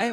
哎，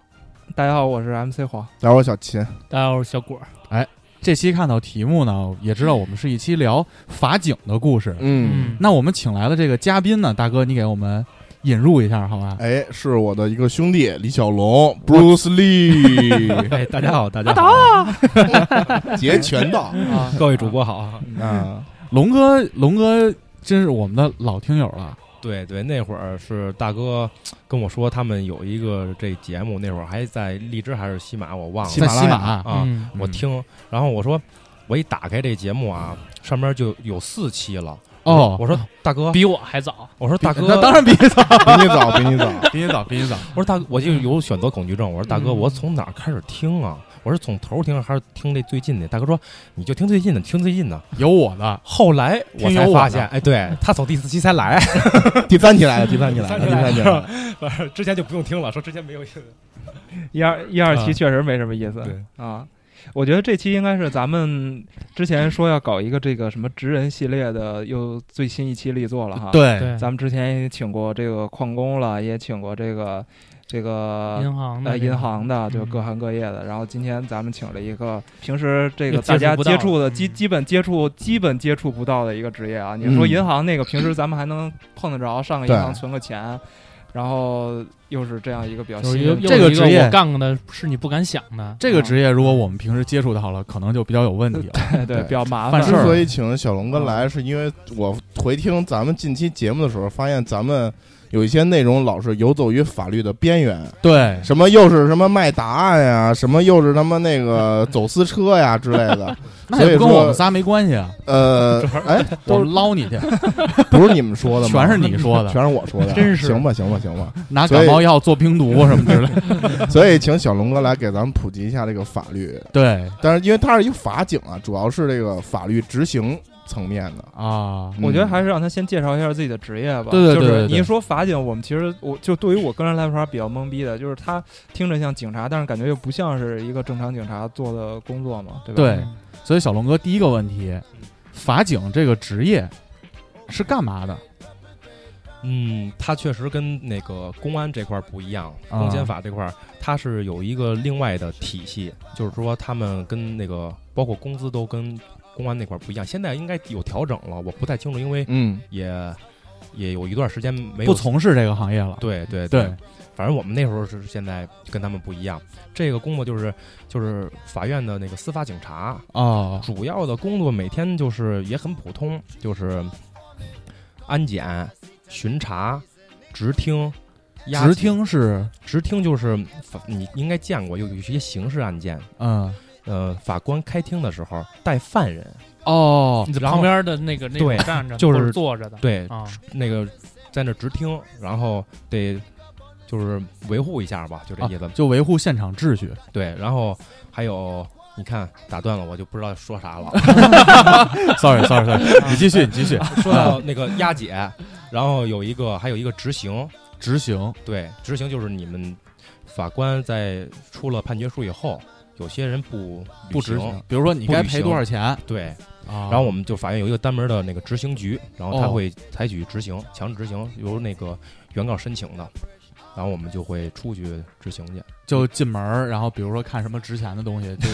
大家好，我是 MC 黄。待会儿我小秦，大家好，我是小果儿。这期看到题目呢，也知道我们是一期聊法警的故事。嗯，那我们请来的这个嘉宾呢，大哥，你给我们引入一下好吧？哎，是我的一个兄弟李小龙，Bruce Lee，哎，大家好，大家好，截拳 道啊，各位主播好啊。啊，龙哥，龙哥真是我们的老听友了。对对，那会儿是大哥跟我说他们有一个这节目，那会儿还在荔枝还是西马，我忘了喜在马拉西雅马，啊。嗯我听，然后我说我一打开这节目啊，上面就有四期了。哦，我说大哥，比我还早，我说大哥，那当然比你 早，比你早，比你早，比你早，比你早。我说大哥，我就有选择恐惧症。我说大哥，嗯我从哪儿开始听啊？我是从头儿听还是听这最近的？大哥说你就听最近的，听最近的。有我 的，后来我听有才我发的现，哎，对他从第四期才来，第三题来了，第三题来了，第第三三题题来来了了， 之前就不用听了，说之前没有。一二一二啊期确实没什么意思对啊。我觉得这期应该是咱们之前说要搞一个这个什么职人系列的，又最新一期力作啊了哈。，对，咱们之前也请过这个矿工了，也请过这个这个银行呃的这银个行的，就嗯各行各业的。然后今天咱们请了一个平时这个也接大家触不到接触的基嗯基本接触基本接触不到的一个职业啊。你嗯说银行那个平时咱们还能碰得着，上个银行对存个钱，然后又是这样一个比较就是新又的又这个啊一职业我干过的是你不敢想的，这个职业如果我们平时接触到了，可能就比较有问 题了。对对比较麻犯烦之事儿啊所以请小龙哥来，是因为我回听咱们近期节目的时候，发现咱们有一些内容老是游走于法律的边缘，对，什么又是什么卖答案呀，什么又是他妈那个走私车呀之类 的， 那也不所跟以说我们仨没关系啊，呃，哎，我们捞 你去，不是你们说的吗？全是你说的，全是我说的，真是行吧，行吧，行吧。拿感冒药做冰毒什么之类 的。所以请小龙哥来给咱们普及一下这个法律。对但是因为他是一个法警啊，主要是这个法律执行层面的。啊，我觉得还是是让他先介绍一下自己的职业吧。对对对就对对是你一说法警，我们其实我就对于我个人来说还比较懵逼的，就是他听着像警察，但是感觉又不像是一个正常警察做的工作嘛，对吧？对，所以小龙哥第一个问题，嗯法警这个职业是干嘛的？嗯，他确实跟那个公安这块儿不一样，啊公检法这块儿它是有一个另外的体系，就是说他们跟那个包括工资都跟公安那块儿不一样。现在应该有调整了，我不太清楚，因为嗯，也也有一段时间没有不。从事这个行业了。对对哎对，反正我们那时候是现在跟他们不一样。这个工作就是就是法院的那个司法警察，哦，主要的工作每天就是也很普通，就是安检、巡查、直听、押直解、听是直听就是法你应该见过，有有一些刑事案件，嗯呃，法官开庭的时候带犯人，哦你在然后旁边的那个那对种站着的就是或者坐着的，对啊，那个在那直听，然后得就是维护一下吧，就这啊意思。就维护现场秩序。 对，然后还有你看打断了，我就不知道说 啥了。 Sorry Sorry Sorry，你 继续你继续，说到那个押解，然后有一个还有一个执行，执行对，执行就是你们法官在出了判决书以后，有些人不不执执行，比如说你该赔多少钱啊？对，然然后我们就法院有一个单门的那个执行局，然后他哦会采取执行、强制执行，由那个原告申请的，然后我们就会出去执行去。就进门儿，然后比如说看什么值钱的东西，就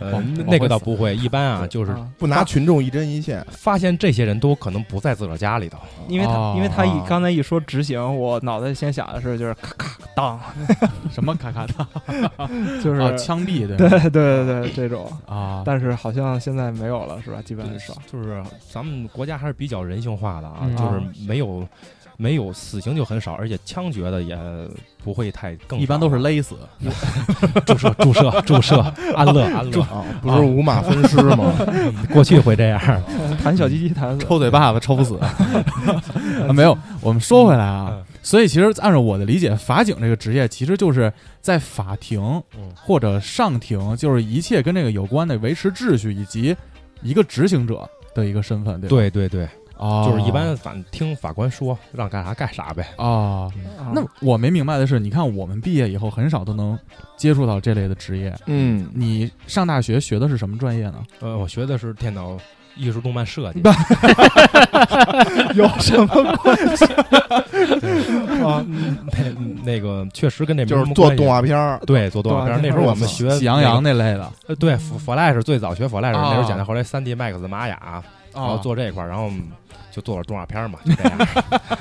呃，往那往那回个倒走不会，一般啊就是啊不拿群众一针一线，发现这些人都可能不在自个儿家里头，因为他、哦因为他一哦刚才一说执行，我脑袋先想的是就是咔咔当，什么卡卡的就是、啊，枪毙对对吗对对对这种。啊，但是好像现在没有了，是吧？基本对上就是咱们国家还是比较人性化的啊，嗯就是没有没有死刑就很少，而且枪决的也不会太更少， 一般都是勒死，注射注射注射，安乐安乐，啊，不是五马 分尸吗？过去会这样，弹小鸡鸡弹死，抽嘴巴子抽不 死。啊没有，我们说回来啊嗯，所以其实按照我的理解，法警这个职业其实就是在法庭嗯或者上庭，就是一切跟这个有关的维持秩序以及一个执行者的一个身份，对吧？对对对，哦就是一般反听法官说让干啥干啥呗，哦。啊那我没明白的是，你看我们毕业以后很少都能接触到这类的职业。嗯，你上大学学的是什么专业呢？呃，我学的是电脑艺术动漫设 计，有什么 啊，那嗯那个确实跟那没就是什么做关系动，画片儿，对，做动画片儿。动画片那儿时候我们学喜羊羊，那类的呃，对，F-，Flash 嗯最早学 Flash，那时候讲啊的，后来三 D Max、玛雅，啊然后哦做这一块儿，然后就做点动画片儿嘛，就这 样。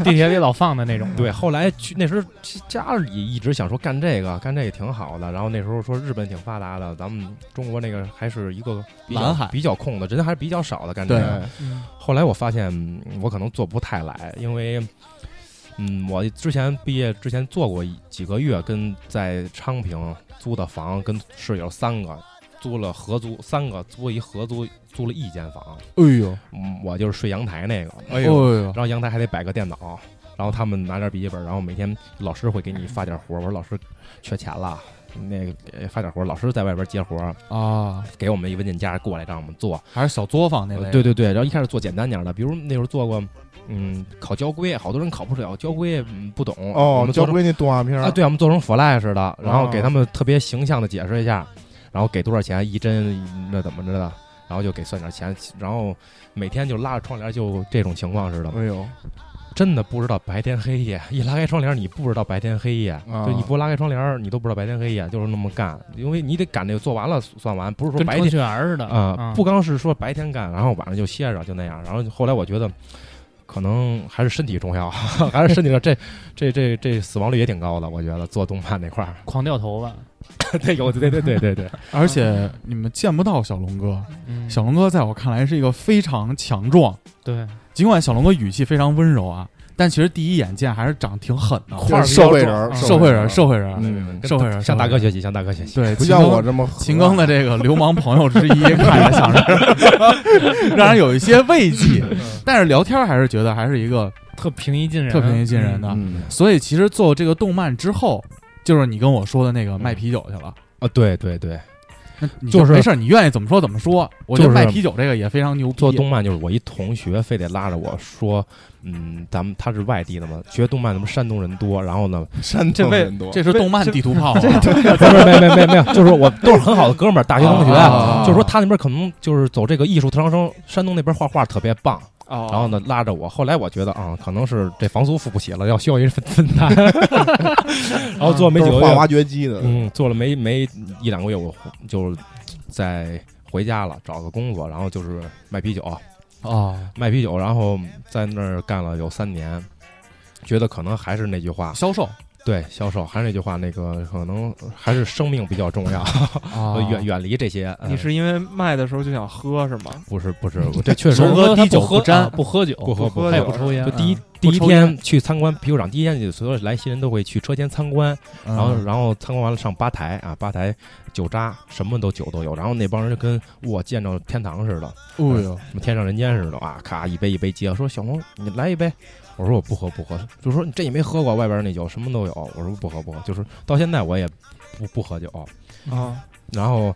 地铁里老放的那种。对，，后来去那时候家里一直想说干这个，干这个挺好的。然后那时候说日本挺发达的，咱们中国那个还是一个比较蓝海比较空的，人还是比较少的干这对个。后来我发现嗯我可能做不太来，因为。嗯，我之前毕业之前做过一几个月，跟在昌平租的房，跟室友三个租了合租，三个租一合租，租了一间房。哎呦，嗯，我就是睡阳台那个，哎呦，然后阳台还得摆个电脑，然后他们拿点笔记本，然后每天老师会给你发点活儿。我说老师缺钱了，那个给发点活儿，老师在外边接活儿，啊，给我们一文件夹过来让我们做。还是小作坊那类呃的。对对对，然后一开始做简单点儿的，比如那时候做过，嗯，考交规，好多人考不了交规，嗯不懂我哦，们交做成规那动画片啊，儿，对，我们做成 Flash 的，然后哦给他们特别形象的解释一下，然后给多少钱一针，那怎么着的。然后就给算点钱，然后每天就拉着窗帘，就这种情况似的。嗯哎呦，真的不知道白天黑夜，一拉开窗帘你不知道白天黑夜，啊哦就你不拉开窗帘你都不知道白天黑夜，就是那么干，因为你得赶这个做完了算完，不是说跟白程天序员似的啊、嗯不光是说白天干，然后晚上就歇着就那样，然后后来我觉得。可能还是身体重要， 还是身体上这这这这死亡率也挺高的，我觉得做动漫那块儿， 狂掉头发。对有对对对对对，而且你们见不到小龙哥，嗯，小龙哥在我看来是一个非常强壮，对，尽管小龙哥语气非常温柔啊，但其实第一眼见还是长挺狠的，就是社会人儿，嗯社会人，社社会人，嗯， 社会人，向大哥社学习，向大哥学习，会人对，不像秦庚我这么秦庚的这个流氓朋友之一，看着像是让人有一些慰藉，但是聊天还是觉得还是一个特平易近人，啊特平易近人的。嗯，所以其实做这个动漫之后，就是你跟我说的那个卖啤酒去了。啊，对对对，那你就是没事儿，你愿意怎么说怎么说。我觉得就是卖啤酒这个也非常牛逼。做动漫就是我一同学非得拉着我说，嗯，咱们他是外地的嘛，学动漫的嘛，山东人多，然后 呢，山这东位人多，这是动漫地图炮啊、不是没没没没有，就是我都是很好的哥们儿，大学同学，啊就是说他那边可能就是走这个艺术特长生，山东那边画画特别棒，哦，然后呢拉着我，后来我觉得啊、可能是这房租付不起了，要需要一分分 担，然后做没都几是个画挖月，掘机的，嗯，做了没没一两个月，我就在回家了，找个工作，然后就是卖啤酒，哦卖啤酒，然后在那儿干了有三年，觉得可能还是那句话，销售对销售还是那句话，那个可能还是生命比较重要，啊 远远离这些。呃哦你是因为卖的时候就想喝是吗？不是不是？我这确实龙龙哥哥他滴酒不不喝沾啊不喝酒，不喝不喝他也酒不抽烟就。第一嗯第一不抽烟天去参观啤酒厂，第一天就所有来新人都会去车间参观，啊然嗯后然后参观完了上吧台啊，吧台酒渣什么都酒都有，然后那帮人就跟我见着天堂似的，哦呦，什么天上人间似的啊，咔一杯一杯接。说小红，你来一杯。我说我不喝不喝，就说你这也没喝过外边那酒，什么都有。我说不喝不喝，就是到现在我也不不喝酒。啊，然后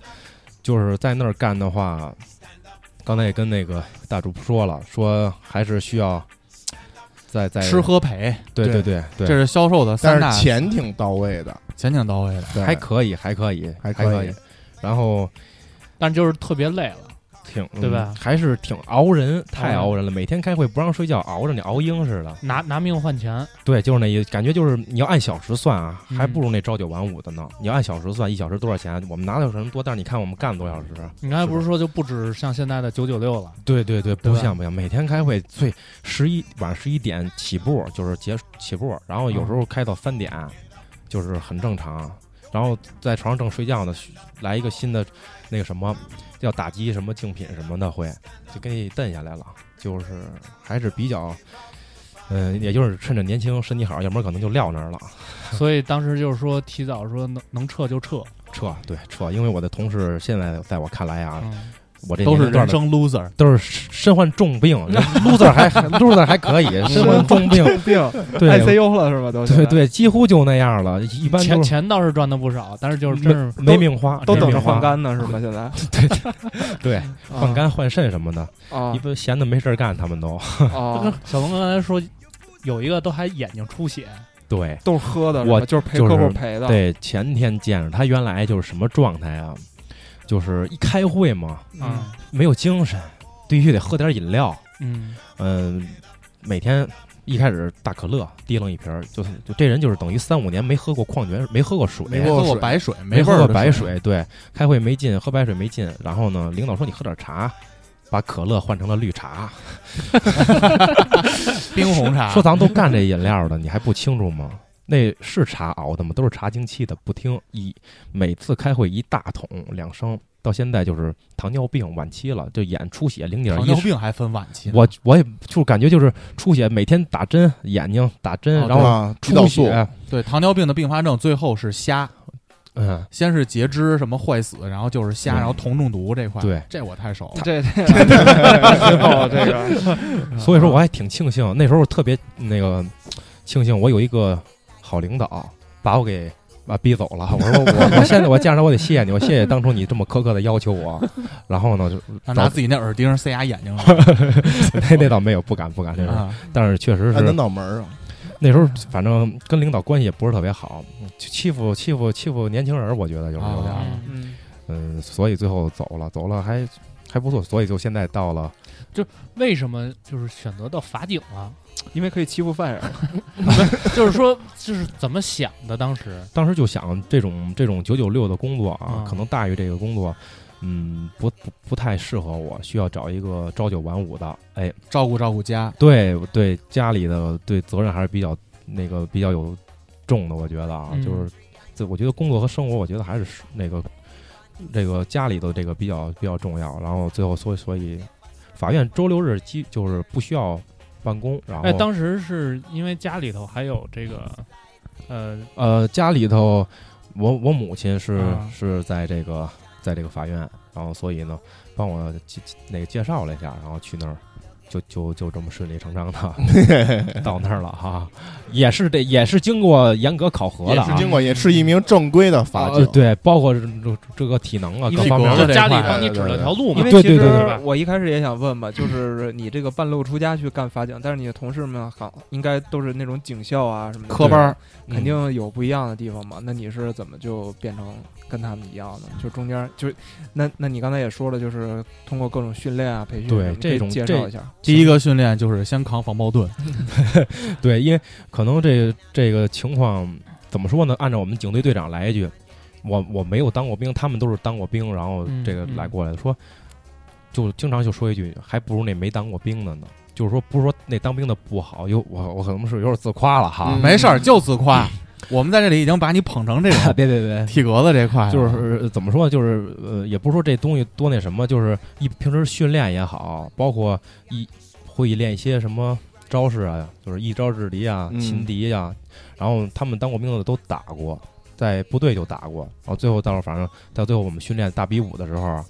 就是在那儿干的话，刚才也跟那个大主说了，说还是需要在在吃喝陪，对对对这哎对，是销售的三大但是钱挺到位的，钱挺到位的。对还可以还可以还还可以以。然后但就是特别累了。挺嗯对吧还是挺熬人，太熬人了。每天开会不让睡觉，熬着你熬鹰似的。拿拿命换钱，对，就是那意思，感觉就是你要按小时算啊，嗯还不如那朝九晚五的呢。你要按小时算，一小时多少钱？我们拿的什么多，但是你看我们干了多少小时？啊你刚才不是说就不止像现在的九九六了？对对对，对不吧像不像，每天开会最十一晚上十一点起步，就是结束起步，然后有时候开到三点，就是很正常。然后在床上正睡觉呢，嘘来一个新的那个什么叫打击什么竞品什么的会，就给你蹬下来了，就是还是比较。嗯，也就是趁着年轻身体好，要不然可能就撂那儿了。所以当时就是说提早说能能撤就撤，撤，对撤，因为我的同事现在在我看来啊，嗯我这都年是龄段人的生 loser，都是身患重 病，loser 还 loser 还可以，身患重病，病对 ICU 了是吧？都现在对，对，几乎就那样了，一般钱都是钱倒是赚的不少，但是就是真是没命花，都没等命着换花，肝呢是吧？现在对，换肝换肾什么的，啊一般闲的没事儿干，他们 都啊，小龙刚才说有一个都还眼睛出血，对。都是喝的是吧，我就是陪就是客户陪的，对，前天见着他，原来就是什么状态啊？就是一开会嘛，嗯没有精神，必须得喝点饮料。嗯，嗯，每天一开始大可乐提楞一瓶儿，就是就这人就是等于三五年没喝过矿泉水，没喝过水，没喝过过水白水，没味喝儿过的白，水，对，开会没劲，喝白水没劲。然后呢，领导说你喝点茶，把可乐换成了绿茶。冰红茶。说咱们都干这饮料的，你还不清楚吗？那是茶熬的吗？都是茶精沏的，不听。一每次开会一大桶两升，到现在就是糖尿病晚期了，就眼出血零点糖一尿。病还分晚期呢，我我也就感觉就是出血，每天打针，眼睛打针，哦然后啊，胰岛出素血，对糖尿病的并发症最后是瞎，嗯，先是截肢什么坏死，然后就是瞎，嗯然后酮中毒这块，对，这我太熟了。这这这爆这个所以说我还挺庆幸，那时候特别那个庆幸，我有一个好领导把我给啊逼走了。我说我我现在我见着我得谢谢你，我谢谢当初你这么苛刻的要求我。然后呢，就他找拿自己那耳钉塞牙眼睛了那那倒没有，不敢不敢这事。啊！但是确实按他是脑门儿啊，那时候，反正跟领导关系也不是特别好，就欺负欺负欺负年轻人，我觉得就是有点儿，嗯嗯嗯，所以最后走了，走了还还不错，所以就现在到了为什么就是选择到法警 了？因为可以欺负犯人，就是说就是怎么想的？当时当时就想这种这种九九六的工作啊嗯，可能大于这个工作，嗯，不不不太适合我，需要找一个朝九晚五的。嗯哎，照顾照顾家，对对，家里的对责任还是比较那个比较有重的，我觉得啊，嗯就是这我觉得工作和生活，我觉得还是那个这个家里的这个比较比较重要。然后最后所以所以，法院周六日基就是不需要办公，然后哎，当时是因为家里头还有这个呃呃，家里头，我我母亲是、啊是在这个在这个法院，然后所以呢，帮我介那个介绍了一下，然后去那儿。就就就这么顺理成章的到那儿了哈、也是得也是经过严格考核的也是啊，经哦过，也是一名正规的法呃警，对，包括这这个体能啊因各为方面国的就这家里块帮你对指对了对条路嘛因，为啊对其对实对对我一开始也想问嘛， 就是你这个半路出家去干法警，但是你的同事们好应该都是那种警校啊什么的科班，儿嗯肯定有不一样的地方嘛。那你是怎么就变成跟他们一样的？就中间就那那你刚才也说了，就是通过各种训练啊、培训，对你可以这种介这绍一下。第一个训练就是先扛防爆盾，对，因为可能这个这个情况怎么说呢？按照我们警队队长来一句，我我没有当过兵，他们都是当过兵，然后嗯这个嗯来过来的，说就经常就说一句，还不如那没当过兵的呢。就是说，不是说那当兵的不好，有我我可能是有点自夸了哈。嗯啊没事儿就自夸。我们在这里已经把你捧成这 种 别别别，体格子这块了，就是呃怎么说呢，就是呃，也不是说这东西多那什么，就是一平时训练也好，包括一会练一些什么招式啊，就是一招制敌啊、嗯擒敌啊，然后他们当过兵的都打过，在部队就打过，然后最后到时候反正到最后我们训练大比武的时候，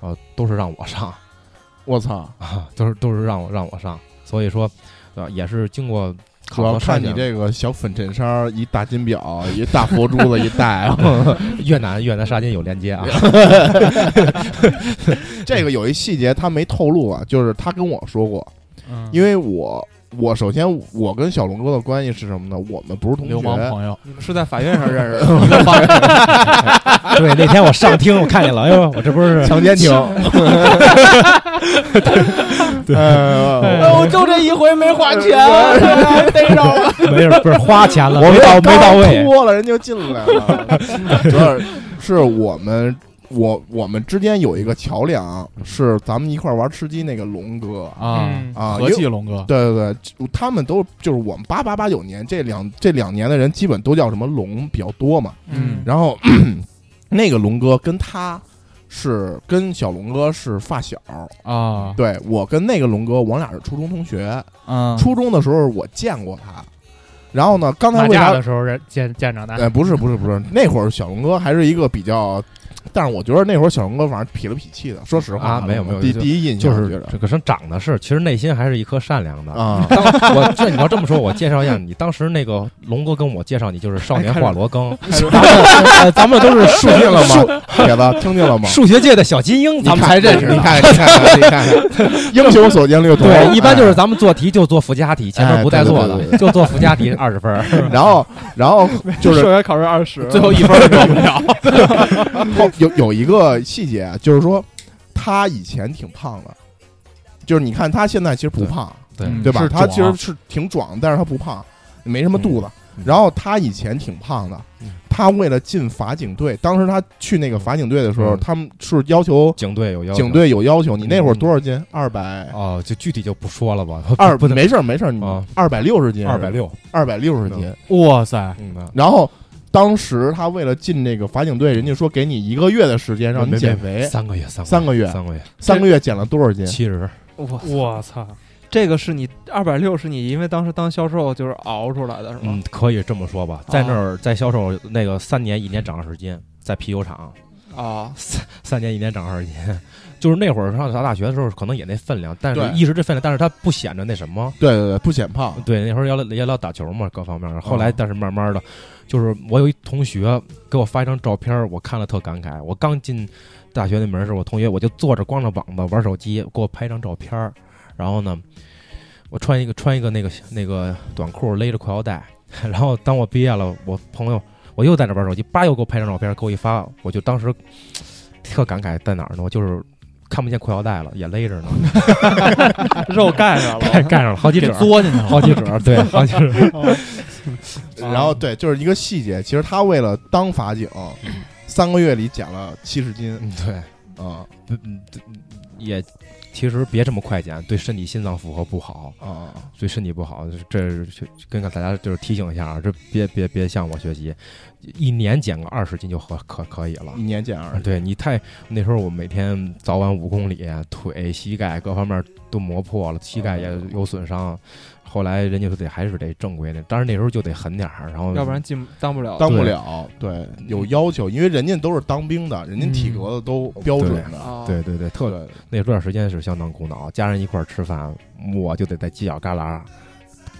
呃，都是让我上， 我操，啊，都是都是让我让我上，所以说，呃，也是经过考主要核看筛你选。这个小粉衬衫儿，一大金表，一大佛珠子一戴，越南越南沙金有连接啊， 这个有一细节他没透露啊，就是他跟我说过，嗯因为我我首先我跟小龙哥的关系是什么呢？我们不是同流氓学，朋友，你们是在法院上认识的？ 对，那天我上厅我看见了，哎呦，我这不是强奸情。对，哎呃我就这一回没花钱，逮着了。没事，不是花钱了，我没到没到刚位。脱了人就进来了，主要是我们我我们之间有一个桥梁，是咱们一块儿玩吃鸡那个龙哥 啊嗯啊，合因为计龙 哥，对对对，他们都就是我们八八八九年这两这两年的人，基本都叫什么龙比较多嘛。嗯然后 那个龙哥跟他是跟小龙哥是发小，啊，对我跟那个龙哥，我俩是初中同学。嗯，初中的时候我见过他，然后呢，刚才打为架啥的时候人见见着的，呃，不是不是不是，那会儿小龙哥还是一个比较，但是我觉得那会儿小龙哥反正痞了痞气的，说实话啊没有没有第就第一印就象我觉是得这个人长得是，其实内心还是一颗善良的。啊， 当我这你要这么说，我介绍一下你。当时那个龙哥跟我介绍你，就是少年华罗庚，哎呃咱们都是数听见了吗？铁子听见了吗？数学界的小精 英，咱们才认识的。你看，你看，你看，你看， 英雄所见略同。对，一般就是哎。咱们做题就做附加题，前面不带做的，就做附加题二十分儿。 然后，然后就是数学考试二十，最后一分儿都不了， 后有有一个细节啊，就是说他以前挺胖的，就是你看他现在其实不胖，对嗯对吧是？他其实壮是挺壮，但是他不胖，没什么肚子嗯。然后他以前挺胖的嗯，他为了进法警队，当时他去那个法警队的时候，嗯他们是要求警队有要求警队有要求，你嗯那会儿多少斤？二百哦，就具体就不说了吧，二不能没事儿没事儿，你啊二百六十斤，二百，六，二百六十斤。哇塞，嗯啊然后当时他为了进那个法警队，人家说给你一个月的时间让你减肥，三个月，三三个月三个月，三个月减了多少斤？七十，我我操，这个是你二百六是你因为当时当销售就是熬出来的是吗嗯？，可以这么说吧，在那儿在销售那个三年一年涨二十斤，在啤酒厂啊，三年一年涨二十斤，就是那会儿上大学的时候可能也那分量，但对是一直这分量，但是它不显着那什么。对对对，不显胖。对，那会儿要也老打球嘛，各方面儿。啊后来，但是慢慢的，就是我有一同学给我发一张照片儿，我看了特感慨。我刚进大学那门儿时候，我同学我就坐着光着膀子玩手机，给我拍一张照片儿。然后呢，我穿一个穿一个那个那个短裤，勒着裤腰带。 然后当我毕业了，我朋友我又在那玩手机，叭又给我拍张照片儿，给我一发，我就当时特感慨，在哪儿呢？我就是看不见裤腰带了，也勒着呢，肉盖 上盖了，盖上了好几给褶儿，作进去了，好几褶儿，对，好几褶儿。 然后对，就是一个细节，其实他为了当法警，三个月里减了七十斤嗯，对。啊不嗯，对也其实别这么快减，对身体心脏负荷不好，啊！对身体不好。这是就跟大家就是提醒一下啊，这别别别向我学习，一年减个二十斤就可可可以了嗯啊一。年减二十，对你太那时候我每天早晚五公里，腿、膝盖各方面都磨破了，膝盖也哦有损伤。后来人家说得还是得正规的，当然那时候就得狠点儿，然后要不然进当不了。当不了。对，有要求，因为人家都是当兵的，人家体格子都标准的。啊，对对对，特对，那段时间是相当苦恼，家人一块儿吃饭，我就得在犄角旮旯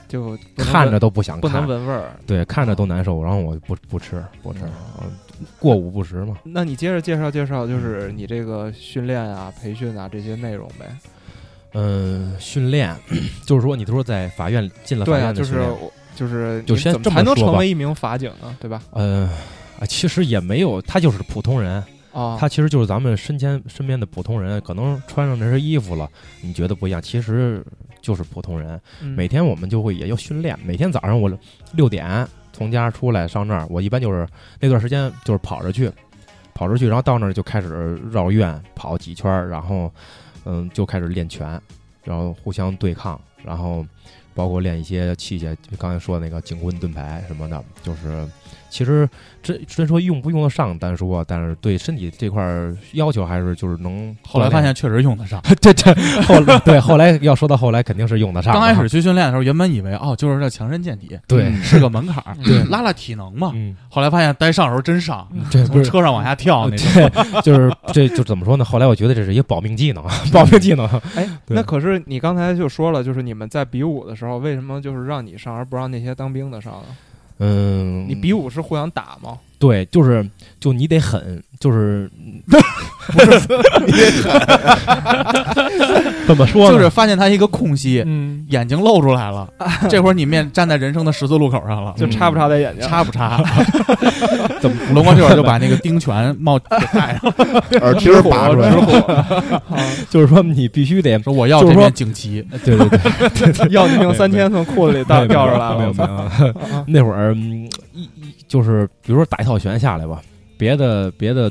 就不能看着闻都不想不看能，闻味儿。对，看着都难受，然后我不不吃不吃嗯，嗯过午不食嘛。那你接着介绍介绍，就是你这个训练啊、培训啊这些内容呗。嗯，训练 就是说，你都说在法院进了法对啊，院就的训是练，我就是就你先怎这么么才能说成吧为一名法警呢？对吧？嗯，啊其实也没有，他就是普通人，啊，他其实就是咱们身前身边的普通人，可能穿上这身衣服了，你觉得不一样，其实就是普通人。嗯每天我们就会也就训练，每天早上我六点从家出来上那儿，我一般就是那段时间就是跑着去，跑着去，然后到那儿就开始绕院跑几圈儿，然后嗯就开始练拳，然后互相对抗，然后包括练一些器械，就刚才说那个警棍、盾牌什么的，就是其实真真说用不用得上单说，但是对身体这块儿要求还是就是能。后来发 现确实用得上。这这后来对后来要说到后来肯定是用得上的刚哈。开始去训练的时候，原本以为哦，就是这强身健体，对嗯是个门槛儿，对拉拉体能嘛。嗯，后来发现该上的时候真上，这从 不是车上往下跳那种。这就是这就怎么说呢？后来我觉得这是一个保命技能，啊保命技能。哎，对那可是你刚才就说了，就是你们在比武的时候，为什么就是让你上而不让那些当兵的上呢？嗯，你比武是互相打吗？对，就是就你得狠， 就是 怎么说呢？就是发现他一个空隙， 嗯，眼睛露出来 了，这会儿你面站在人生的十字路口上了，就插不插在眼睛？插不 插？怎么？嗯龙哥这会儿就把那个丁权帽给戴 上，耳皮儿拔出来了。 就是说你必须得说我要就这是说面锦旗。对对对，要你命三千从裤子里掉掉出来没有了。没有。 那会儿嗯一一就是比如说打一套拳下来吧，别的别的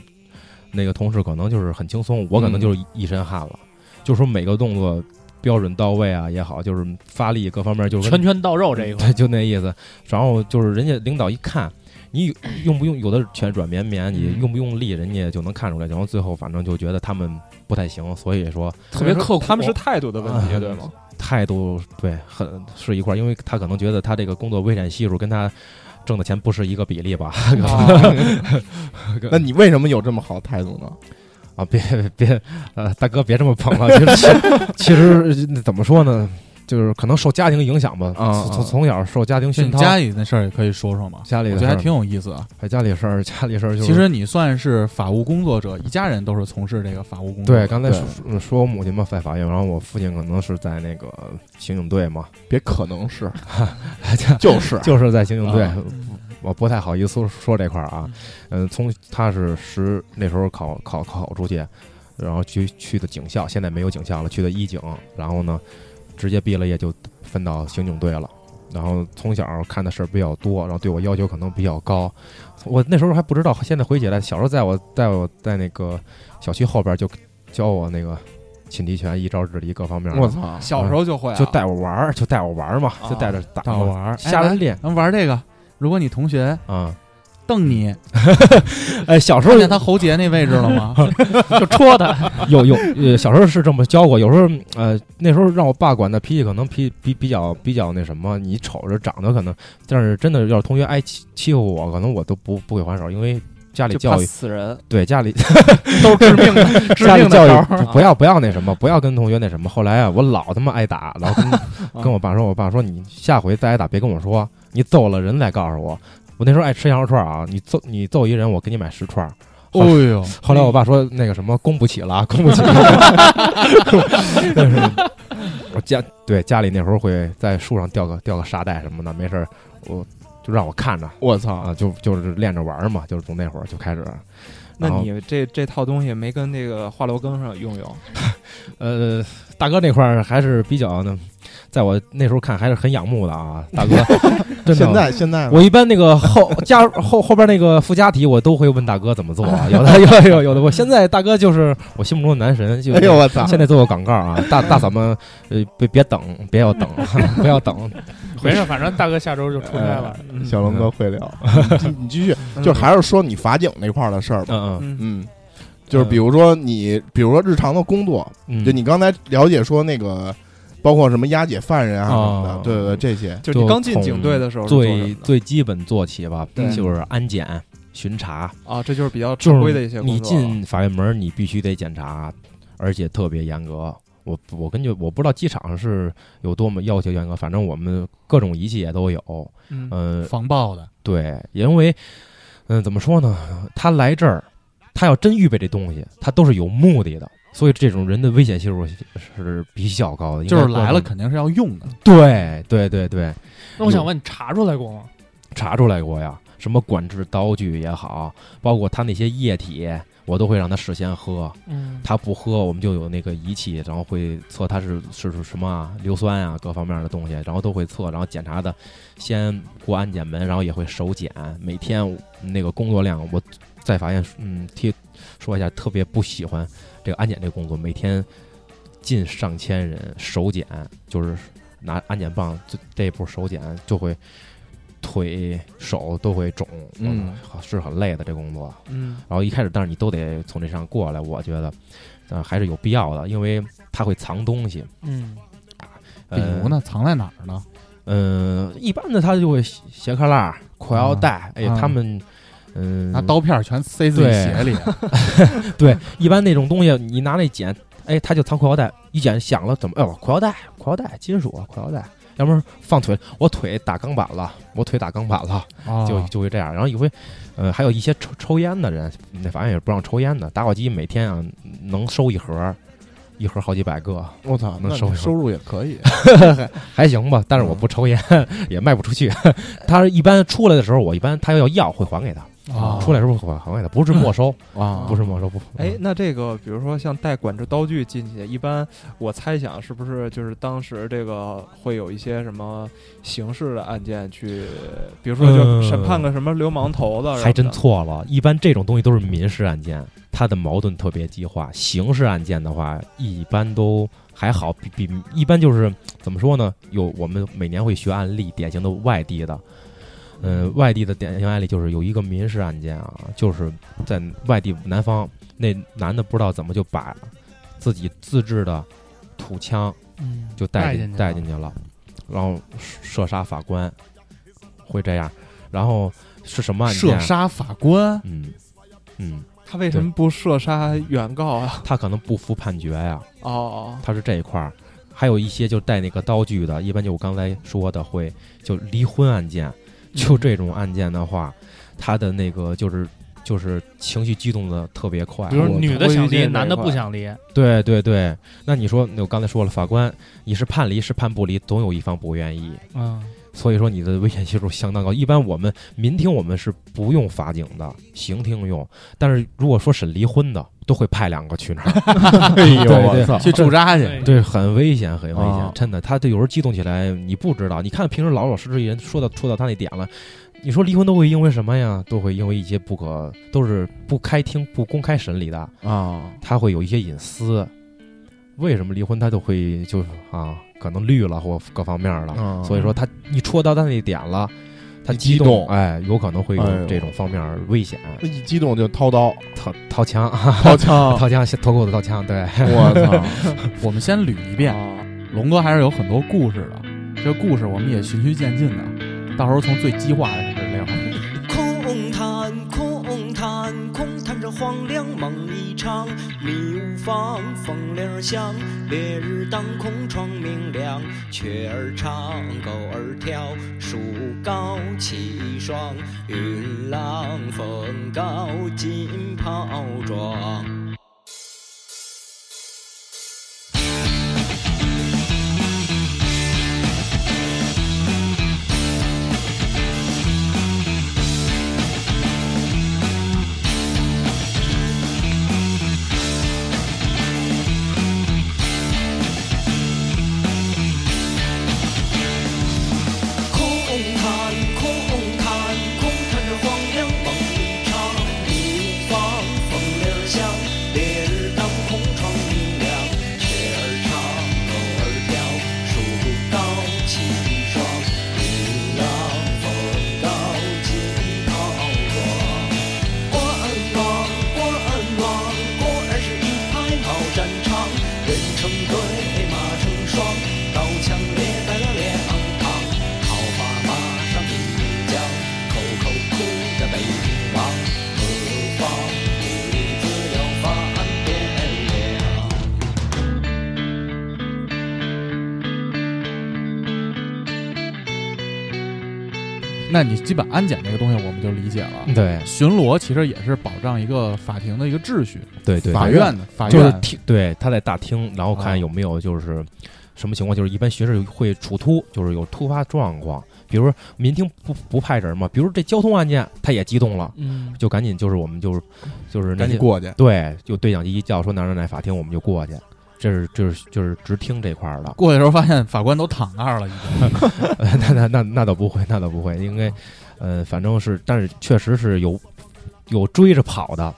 那个同事可能就是很轻松，我可能就是一身汗了，就说每个动作标准到位啊也好，就是发力各方面就是拳拳到肉这一块 对，，就那意思。然后就是人家领导一看你用不用，有的全软绵绵，你嗯用不用力，人家就能看出来。然后最后反正就觉得他们不太行，所以说特别刻苦他们是态度的问题，啊对吗？态度对很是一块儿，因为他可能觉得他这个工作危险系数跟他挣的钱不是一个比例吧。啊 那你为什么有这么好的态度呢？啊，别别，呃，大哥别这么捧 了。其实其实那怎么说呢，就是可能受家庭影响吧，啊从从啊从小受家庭就熏你陶。家里的事儿也可以说说吗？家里我的觉事得儿还挺有意思啊。哎家里事儿，家里事儿就是其实你算是法务工作者，一家人都是从事这个法务工作。对，，刚才对说说说我母亲嘛，在法院，然后我父亲可能是在那个刑警队嘛，别可能是，就是就是在刑警队啊，嗯我不太好意思说这块儿啊。嗯，从他是十那时候考考考出去，然后去去的警校，现在没有警校了，去的一警，然后呢，直接毕了业就分到刑警队了。然后从小看的事儿比较多，然后对我要求可能比较高。我那时候还不知道，现在回忆起来，小时候在我在我在那个小区后边就教我那个擒敌拳、一招制敌各方面的。我操，小时候就会啊就带我玩儿，就带我玩儿嘛，啊就带着打好嘛，玩儿。瞎来练咱们玩这个，如果你同学啊。瞪你，哎，小时候看 见他喉结那位置了吗？就戳他，有有呃，小时候是这么教过，有时候呃，那时候让我爸管的脾气可能比比比较比较那什么，你瞅着长得可能，但是真的要是同学挨欺欺负我，可能我都不不会还手，因为家里就怕教育死人，对家里 都致命 的，致家里命教的招育儿不不要不要那什么，不要跟同学那什么。后来啊，我老他妈挨打，老跟 跟我爸说，我爸说你下回再挨打别跟我说，你揍了人再告诉我。我那时候爱吃羊肉串啊，你揍你揍一人，我给你买十串。哦呦，后来我爸说那个什么供不起了， 供不起了。但是我家对家里那时候会在树上吊个吊个沙袋什么的，没事儿我就让我看着我操，啊，就就是练着玩儿嘛，就是从那会儿就开始。 那然后你这这套东西没跟那个话痨羹上用用？呃，大哥那块儿还是比较呢，在我那时候看还是很仰慕的啊，大 哥，真的。现在现嗯在呢我一般那个后 加后后边那个附加题，我都会问大哥怎么做 啊，有的有的有的有的我现在大哥就是我心目中的男神，就哎呦我操，现在做个广告 啊，大大嫂们，呃，别别等，别要等，不要等，没事，反正大哥下周就出差了。哎小龙哥会聊，你继续，就还是说你法警那块儿的事儿吧，嗯嗯嗯，嗯，就是比如说你，比如说日常的工作，嗯，就你刚才了解说那个，包括什么押解犯人啊什么哦的，对对对，这些，就是你刚进警队的时候是做什最么的最基本做起吧，对就是安检、巡查，啊，这就是比较就常规的一些是工作啊你了。进法院门，你必须得检查，而且特别严格。我我根据我不知道机场是有多么要求严格，反正我们各种仪器也都有。嗯嗯，防爆的，对，因为嗯、怎么说呢？他来这儿，他要真预备这东西，他都是有目的的，所以这种人的危险系数是比较高的。应该就是说来了肯定是要用的。对对对对，那我想问，你查出来过吗？查出来过呀，什么管制刀具也好，包括他那些液体，我都会让他事先喝。嗯，他不喝，我们就有那个仪器，然后会测他是是是什么啊，硫酸啊，各方面的东西，然后都会测，然后检查的，先过安检门，然后也会手检。每天那个工作量，我在法院，嗯，替说一下，特别不喜欢这个安检这个工作，每天近上千人手检，就是拿安检棒这这一步手检就会腿手都会肿，嗯我操，是很累的这工作。嗯然后一开始，但是你都得从这上过来，我觉得，呃，还是有必要的，因为它会藏东西。嗯，比呃如？呢，藏在哪儿呢？嗯、一般的他就会斜斜挎拉、裤腰带，哎，啊他们，嗯、拿刀片儿全塞自己对鞋 里，对，一般那种东西，你拿那剪，哎，他就藏裤腰带，一剪响了，怎么？哎呦，裤腰带，裤腰带，金属啊，裤腰带，要不然放腿，我腿打钢板了，我腿打钢板了，啊哦就就会这样。然后有回，呃，还有一些抽抽烟的人，那法院也不让抽烟的，打火机每天啊能收一盒，一盒好几百个，我操，能那收你拾收入也可以， 嗯还行吧。 但是我不抽烟，也卖不出去。他一般出来的时候，我一般他要要会还给他，哦啊出来时候还还给他，不是没收，啊，不是没收，不。哎，那这个比如说像带管制刀具进去，一般我猜想是不是就是当时这个会有一些什么刑事的案件去，比如说就审判个什么流氓头子什么的，嗯还真错了，一般这种东西都是民事案件，它的矛盾特别激化。刑事案件的话，一般都还好，比比一般就是怎么说呢？有我们每年会学案例，典型的外地的，嗯、外地的典型案例就是有一个民事案件啊，就是在外地南方，那男的不知道怎么就把自己自制的土枪嗯，就带带进去了带进去了，然后射杀法官，会这样。然后是什么案件射啊？杀法官， 嗯，嗯，他为什么不射杀原告啊？他可能不服判决呀、哦，他是这一块儿。还有一些就带那个刀具的，一般就我刚才说的会就离婚案件，就这种案件的话，他的那个就是就是情绪激动的特别快比。如我女的我想理解离，这男的一块不想离，对对对，那你说我刚才说了，法官你是判离是判不离，总有一方不愿意，嗯，所以说你的危险系数相当高。一般我们民庭我们是不用法警的，刑庭用，但是如果说审离婚的，都会派两个去那儿。哎 呦对对我操！去驻扎去，对对，很危险，很危险，啊真的。他这有时候激动起来，你不知道。你看平时老老实实一人，说到说到他那点了，你说离婚都会因为什么呀？都会因为一些不可，都是不开庭、不公开审理的，哦啊，他会有一些隐私。为什么离婚他就会就是啊，可能绿了或各方面了。啊嗯所以说他你戳到他那点了，他一激激动，动哎，有可能会哎有呦这种方面危险，那一激动就掏刀，掏掏枪，啊掏枪！ 掏枪，脱裤子掏枪，对。我操！我们先捋一啊遍，哦龙哥还是有很多故事的，这故事我们也循序渐进的，到时候从最激化的开始聊。空谈空谈空谈着荒凉梦一场，迷雾放风铃儿响，烈日当空窗明亮，雀儿唱狗儿跳，树高气爽，云浪风高金袍装。空谈空谈空谈着荒凉梦一场，一放风铃儿响，烈日当空窗明亮，雀儿唱，狗儿跳，树高气爽，云浪风高金袍装。国安王，国安王，果然是一派好战场，人成对，马成双，刀枪列在了两旁，桃花马上一江，口口哭的北平王，何方女子要翻边梁？那你基本安检这个东西我们就理解了。对巡逻其实也是保障一个法庭的一个秩序，对对，法院的法就是院厅，对，他在大厅，然后啊，看有没有就是什么情况，就是一般巡视会处突，就是有突发状况，比如说民庭不不派人嘛，比如这交通案件，他也激动了，嗯，就赶紧就是我们就是就是那赶紧些过去。对，就对讲机一叫说哪儿哪儿哪儿法庭，我们就过去。这是就是就是直听这块儿的过去的时候发现法官都躺那儿了，已经 那那那那倒不会，那倒不会，应该，呃，反正是，但是确实是有有追着跑的，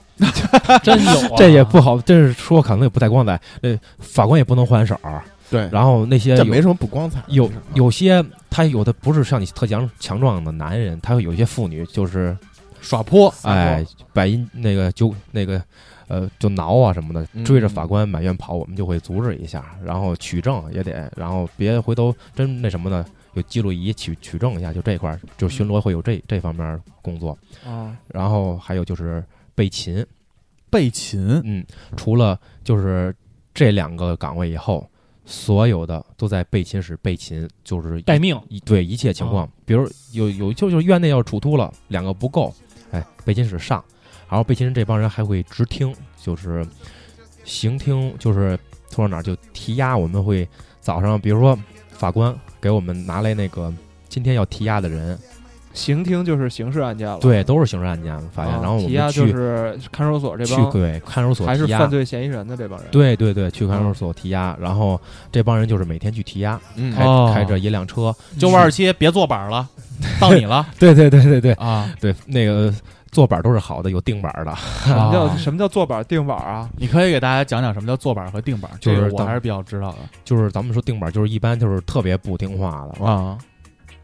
真有啊，这也不好，真是说可能也不太光彩。呃，法官也不能还手儿，对，然后那些哎这有没什么不光彩。有有些他有的不是像你特强强壮的男人，他有一些妇女就是耍泼，哎百因那个就那个呃就挠啊什么的，嗯追着法官满院跑，我们就会阻止一下，然后取证也得，然后别回头真那什么呢，有记录仪取取证一下，就这块儿就巡逻会有这这方面工作，啊，然后还有就是备勤，备勤嗯，除了就是这两个岗位以后，所有的都在备勤室备勤，就是待 命，一对一切情哦况，比如有有就就是院内要处突了，两个不够，哎，备勤室上，然后备勤室这帮人还会直听，就是行听，就是从到哪儿就提押，我们会早上，比如说法官给我们拿来那个今天要提押的人，刑庭就是刑事案件了。对，都是刑事案件法院，啊然后我提押们就去是看守所这去帮对看守所还是提犯押。罪嫌疑人的这帮人。对对对，去看守所提押，然后这帮人就是每天去提押，嗯开哦开着一辆车。九五二七别坐板了，到你 了对对对对对啊！对，那个坐板都是好的，有定板的。什么叫啊什么叫坐板定板啊？你可以给大家讲讲什么叫坐板和定板，就这是个我当还是比较知道的就是咱们说定板，就是一般就是特别不听话的。啊。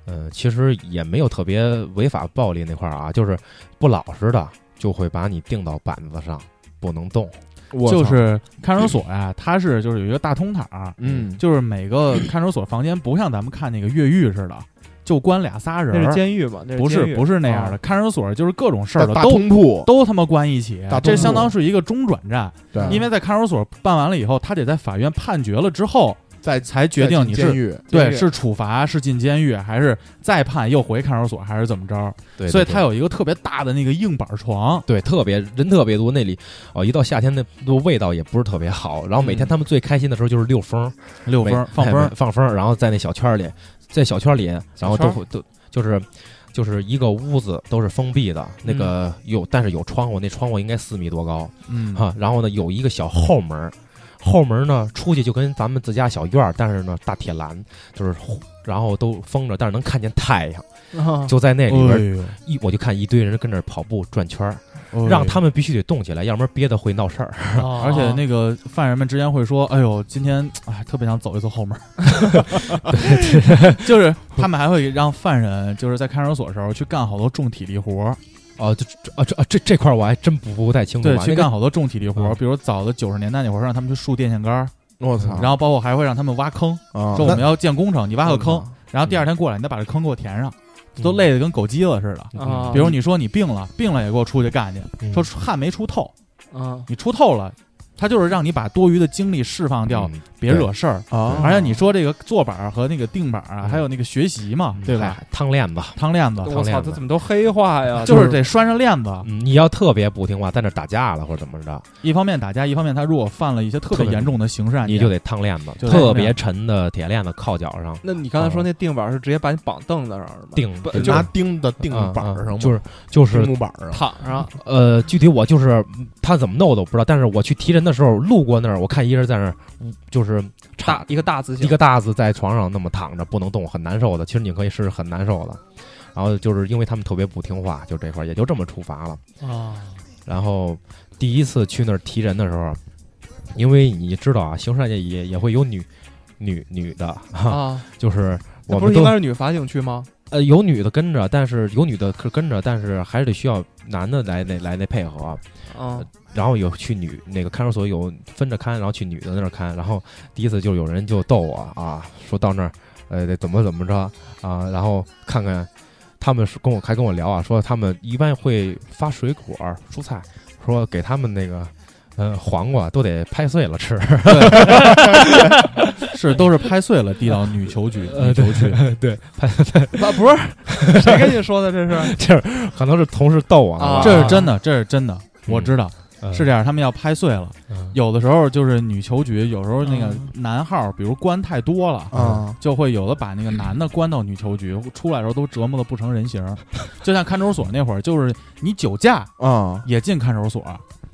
嗯，其实也没有特别违法暴力那块儿啊，就是不老实的就会把你定到板子上，不能动。我操就是看守所呀，它是就是有一个大通塔儿，嗯，就是每个 看守所房间不像咱们看那个越狱似的，就关俩仨那人是儿，监狱吧？那不监狱是不是那样的。啊看守所就是各种事大儿的大都通铺，都他妈关一起大，这通嗯相铺当是一个中转站。对，因为在看守所办完了以后，他得在法院判决了之后，在才决定你在监是狱，监对狱是处罚是进监狱，还是再判又回看守所，还是怎么着？对，所以对他有一个特别大的那个硬板床，对，特别人特别多，那里哦，一到夏天那那味道也不是特别好。然后每天嗯他们最开心的时候就是溜风儿，溜风每儿放风哎儿每，放风儿，然后在那小圈儿里，在小圈儿里，然后圈都儿会都就是就是一个屋子都是封闭的，那个有但是有窗户，那窗户应该四米多高嗯，哈。然后呢有一个小后门儿，后门儿呢出去就跟咱们自家小院儿，但是呢大铁栏就是呼。然后都封着，但是能看见太阳，啊就在那哎里边儿呦一我就看一堆人跟那儿跑步转圈儿，哎呦让他们必须得动起来，要不然憋得会闹事儿。 哦而且那个犯人们之间会说：“哎呦，今天哎特别想走一走后 门。”就是他们还会让犯人就是在看守所的时候去干好多重体力活儿，哦，这这啊这啊这这块儿我还真不不太清楚对，啊。去那个干好多重体力活儿，嗯比如早的九十年代那会儿让他们去竖电线杆儿，我操，然后包括还会让他们挖坑，啊说我们要建工程，你挖个坑，然后第哦嗯二天过来，你再把这坑给我填上，都累得跟狗鸡了似的。啊比如你说你病了，病了也给我出去干去，嗯说汗没出透，啊你出透了，他就是让你把多余的精力释放掉，嗯别惹事儿。哦啊而且你说这个坐板儿和那个定板儿啊，嗯还有那个学习嘛，对吧？啊嗨烫链子，汤链子我练操，的这怎么都黑化呀？就是得拴上链子，嗯你要特别不听话，在那打架了或者怎么着，一方面打架，一方面他如果犯了一些特特别别严重的刑事案件，你就得烫链子，就得特别沉的铁链子铐脚上那你刚才说那定板是直接把你绑凳子上是吗？钉，不对拿钉子钉嗯板儿嗯上吗，就是就是钉木板儿上，躺哦上呃，具体我就是嗯他怎么弄我都不知道，但是我去提人的时候路过那儿，我看一人在那儿，嗯就是大插一个大字形，一个大字在床上那么躺着不能动，很难受的。其实你可以试试，很难受的。然后就是因为他们特别不听话，就这块儿也就这么处罚了。啊，然后第一次去那儿提人的时候，因为你知道啊，刑事案件也也会有女女女的，啊，就是那我不们是应都该是女法警区吗？呃有女的跟着，但是有女的是跟着，但是还是得需要男的来那来那配合。啊然后有去女那个看守所有分着看，然后去女的那儿看。然后第一次就有人就逗我啊，说到那儿呃得怎么怎么着啊，然后看看他们是跟我还跟我聊啊，说他们一般会发水果儿蔬菜，说给他们那个。呃，黄瓜都得拍碎了吃， 是都是拍碎了递到女囚局，呃女囚区。对， 拍啊，不是，谁跟你说的这 是？可能是同事逗我呢啊吧，这是真的，这是真的，我知道、嗯是这样。他们要拍碎了，嗯有的时候就是女囚局，有时候那个嗯男号，比如关太多了。啊，就会有的把那个男的关到女囚局，出来的时候都折磨的不成人形儿，就像看守所那会儿，就是你酒驾啊也进看守所，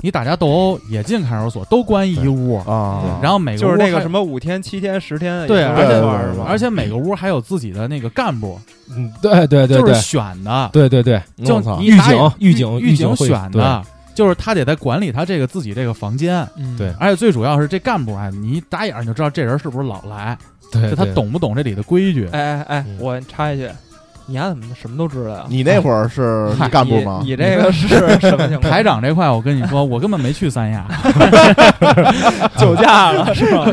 你打架斗殴也进看守所，都关一屋，啊，然后每个就是屋那个还什么五天、七天、十天，对而而且是吧？而且每个屋还有自己的那个干部，嗯，对对对就是对选的，对对对，就我操你预打警野预警预预警会选的，就是他得在管理他这个自己这个房间，嗯对而且最主要是这干部啊，你一打眼儿你就知道这人是不是老来，对就他懂不懂这里的规矩。哎哎哎，嗯我插一句，你丫怎么什么都知道呀？你那会儿 是嗨干部吗你？你这个是什么情况？排长这块，我跟你说，我根本没去三 亚， 酒驾了是吧？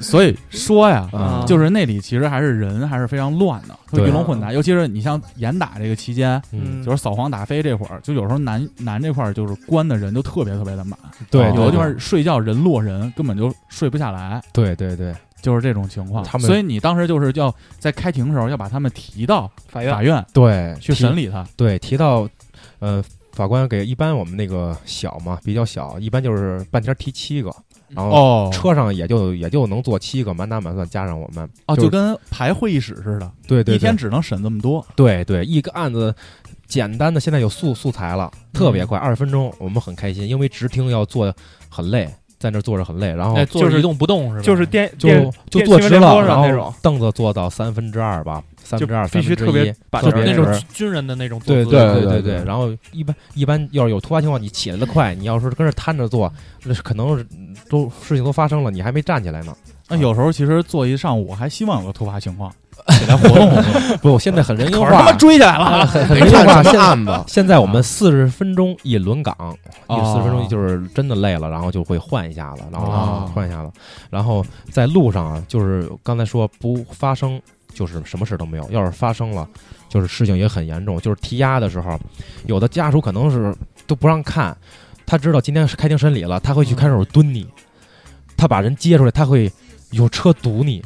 所以说呀，啊，就是那里其实还是人还是非常乱的，会对鱼龙混杂。尤其是你像严打这个期间，嗯，就是扫黄打非这会儿，就有时候南南这块儿就是关的人就特别特别的满，对，有的对地方睡觉人落人，根本就睡不下来，对对对，就是这种情况。他们所以你当时就是要在开庭的时候要把他们提到法院法院对，去提审理他。对，提到，呃，法官给一般我们那个小嘛，比较小，一般就是半天提七个，然后哦车上也就也就能坐七个，满打满算加上我们，哦，就是就跟排会议室似的，对啊对一天对只能审这么多。对对，一个案子简单的现在有素素材了，特别快，二十分钟，我们很开心，因为直听要坐很累，在那儿坐着很累，然后哎，坐就着是一动不动是吧？就是电就电就电坐新闻直联了，播然上那后种凳子坐到三分之二吧，三分之二、必三须分之特别一，板特就是别那种直军军人的那种坐对姿对对对对然后一般一般要是有突发情况，你起来的快，你要是跟着瘫着坐，那是可能是都事情都发生了，你还没站起来呢。那有时候其实坐一上午，还希望有个突发情况起来活动活动。不，我现在很人性我他妈化，追起来了，很很没人性看化。什现么在案子，现在我们四十分钟一轮岗，一哦四十分钟就是真的累了，然后就会换一下子，然后哦换一下子，然后在路上啊，就是刚才说不发生，就是什么事都没有；要是发生了，就是事情也很严重。就是踢押的时候，有的家属可能是都不让看，他知道今天是开庭审理了，他会去看守所蹲你，他把人接出来，他会有车堵你，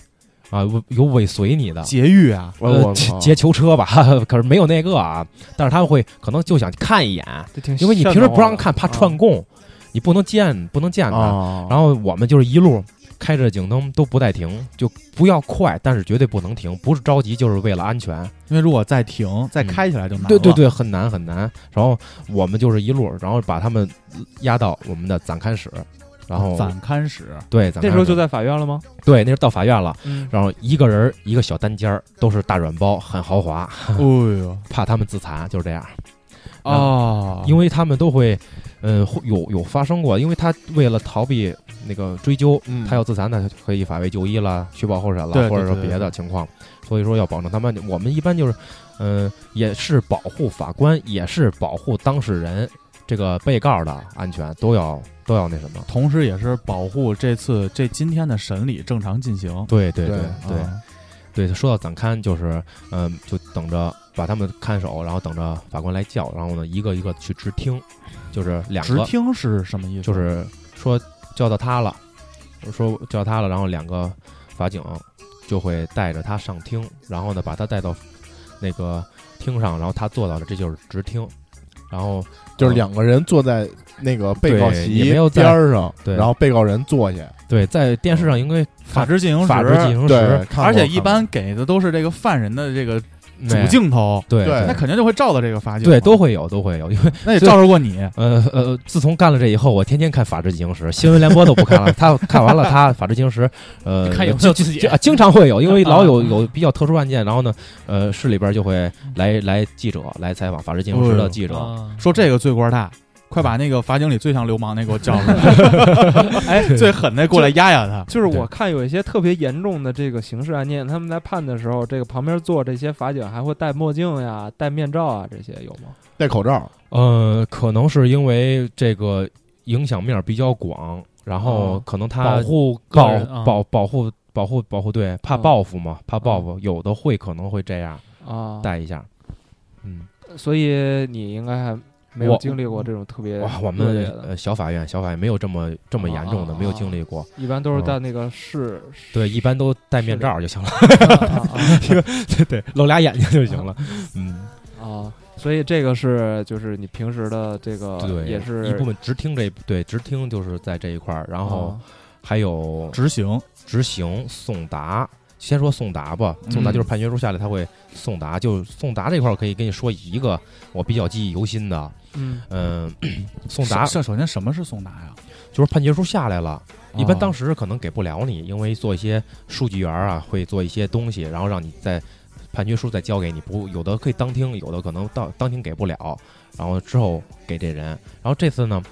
啊，有尾随你的，劫狱啊，我呃我劫劫囚车吧， 可是没有那个啊，但是他们会可能就想看一眼，这挺因为你平时不让看，瘆怕得慌的串供，你不能见不能见他。啊，然后我们就是一路开着警灯都不带停，就不要快，但是绝对不能停，不是着急就是为了安全。因为如果再停嗯再开起来就难了。对对，对，很难很难。然后我们就是一路，然后把他们押到我们的暂看室，然后暂看室对暂那看时候室就在法院了吗？对那时候到法院了，嗯，然后一个人儿一个小单间儿，都是大软包，很豪华，哎呦怕他们自残，就是这样。哦，因为他们都会，呃，会有有发生过，因为他为了逃避那个追究，嗯他要自残，他就可以法外就医了，取保候审了，对对或者说对对别的情况，所以说要保证他们。我们一般就是，嗯、也是保护法官，也是保护当事人这个被告的安全，都要都要那什么。同时也是保护这次这今天的审理正常进行。对对对对对啊对，说到暂看，就是嗯、就等着把他们看守，然后等着法官来叫，然后呢，一个一个去直听，就是两直个听是什么意思？就是说叫到他了，说叫他了，然后两个法警就会带着他上厅，然后呢把他带到那个厅上，然后他坐到这，这就是直听，然后就是两个人坐在那个被告对席也没有在边儿上，对然后被告人坐下，呃对在电视上应该法制进行时，法制进行对时，看过而且一看过般给的都是这个犯人的这个主对镜头，对对那肯定就会照到这个法警嘛。对都会有都会有，因为那也照着过你。呃呃，自从干了这以后，我天天看《法制进行时》，新闻联播都不看 了。他看完了他《法制进行时》，呃，看有没经有自己经啊经常会有，因为老有有比较特殊案件，然后呢，呃，市里边就会来来记者来采访《法制进行时》的记者。啊说这个罪官大，快把那个法警里最像流氓那给我叫 出来，哎，最狠那过来压压他。就是对我看有一些特别严重的这个刑事案件，他们在判的时候，这个旁边坐这些法警还会戴墨镜呀、戴面罩啊，这些有吗？戴口罩，呃，可能是因为这个影响面比较广，然后嗯可能他保护个保人啊保保护保护保护队怕嗯报复嘛，怕报嗯复，有的会可能会这样啊，带一下。嗯，所以你应该还没有我经历过这种特别哇，我恶劣们的，呃小法院小法院没有这么这么严重的，啊没有经历过。一般都是戴那个市，对，一般都戴面罩就行 了，啊对对，露俩眼睛就 行哦了。嗯， 啊啊，所以这个是就是你平时的这个对，哦也是一嗯部分直听这对直听就是在这一块儿，然后啊还有执行执行送达。先说送达吧，送达嗯就是判决书下来他会送达，就送达这块儿我可以跟你说一个我比较记忆犹新的，嗯嗯， 送达首首先什么是送达呀？就是判决书下来了，一般当时时可能给不了你，因为做一些数据员儿啊，会做一些东西，然后让你在判决书再交给你，不有的可以当庭，有的可能到当庭给不了，然后之后给这人。然后这次呢，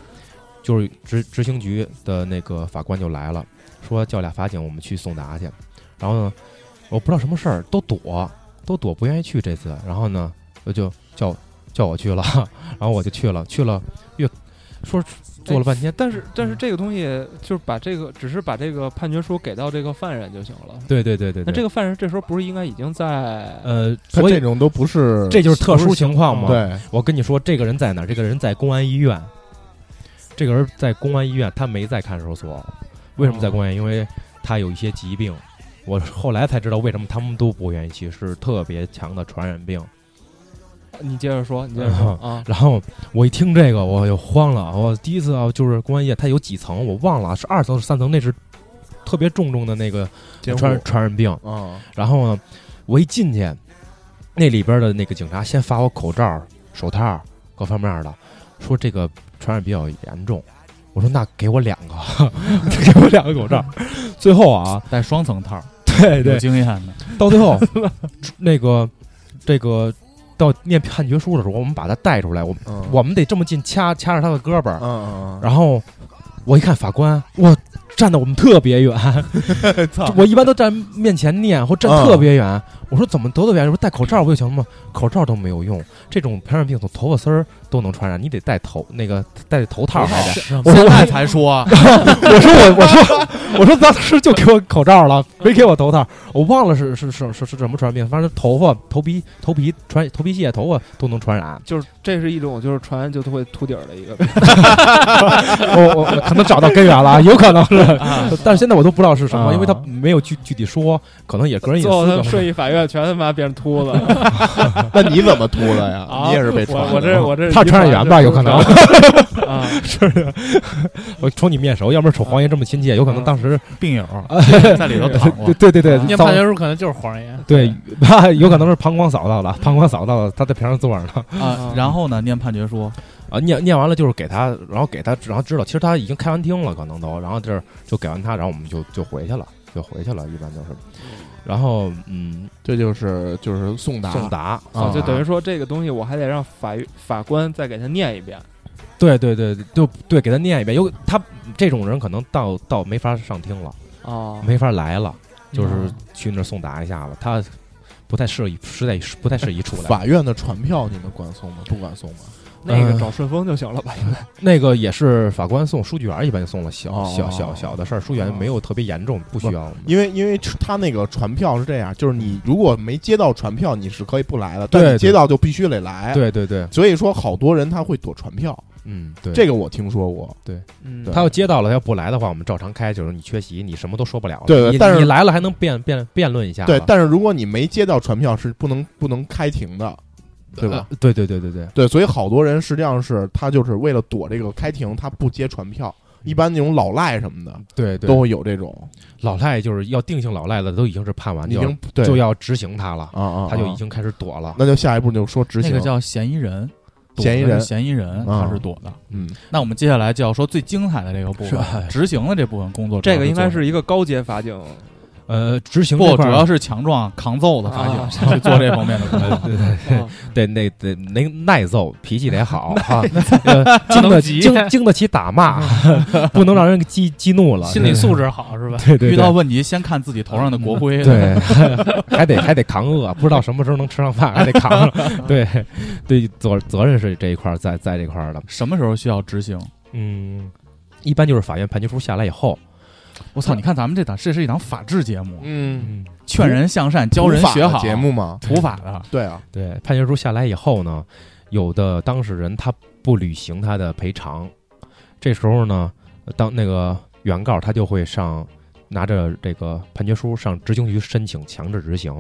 就是执执行局的那个法官就来了，说叫俩法警我们去送达去。然后呢，我不知道什么事儿，都躲，都躲，不愿意去这次。然后呢，我就叫叫我去了， 然后我就去了，去了越说做了半天，但是但是这个东西就是把这个只是把这个判决书给到这个犯人就行了。对对对对对，那这个犯人这时候不是应该已经在呃，他所这以种都不是这就是特殊情况嘛。，对我跟你说，这个人在哪儿？这个人在公安医院，这个人在公安医院，他没在看守所。为什么在公安？因为他有一些疾病。我后来才知道为什么他们都不愿意去，是特别强的传染病。你接着说，你接着说啊，然后我一听这个，我就慌了。我第一次啊，就是公安夜，它有几层我忘了，是二层是三层，那是特别重重的那个监护传传染病。啊，然后呢，我一进去，那里边的那个警察先发我口罩、手套各方面的，说这个传染比较严重。我说那给我两个， 给我两个口罩。最后啊，戴双层套，对有，经验的。到最后那个这个到念判决书的时候，我们把他带出来，我们嗯我们得这么近掐掐着他的胳膊，嗯嗯然后我一看法官，哇，站的我们特别 远，就我一般都站面前念或站特别远。我说怎么多特别远？说戴口罩不就行了吗？口罩都没有用，这种传染病从头发丝儿都能传染，你得戴头那个戴头套啊还得。哎我说现我在才 说，啊我说 我我说我说当时就给我口罩了，没给我头套，我忘了是是是是是什么传染病，反正头发头皮头皮传头皮屑头发都能传染。就是这是一种就是传染就会秃顶儿的一个， 我我我可能找到根源了，啊 有可能是，但是现在我都不知道是什么，啊因为他没有具具体说，可能也个人隐最后他们私。顺义法院全他妈变成秃子。嗯，那你怎么秃 的呀？啊你也是被传 我的我这我这他传染源吧有可能 啊，是的，我瞅你面熟，要不然瞅黄爷这么亲切，有可能当时，病友在里头躺过对对对念早判决书可能就是谎言。对，他 有可能是膀胱扫到了，膀胱扫到了，他在边上坐着呢。啊。然后呢，念判决书，啊，念念完了就是给他，然后给他，然后知道其实他已经开完厅了，可能都，然后这儿就给完他，然后我们就就回去了，就回去了，一般就是，然后嗯，这就是就是送达送达啊送就达等于说这个东西我还得让法院法官再给他念一遍。对对对，就对给他念一遍，有他这种人可能到到没法上厅了，啊，没法来了，就是嗯去那儿送达一下子，他不太适宜，实在不太适宜出来。法院的传票，你们管送吗？不管送吗？那个嗯找顺丰就行了吧？应该那个也是法官送，书记员一般就送了小哦小小小的事儿，书记员没有特别严重，不需要。因为因为他那个传票是这样，就是你如果没接到传票，你是可以不来的，但对你接到就必须得来。，对对对，所以说好多人他会躲传票，嗯，对。这个我听说过。嗯，他要接到了，他要不来的话，我们照常开，就是你缺席，你什么都说不了了。对你但是你来了还能辩辩辩论一下子。对，但是如果你没接到传票，是不能不能开庭的，对吧？呃对对对对对，对，所以好多人实际上是他就是为了躲这个开庭，他不接传票。一般那种老赖什么的对对，都会有这种，老赖就是要定性老赖了，都已经是判完，已啊就经要对就要执行他了。啊啊，他就啊已经开始躲了。那就下一步就说执那行个叫嫌疑人，躲嫌疑那人是，嫌疑人啊他是躲的。嗯，那我们接下来就要说最精彩的这个部是分，执行的这部分工作主要做这个的。应该是一个高阶法警，呃，执行不这块主儿要是强壮扛揍的法啊警去做这方面的工作。呃对对啊对，那得那耐揍，脾气得好哈，呃经得能急经经得起打骂，不能让人给激激怒了。心理素质好是吧？对 对遇到对嗯问题先看自己头上的国徽。对，还得还得扛饿，不知道什么时候能吃上饭，还得扛着。对对，责责任是这一块儿在在这块儿的。 什么时候需要执行？嗯，一般就是法院判决书下来以后，我操！你看咱们这档，这是一档法制节目，嗯，嗯，劝人向善，教人普法学的好。节目嘛，普法的，对啊，对，判决书下来以后呢，有的当事人他不履行他的赔偿，这时候呢，当那个原告他就会上拿着这个判决书上执行局申请强制执行，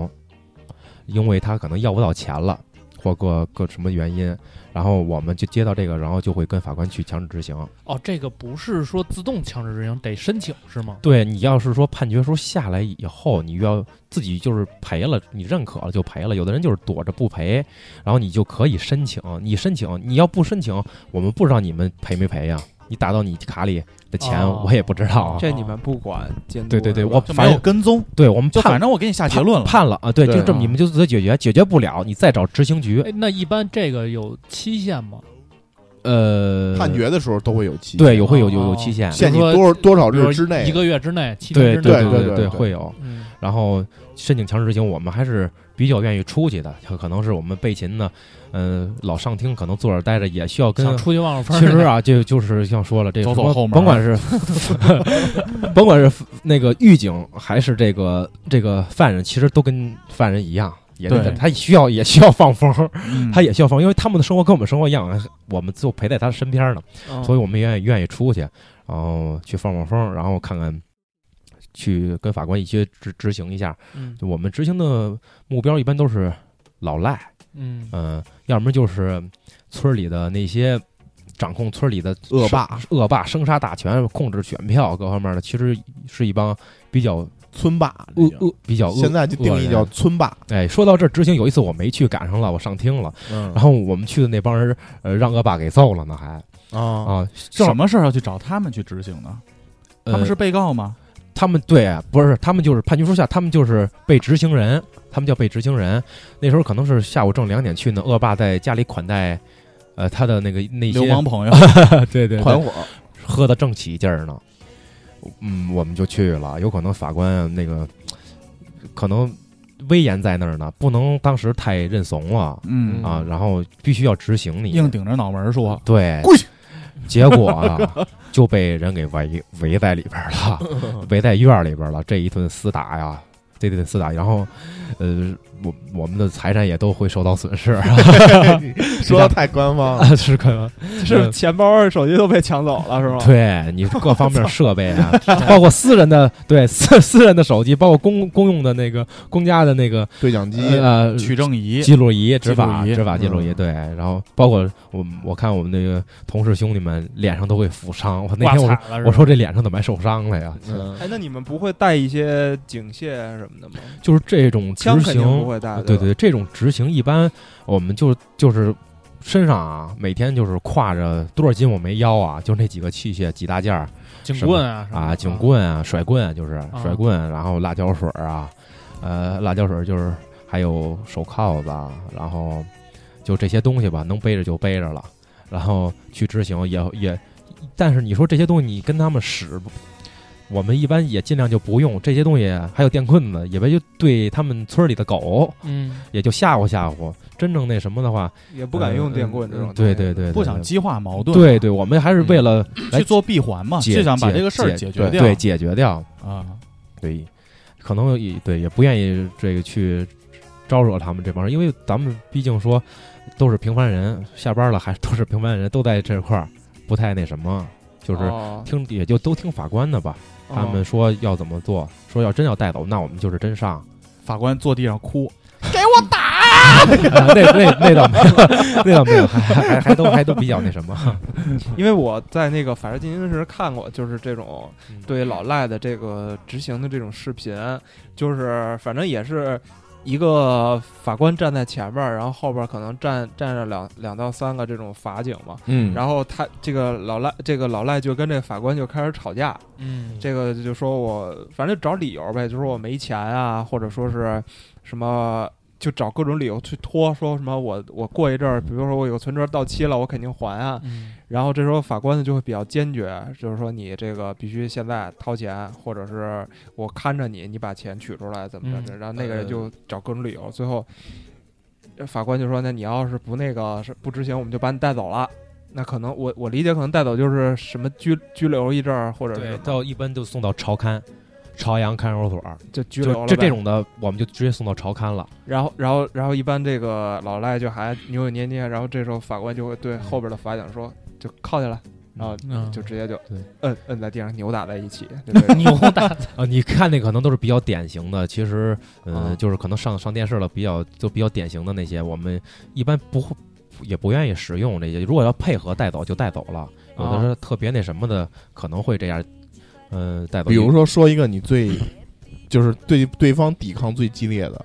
因为他可能要不到钱了。或各各什么原因，然后我们就接到这个，然后就会跟法官去强制执行。哦，这个不是说自动强制执行，得申请是吗？对你要是说判决书下来以后，你要自己就是赔了，你认可了就赔了。有的人就是躲着不赔，然后你就可以申请。你申请，你要不申请，我们不知道你们赔没赔呀、你打到你卡里的钱，哦我也不知道啊。这你们不管监督。对对对，是吧我就没反有正跟踪，对我们就判反正我给你下结论了。判了啊，对，对就这么啊你们就自己解决，解决不了，你再找执行局哎，。那一般这个有期限吗？呃，判决的时候都会有期限，对有会有有哦有期限，限你比如说多少多少比如日之内一个月之内，七对天之内对吗。对对对会有。嗯，然后申请强制执行，我们还是比较愿意出去的。可可能是我们备勤呢，嗯、老上厅可能坐着待着也需要跟想。出去望望风儿。其实啊，就就是像说了，这走什走么后门甭管是甭管是 那个狱警还是这个这个犯人，其实都跟犯人一样，也对跟他需要也需要放风，嗯他也需要放，因为他们的生活跟我们生活一样，我们就陪在他身边呢。嗯所以我们愿意愿意出去，然后去放放风，然后看看，去跟法官一起执执行一下。嗯就我们执行的目标一般都是老赖，嗯嗯，要么就是村里的那些掌控村里的恶霸、恶霸生杀大权、控制选票各方面的，其实是一帮比较村霸这恶叫恶比较恶。现在就定义叫恶村霸。人哎，说到这儿，执行有一次我没去，赶上了，我上厅了，嗯然后我们去的那帮人，呃，让恶霸给揍了呢，还啊，啊，正好什么事儿要去找他们去执行呢？他们呃是被告吗？他们对啊，不是他们就是判决书下，他们就是被执行人，他们叫被执行人。那时候可能是下午正两点去呢，恶霸在家里款待，呃，他的那个那些流氓 朋友，对对团对，伙喝的正起劲儿呢。嗯，我们就去了，有可能法官那个可能威严在那儿呢，不能当时太认怂了、嗯啊，然后必须要执行你，硬顶着脑门儿说，对，跪下结果啊，就被人给围围在里边儿 了，围在院儿里边儿了。这一顿厮打呀，这顿厮打，然后，呃，我我们的财产也都会受到 损失，说的太官方了，啊，是可能。是钱包、手机都被抢走了是吗？对你各方面设备 啊，包括私人的对私私人的手机，包括公公用的那个公家的那个对讲机呃取证仪记录仪、记录执法、仪执法记录仪，嗯对。然后包括我们，我看我们那个同事兄弟们脸上都会负伤。我那挂天我说彩了是吧，我说这脸上怎么还受伤了呀？嗯哎，那你们不会带一些警械什么的吗？就是这种执枪肯定不行，呃会带的。对吧对，这种执行一般我们就就是身上啊，每天就是挎着多少斤我没腰啊，就那几个器械几大件儿警棍啊什么的啊，警，棍啊，甩棍啊，就是啊甩棍，然后辣椒水儿啊，呃，辣椒水儿就是还有手铐子啊，然后就这些东西吧，能背着就背着了，然后去执行也也，但是你说这些东西你跟他们使不，我们一般也尽量就不用这些东西，还有电棍子，也别就对他们村里的狗嗯，也就吓唬吓唬，真正那什么的话，也不敢用呃电棍这种。对。对对，对不想。激化矛盾，啊对对，我们还是为了来去做闭环嘛，解就想把解这个事儿解决掉。对解决掉，啊，对，可能也对也不愿意这个去招惹他们这帮人，因为咱们毕竟说都是平凡人，下班了还都是平凡人，都在这块儿，不太那什么，就是哦听也就都听法官的吧。他们说要怎么做，说要真要带走，那我们就是真上。 法官坐地上哭，，啊那那那倒没有，那倒没有，还还还都还都比较那什么。因为我在那个《法制进行时》看过，就是这种嗯 对老赖的这个执行的这种视频，就是反正也是一个法官站在前面儿，然后后边儿可能站站着两两到三个这种法警嘛，嗯然后他这个老赖这个老赖就跟这法官就开始吵架， 嗯，这个就说我反正找理由呗，就说我没钱啊，或者说是什么。就找各种理由去拖，说什么我我过一阵儿，比如说我有存折到期了，我肯定还啊，嗯然后这时候法官呢就会比较坚决，就是说你这个必须现在掏钱，或者是我看着你，你把钱取出来，怎么着？嗯然后那个人就找各种理由，最后呃法官就说：“那你要是不那个是不执行，我们就把你带走了。”那可能我我理解，可能带走就是什么拘拘留一阵儿，或者对是，到一般就送到朝刊。朝阳看守所，就拘留就了这呗这。种的，我们就直接送到朝刊了。然后然后然后一般这个老赖就还扭扭捏捏，然后这时候法官就会对后边的法警说：“就铐起来。”然后嗯就直接就对摁摁在地上扭打在一起，就 这种扭打，啊，你看那可能都是比较典型的，其实，呃，啊就是可能上上电视了，比较就比较典型的那些，我们一般不会，也不愿意使用这些。如果要配合带走就带走了，有的啊是特别那什么的，可能会这样，呃，带走。比如，说说一个你最就是对对方抵抗最激烈的，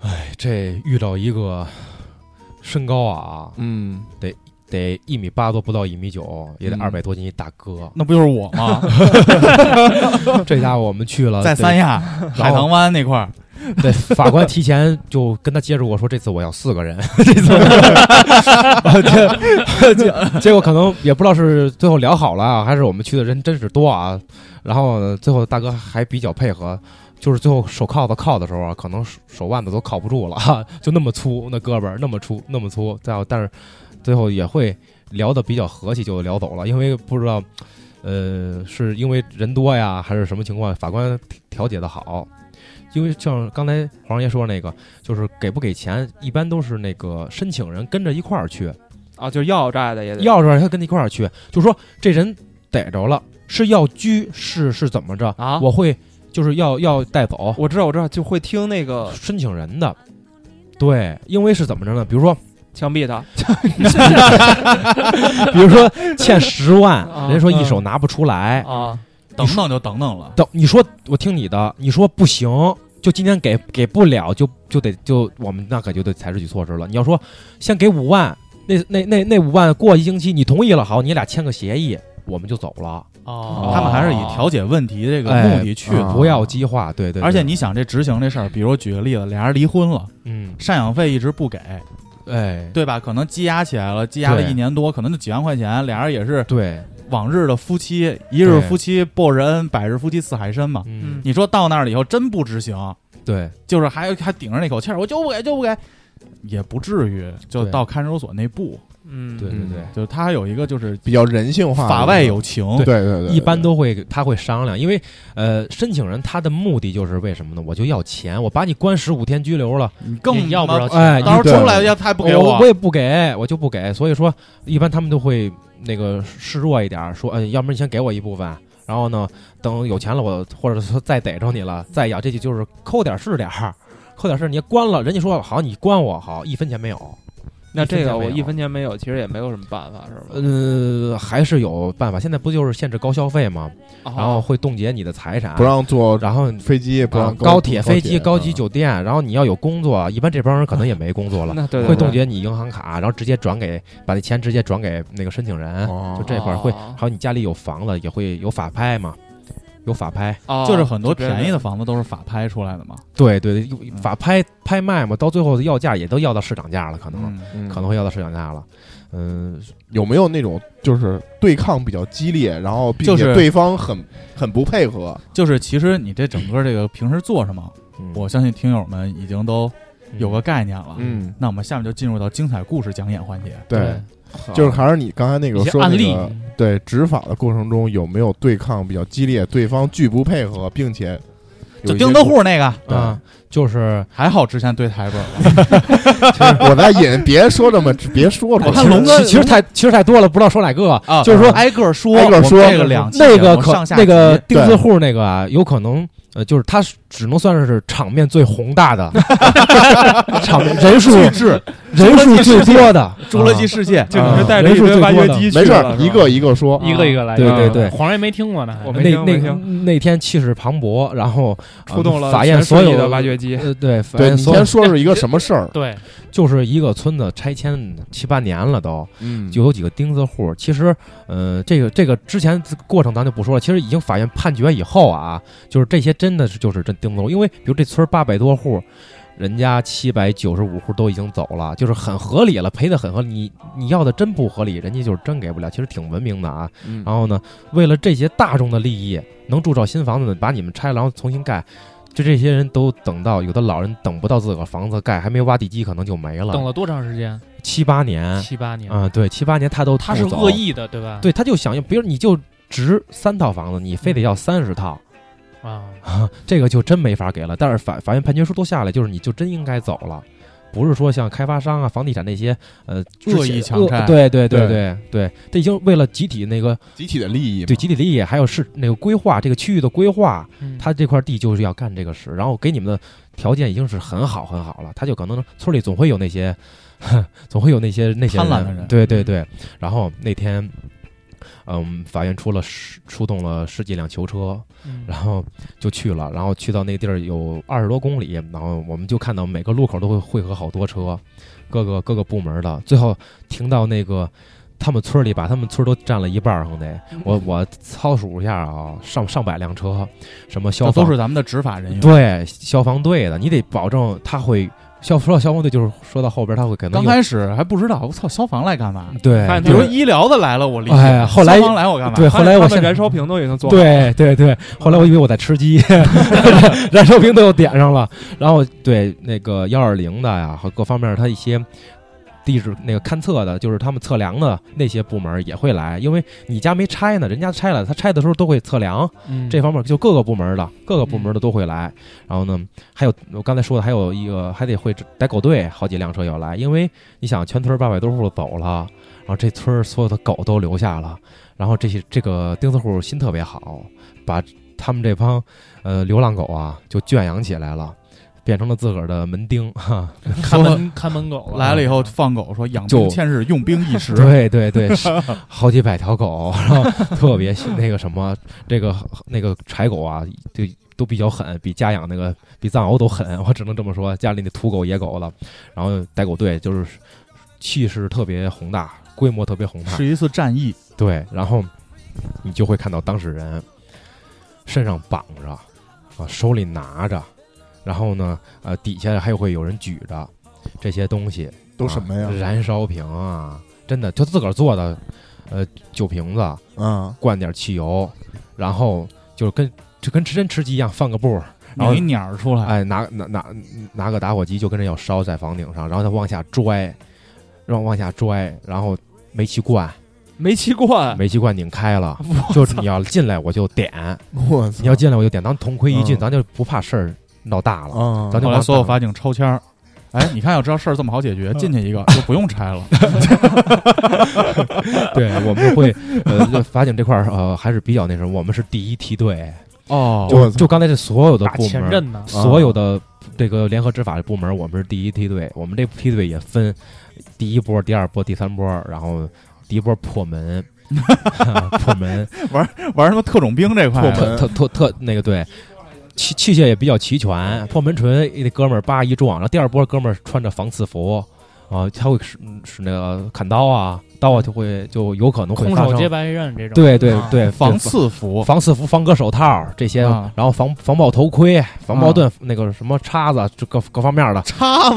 哎，这遇到一个身高啊，嗯，得一米八多，不到一米九，也得嗯二百多斤一大哥那不就是我吗？这家伙我们去了，在啊对三亚海棠湾那块儿，对，法官提前就跟他接触过，说这次我要四个人，这次我要结结结果可能也不知道是最后聊好了啊，还是我们去的人真是多啊。然后呢最后大哥还比较配合，就是最后手铐子铐的时候啊，可能手手腕子都铐不住了， 就那么粗，那胳膊儿那么粗，那么粗。再有，但是最后也会聊的比较和气，就聊走了，因为不知道。呃，是因为人多呀，还是什么情况？法官调解的好，因为像刚才黄爷说那个，就是给不给钱，一般都是那个申请人跟着一块儿去，啊，就要债的也得要是他跟着一块儿去，就说这人逮着了是要拘，是是怎么着？啊，我会就是要要带走我知道，我知道，就会听那个申请人的，对，因为是怎么着呢？比如说， 枪毙他，比如说欠十万，啊人家说一手拿不出来，啊，等等就等等了，等你说我听你的，你说不行，就今天给给不了，就就得就我们那可就得采取措施了。你要说先给五万，那那那那五万过一星期你同意了，好，你俩签个协议，我们就走了， 哦他们还是以调解问题这个哎目的去。啊不要激化，对对。而且对你想这执行这事儿，比如举个例子，俩人离婚了，嗯，赡养费一直不给，哎，对吧？可能积压起来了，积压了对一年多，可能就几万块钱，俩人也是对，往日的夫妻，一日对夫妻百日恩，百日夫妻似海深嘛。嗯，你说到那儿了以后真不执行，对，就是还还顶着那口气儿，我就不给就不给，也不至于就对到看守所那步。嗯，对对对。就是他还有一个就是比较人性化的，法外有情，对嗯对对，一般都会他会商量，因为呃，申请人他的目的就是为什么呢？我就要钱，我把你关十五天拘留了，你更也要不他着妈钱，哎，到时候对出来要他还不给哦我，我也不给，我就不给。所以说，一般他们都会那个示弱一点儿，说，呃，要不然你先给我一部分，然后呢，等有钱了我，或者说再逮着你了，再要。这就就是抠点儿是点儿，抠点儿是你关了，人家说好，你关我好，一分钱没有。那这个一分钱没我有一分钱没有，其实也没有什么办法，是吧？呃，还是有办法。现在不就是限制高消费吗？然然后会冻结你的财产，不让坐然后飞机，不啊让高铁、飞机、高级酒酒店，然后你要有工作，一般这帮人可能也没工作了，嗯那对会冻，结你银行卡，然后直接转给把那钱直接转给那个申请人，哦就这块儿会，哦还有你家里有房子也会有法拍嘛，有法拍，对就是很多便宜，对的房子都是法拍出来的嘛。对对，有法拍拍卖嘛，到最后的要价也都要到市场价了，可能、嗯，可能会要到市场价了，嗯，有没有那种就是对抗比较激烈，然后并就且是对方很很不配合，就是其实你这整个这个平时做什么，嗯我相信听友们已经都有个概念了。嗯，那我们下面就进入到精彩故事讲演环节。对，就是还是你刚才那个一些说案那例个，对执法的过程中有没有对抗比较激烈，对方拒不配合，并且就有一些钉子户那个，对啊，就是还好之前对台本了，我在引，别说这么，别说出我来。看龙哥嗯其实其实太其实太多了，不知道说哪个啊就是说挨个说，挨个说我们这个两期那节个目可上下那个集钉子户那个啊，有可能呃，就是他是只能算是场面最宏 大的，场面人数制人数最多的《侏罗纪啊世界》就你是带着人一数最堆挖掘多的机去没事了儿，是吧一个一个说。啊一个一个来。对一个一个对对来皇上也没听过呢，还我没那听没那那天气势磅礴，然后触动了呃法院所全世有界的挖掘机，呃，对，法对院你所有先说是一个什么事儿？对，嗯就是一个村子拆迁七八年了都，嗯就有几个钉子户。其实，呃，这个这个之前过程咱就不说了。其实已经法院判决以后啊，就是这些真的是就是真钉子户，因为比如这村八百多户，人家七百九十五户都已经走了，就是很合理了，赔的很合理。你你要的真不合理，人家就是真给不了。其实挺文明的啊。嗯然后呢，为了这些大众的利益，能住到新房子的，把你们拆了，然后重新盖。就这些人都等到，有的老人等不到自个儿房子盖，还没挖地基，可能就没了。等了多长时间？七八年，七八年。啊、对，七八年他都他是不走恶，意的，对吧？对，他就想要，比如你就值三套房子，你非得要三十套，啊，这个就真没法给了。但是法法院判决书都下来，就是你就真应该走了。不是说像开发商啊、房地产那些，呃，之前恶意强拆恶对对对对对对，这已经为了集体那个集体的利益嘛，对集体利益，还有是那个规划这个区域的规划，嗯他这块地就是要干这个事，然后给你们的条件已经是很好很好了，他就可能村里总会有那些， 总会有那些那些贪婪的人嗯对对对。然后那天，嗯，法院出了十出动了十几辆囚车，嗯然后就去了，然后去到那地儿有二十多公里，然后我们就看到每个路口都会汇合好多车，各个各个部门的，最后停到那个他们村里，把他们村都占了一半儿，横得我我操数一下啊，上上百辆车，什么消这防都是咱们的执法人员。对消防队的，你得保证他会消说到消防队就是说到后边他会可能刚有嗯哎开始还不知道，我操，消防来干嘛？哎对发现比他如们医疗的来了，我理解。哎后来消防来我干嘛？对，后来我他们现在燃烧瓶都已经做好了，对对对，后来我以为我在吃鸡， 燃烧瓶都又点上了。然后对那个幺二零的呀，和各方面他一些地质那个勘测的，就是他们测量的那些部门也会来，因为你家没拆呢，人家拆了，他拆的时候都会测量嗯这方面，就各个部门的各个部门的都会来。然后呢，还有我刚才说的，还有一个还得会逮狗队，好几辆车要来，因为你想全村八百多户走了，然后这村儿所有的狗都留下了，然后这些这个钉子户心特别好，把他们这帮呃流浪狗啊就圈养起来了。变成了自个儿的门钉哈。看门看门狗了来了以后放狗说养就兵千日，用兵一时。对对对，是好几百条狗，然后特别喜那个什么，这个那个柴狗啊，就都比较狠，比家养那个比藏獒都狠，我只能这么说。家里那土狗、野狗了，然后逮狗队就是气势特别宏大，规模特别宏大，是一次战役，对，然后你就会看到当事人身上绑着，啊，手里拿着，然后呢，呃，底下还会有人举着这些东西，都什么呀啊？燃烧瓶啊，真的就自个儿做的，呃，酒瓶子啊，灌点汽油，然后就跟就跟真吃鸡一样，放个布儿，然后有一鸟儿出来，哎，拿拿拿拿个打火机就跟着要烧在房顶上，然后他往下拽，然后往下拽，然后煤气罐。煤气罐，煤气罐拧开了，就是你要进来我就点，嗯我操！你要进来我就点，咱同归于尽，嗯咱就不怕事儿闹大了。啊，咱就后往来所有大法警抽签儿。哎，你看，要知道事儿这么好解决，进去一个就不用拆了。嗯对，我们会呃，就法警这块儿呃还是比较那什么，我们是第一梯队，哦就就啊刚才这所有的打部前门，任呢，所有的这个联合执法部门，我们是第一梯队。我们这梯队也分第一波、第二波、第三波，然后第一波破门， 破 门，玩什么特种兵这块破儿，门特特特特那个对，器器械也比较齐全，破门锤那哥们儿叭一撞，然后第二波哥们儿穿着防刺服啊，他会使使那个砍刀啊，刀啊就会就有可能会空发手接生。白刃这种，对对啊对，防刺刺服，防刺服、防革手套这些，啊然后防防爆头盔、防爆啊盾、那个什么叉子，这各各方面的。啊插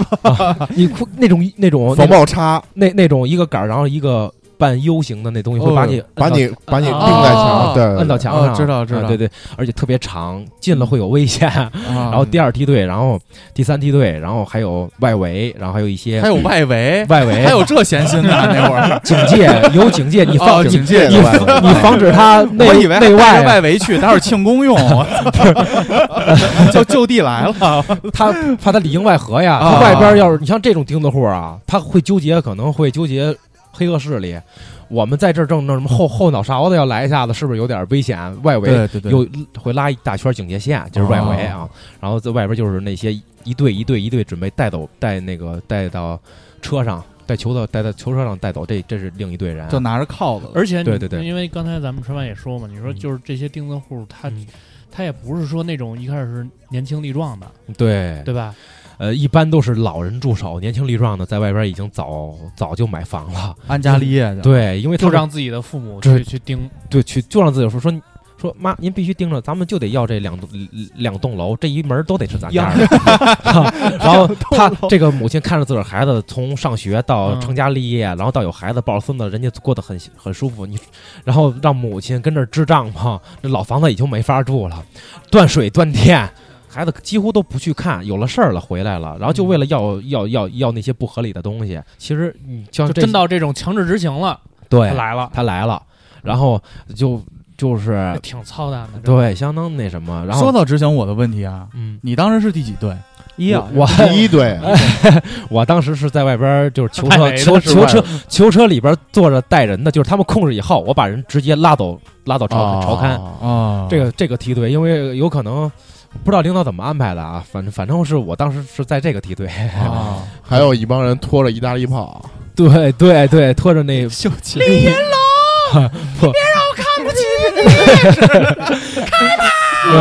吧，你哭那种那种防爆插，那那种一个杆儿，然后一个半 U 型的那东西会把你摁把到你把你钉啊哦在墙，对，对对摁到墙上，哦知道知啊道嗯对对，而且特别长，进了会有危险。然然后第二梯队，然后第三梯队，然后还有外围，然后还有一些还有外围，外围还有这闲心呢，啊那会儿。警戒，有警戒，你哦防你警戒你的外围你啊防止他 内我以为还内带着外，啊外围去，待会儿庆功 用，我操就就地来了。 他怕他里应外合呀。啊他外边要是你像这种钉子户啊，他会纠结，可能会纠结黑恶势力。我们在这儿正那什么后后脑勺子要来一下子，是不是有点危险？外围对对，又会拉一大圈警戒线，就是外围啊。然后在外边就是那些一队一队一队准备带走，带那个带到车上，带球到带到球车上带走，这这是另一队人。啊就拿着铐子了。而且你对对对因为刚才咱们吃饭也说嘛，你说就是这些钉子户，他嗯他也不是说那种一开始是年轻力壮的，对，对吧？呃，一般都是老人驻守，年轻力壮的在外边已经早早就买房了。安家立业去，，对，因为就他让自己的父母这去去盯，对去就让自己说说说妈，您必须盯着，咱们就得要这两栋两栋楼，这一门都得是咱家的。 然后他这个母亲看着自个儿孩子从上学到嗯成家立业，然后到有孩子抱着孙子，人家过得很很舒服。你然后让母亲跟这儿支帐篷，这老房子已经没法住了，断水断电。孩子几乎都不去看，有了事儿了回来了，然后就嗯为了要、要要要那些不合理的东西。其实你像就这真到这种强制执行了，对他来了，他来了，然后就就是这挺操蛋的。这对，相当那什么。然说后，到执行我的问题啊，嗯，你当时是第几队？一啊，我第一 队，我当时是在外边儿就是囚派车围的囚是囚车囚车里边坐着带人的，就是他们控制以后，我把人直接拉走拉到朝朝刊。啊，哦，这个这个梯队，因为有可能不知道领导怎么安排的啊，反正反正是我当时是在这个梯队。啊，还有一帮人拖着意大利炮， 对对对，拖着那秀气， 李云龙，别 让我看不起你，对，嗯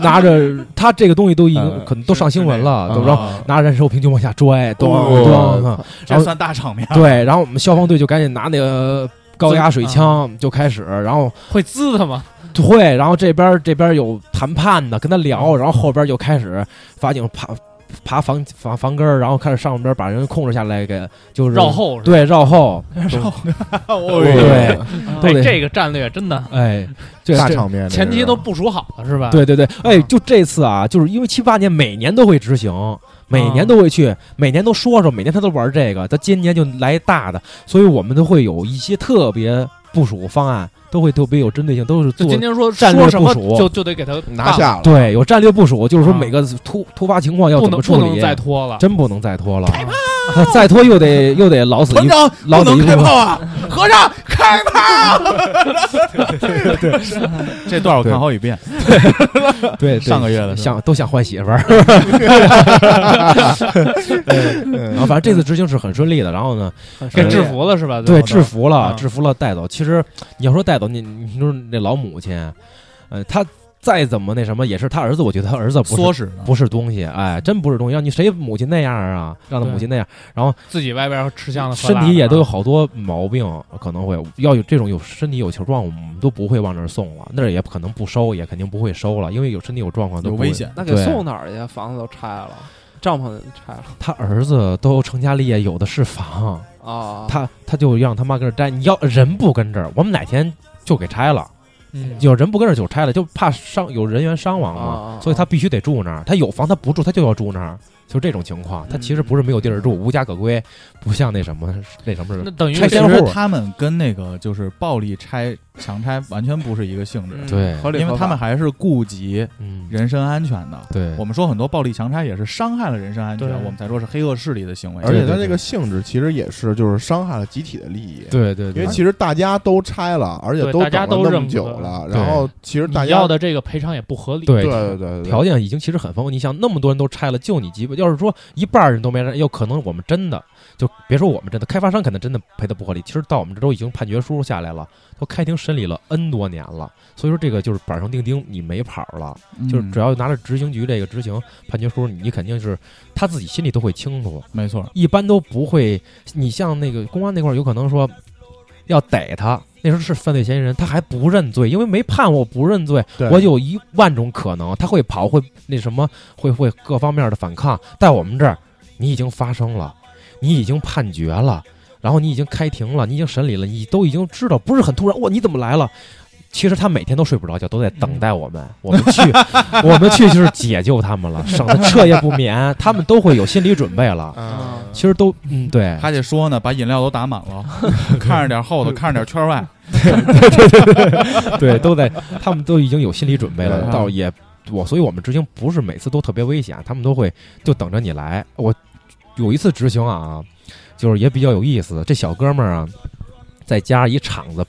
拿着他这个东西都已经嗯可能都上新闻了，都嗯让啊拿着燃烧瓶就往下拽，咚哦咚咚，然这后算大场面。对，然后我们消防队就赶紧拿那个高压水枪就开始，然后会滋他吗？会，然后这边儿这边儿有谈判的跟他聊，然后后边儿就开始法警爬爬房房房根儿，然后开始上边儿把人控制下来，给就是绕，后是吧？对绕后，对对，都得哎这个战略真的哎，这大这场面，嗯前期都部署好了是吧？对对对，哎，就这次啊，就是因为七八年每年都会执行，每嗯年都会去，每年都说说，每年他都玩这个，他今年就来一大的，所以我们都会有一些特别部署方案，都会特别有针对性，都是就做今天说战略说什么部署就就得给他拿办了，下了，对有战略部署，就是说啊每个突突发情况要不怎能么不处理能，再拖 了。真不能再拖了。啊再拖又得又得老死一团长老不子一部能开分炮啊！和尚开炮！这段我看好几遍，对对上个月的想都想换媳 妇儿。然后反正这次执行是很顺利的，然后呢，给制服了是吧？对，最后都制服了，啊制服了，带走。其实你要说带走，你你说那老母亲，呃，她再怎么那什么，也是她儿子。我觉得她儿子不唆使是呢不是东西，哎，真不是东西。让你谁母亲那样啊？让她母亲那样，自己外边吃香的喝身辣的体也都有啊好多毛病，可能会要有这种有身体有球状，我们都不会往那儿送了，那儿也可能不收，也肯定不会收了，因为有身体有状况都有不会危。险。那给对送哪儿去？房子都拆了，帐篷拆了他儿子都成家立业，有的是房，啊！他他就让他妈跟这儿待。你要人不跟这儿，我们哪天就给拆了。嗯有人不跟这儿就拆了，就怕伤有人员伤亡啊啊嘛啊，所以他必须得住那儿。他有房他不住，他就要住那儿，就这种情况。他其嗯实不是没有地儿住，无家可归，不像那什么那什么似的。那等于拆其迁是实户他们跟那个就是暴力拆强拆完全不是一个性质，嗯对合理因合为法他们还是顾及嗯，人身安全的。对我，们说很多暴力强拆也是伤害了人身安全对，我们才说是黑恶势力的行为。而且它对这个性质其实也是就是伤害了集体的利益。对对因对为，其实大家都拆了，而且对都大等家了都那认么可久了，然后其实大你家要的这个赔偿也不合理。对对对对对条件已经其实很丰富。你想，那么多人都拆了，就你鸡巴，要是说一半儿人都没人，有可能我们真的就别说我们真的，开发商可能真的赔的不合理。其实到我们这都已经判决书下来了，都开庭审理了 N 多年了，所以说这个就是板上钉钉，你没跑了。嗯就是只要拿着执行局这个执行判决书，你肯定是他自己心里都会清楚，没错，一般都不会。你像那个公安那块儿，有可能说要逮他，那时候是犯罪嫌疑人，他还不认罪，因为没判我不认罪，对我有一万种可能，他会跑，会那什么，会会各方面的反抗。在我们这儿，你已经发生了，你已经判决了，然后你已经开庭了，你已经审理了，你都已经知道，不是很突然，哇，你怎么来了？其实他每天都睡不着觉，都在等待我们。我们去，我们去就是解救他们了，省得彻夜不眠。他们都会有心理准备了。 啊其实都嗯，对，还得说呢，把饮料都打满了，看着点后头，看着点圈外，对，都在，他们都已经有心理准备了对，倒也我，所以我们执行不是每次都特别危险，他们都会就等着你来。我有一次执行啊，就是也比较有意思，这小哥们儿啊，在家一厂子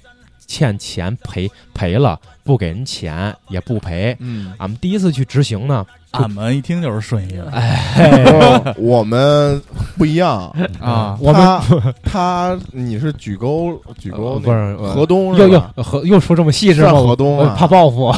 欠钱赔赔了，不给人钱也不赔。嗯，俺们第一次去执行呢，俺们一听就是顺义人哎不 我们不一样，啊， 我们们他你是举钩举呃钩不是河东又是又吧？河又说这么细致是吗？河东我啊，怕报复，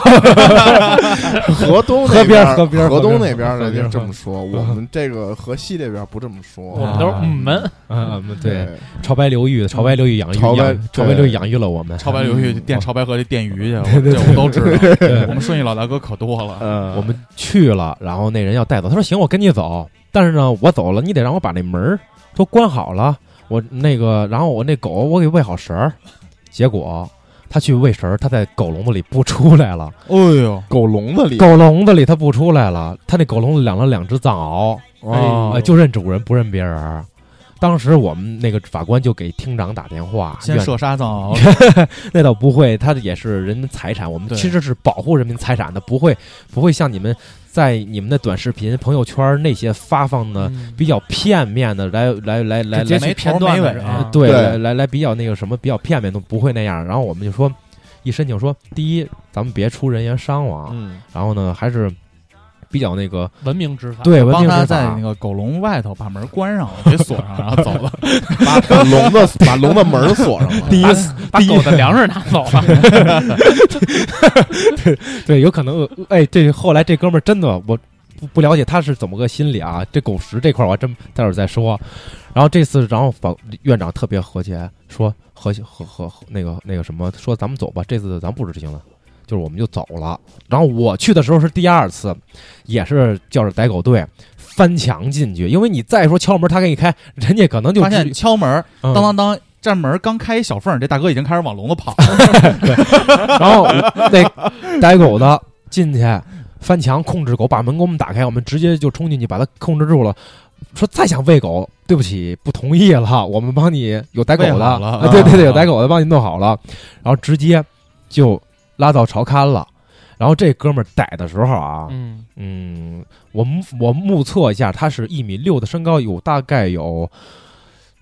河东河边那河边河河东边那边的河边就这么说，我们这个河西这边不这么我说。啊们都是嗯们，嗯，嗯对，，潮白流域，潮白流域养育潮白养潮白流域养育了我们，超白流去电超白河去电鱼去，我这我都知道。我们顺义老大哥可多了，呃，我们去了，然后那人要带走，他说行，我跟你走，但是呢，我走了，你得让我把那门儿都关好了，我那个，然后我那狗我给喂好食儿，结果他去喂食儿，他在狗笼子里不出来了，哎呦，狗笼子里狗笼子里他不出来了，他那狗笼子养了两只藏獒，嗯啊哎呃，就认主人不认别人儿。当时我们那个法官就给厅长打电话，先院射杀藏獒， 那倒不会，它也是人民财产，我们对其实是保护人民财产的，不会不会像你们在你们的短视频、朋友圈那些发放的嗯比较片面的，来来来来直接来，去没片头段没尾的是啊，对，对来来来比较那个什么比较片面都不会那样。然后我们就说，一申请说，第一，咱们别出人员伤亡，嗯，然后呢，还是比较那个文明执法。对文啊帮明他执在那法。个狗笼外头把门关上了，别锁上，然后走了。 把把笼子把笼子门锁上了。第一把把狗的粮食拿走了， 对，有可能，呃哎，这后来这哥们儿真的我不不了解他是怎么个心理啊，这狗食这块儿我还真待会儿再说。然后这次，然后法院长特别和谐，说和谐和和和那个那个什么，说咱们走吧，这次咱不执行了。就是我们就走了，然后我去的时候是第二次，也是叫着逮狗队翻墙进去，因为你再说敲门，他给你开，人家可能就发现知敲门，嗯当当当，站门刚开一小缝儿，这大哥已经开始往笼子跑了。 然后那逮狗的进去翻墙控制狗，把门给我们打开，我们直接就冲进去把它控制住了。说再想喂狗，对不起，不同意了。我们帮你有逮狗喂的，好了啊啊对对对，有逮狗的帮你弄好了，然后直接就拉到朝刊了。然后这哥们儿逮的时候啊，嗯，嗯，我目我目测一下，他是一米六的身高，有大概有，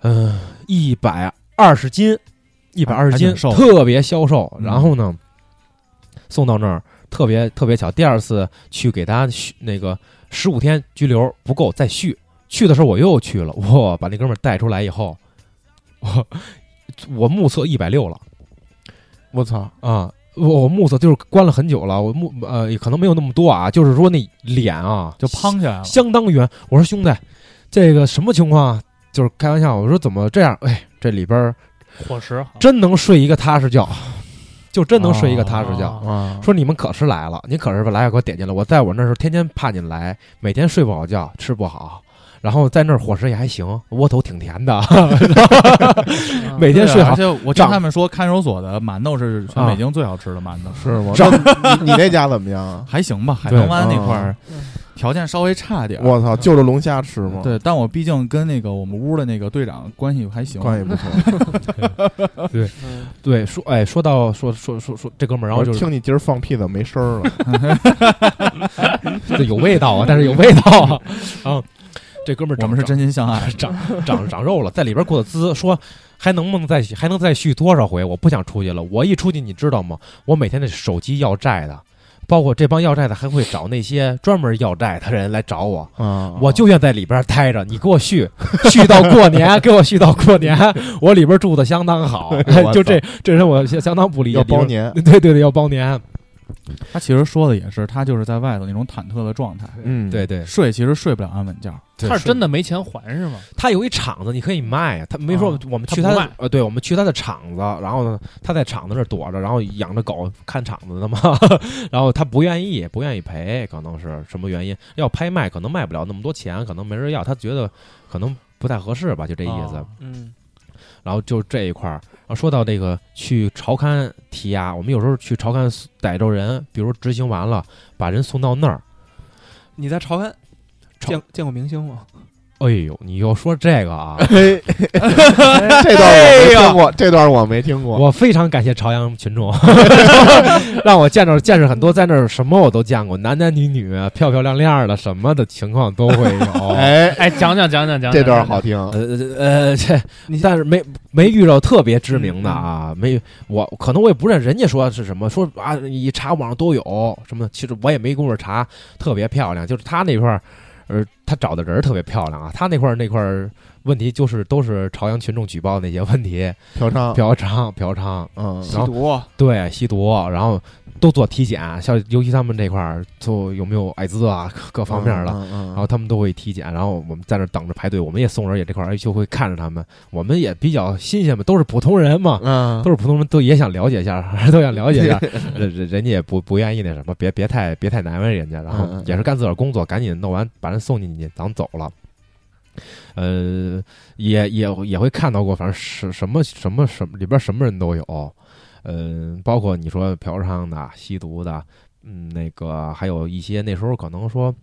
嗯、呃，一百二十斤，一百二十斤啊还挺，瘦的特别消瘦。嗯然后呢，送到那儿特别特别巧，第二次去给他续那个十五天拘留不够再续，去的时候我又去了，哇，把那哥们儿带出来以后，我我目测一百六了。我操，啊，我我目测就是关了很久了，我目呃也可能没有那么多啊，就是说那脸啊 就胖起来了。相当圆。我说兄弟，这个什么情况啊？就是开玩笑，我说怎么这样？哎，这里边儿伙食好真能睡一个踏实觉，就真能睡一个踏实哦觉。啊啊，说你们可是来了，你可是把来给我点进来。我在我那时候天天盼你来，每天睡不好觉，吃不好，然后在那儿伙食也还行，窝头挺甜的，每天对睡啊好而且我听长他们说，看守所的馒头是全啊北京最好吃的馒头，是吗？那你你那家怎么样啊？还行吧。海对棠湾那块儿啊条件稍微差点儿， 我操，就着龙虾吃吗？，对，但我毕竟跟那个我们屋的那个队长关系还行，关系不错。对，说哎，说到说说说说这哥们 儿，然后我就是听你今儿放屁怎么没声儿 了？这有味道啊，但是有味道啊。啊，这哥们儿我长们是真心相爱。啊 长长长长肉了，在里边过的滋，说还能不能再续还能再续多少回？我不想出去了，我一出去你知道吗？我每天那手机要债的，包括这帮要债的还会找那些专门要债的人来找我。啊，我就愿在里边待着，你给我续，续到过年，给我续到过年。我里边住的相当好 我，就这这人我相相当不理解。要包， 年，嗯对对对，要包年，他其实说的也是，他就是在外头那种忐忑的状态，嗯，对对。睡其实睡不了安稳觉。 对他是真的没钱还是吗？他有一厂子，你可以卖。他没说啊我们他去不他的卖呃，对，我们去他的厂子，然后呢，他在厂子那儿躲着，然后养着狗看厂子的嘛。 然后他不愿意，不愿意赔，可能是什么原因？要拍卖，可能卖不了那么多钱，可能没人要，他觉得可能不太合适吧，就这意思。啊嗯，然后就这一块儿，然后说到这个去朝刊提押，我们有时候去朝刊逮着人，比如执行完了，把人送到那儿，你在朝安朝见见过明星吗？哎呦，你要说这个啊，嘿哎这段我没听过，这段我没听过。我非常感谢朝阳群众，让我见着见识很多，在那儿什么我都见过，男男女女、啊漂漂亮亮的，什么的情况都会有。 哎，哎，讲讲讲讲讲，这段好听。呃呃，这但是没没遇到特别知名的啊，没我可能我也不认，人家说是什么说啊，一查网上都有什么的，其实我也没工夫查，特别漂亮，就是他那块儿，呃，他找的人儿特别漂亮啊，他那块儿那块儿问题就是都是朝阳群众举报那些问题，嫖娼，嫖娼嫖娼，嗯，吸毒，啊对，吸毒，然后都做体检，像尤其他们这块儿就有没有艾滋啊，各各方面的，嗯，嗯然后他们都会体检，然后我们在那儿等着排队，我们也送人也这块儿哎就会看着他们，我们也比较新鲜嘛，都是普通人嘛，啊嗯，都是普通人，都也想了解一下， 都想了 解一下，人人人家也不不愿意那什么，别别太别太难为人家，然后嗯嗯也是干自个儿工作，赶紧弄完把人送进去，咱们走了。呃，也也也会看到过，反正是什么什么什么里边什么人都有，呃，包括你说嫖娼的、吸毒的，嗯，那个还有一些那时候可能说，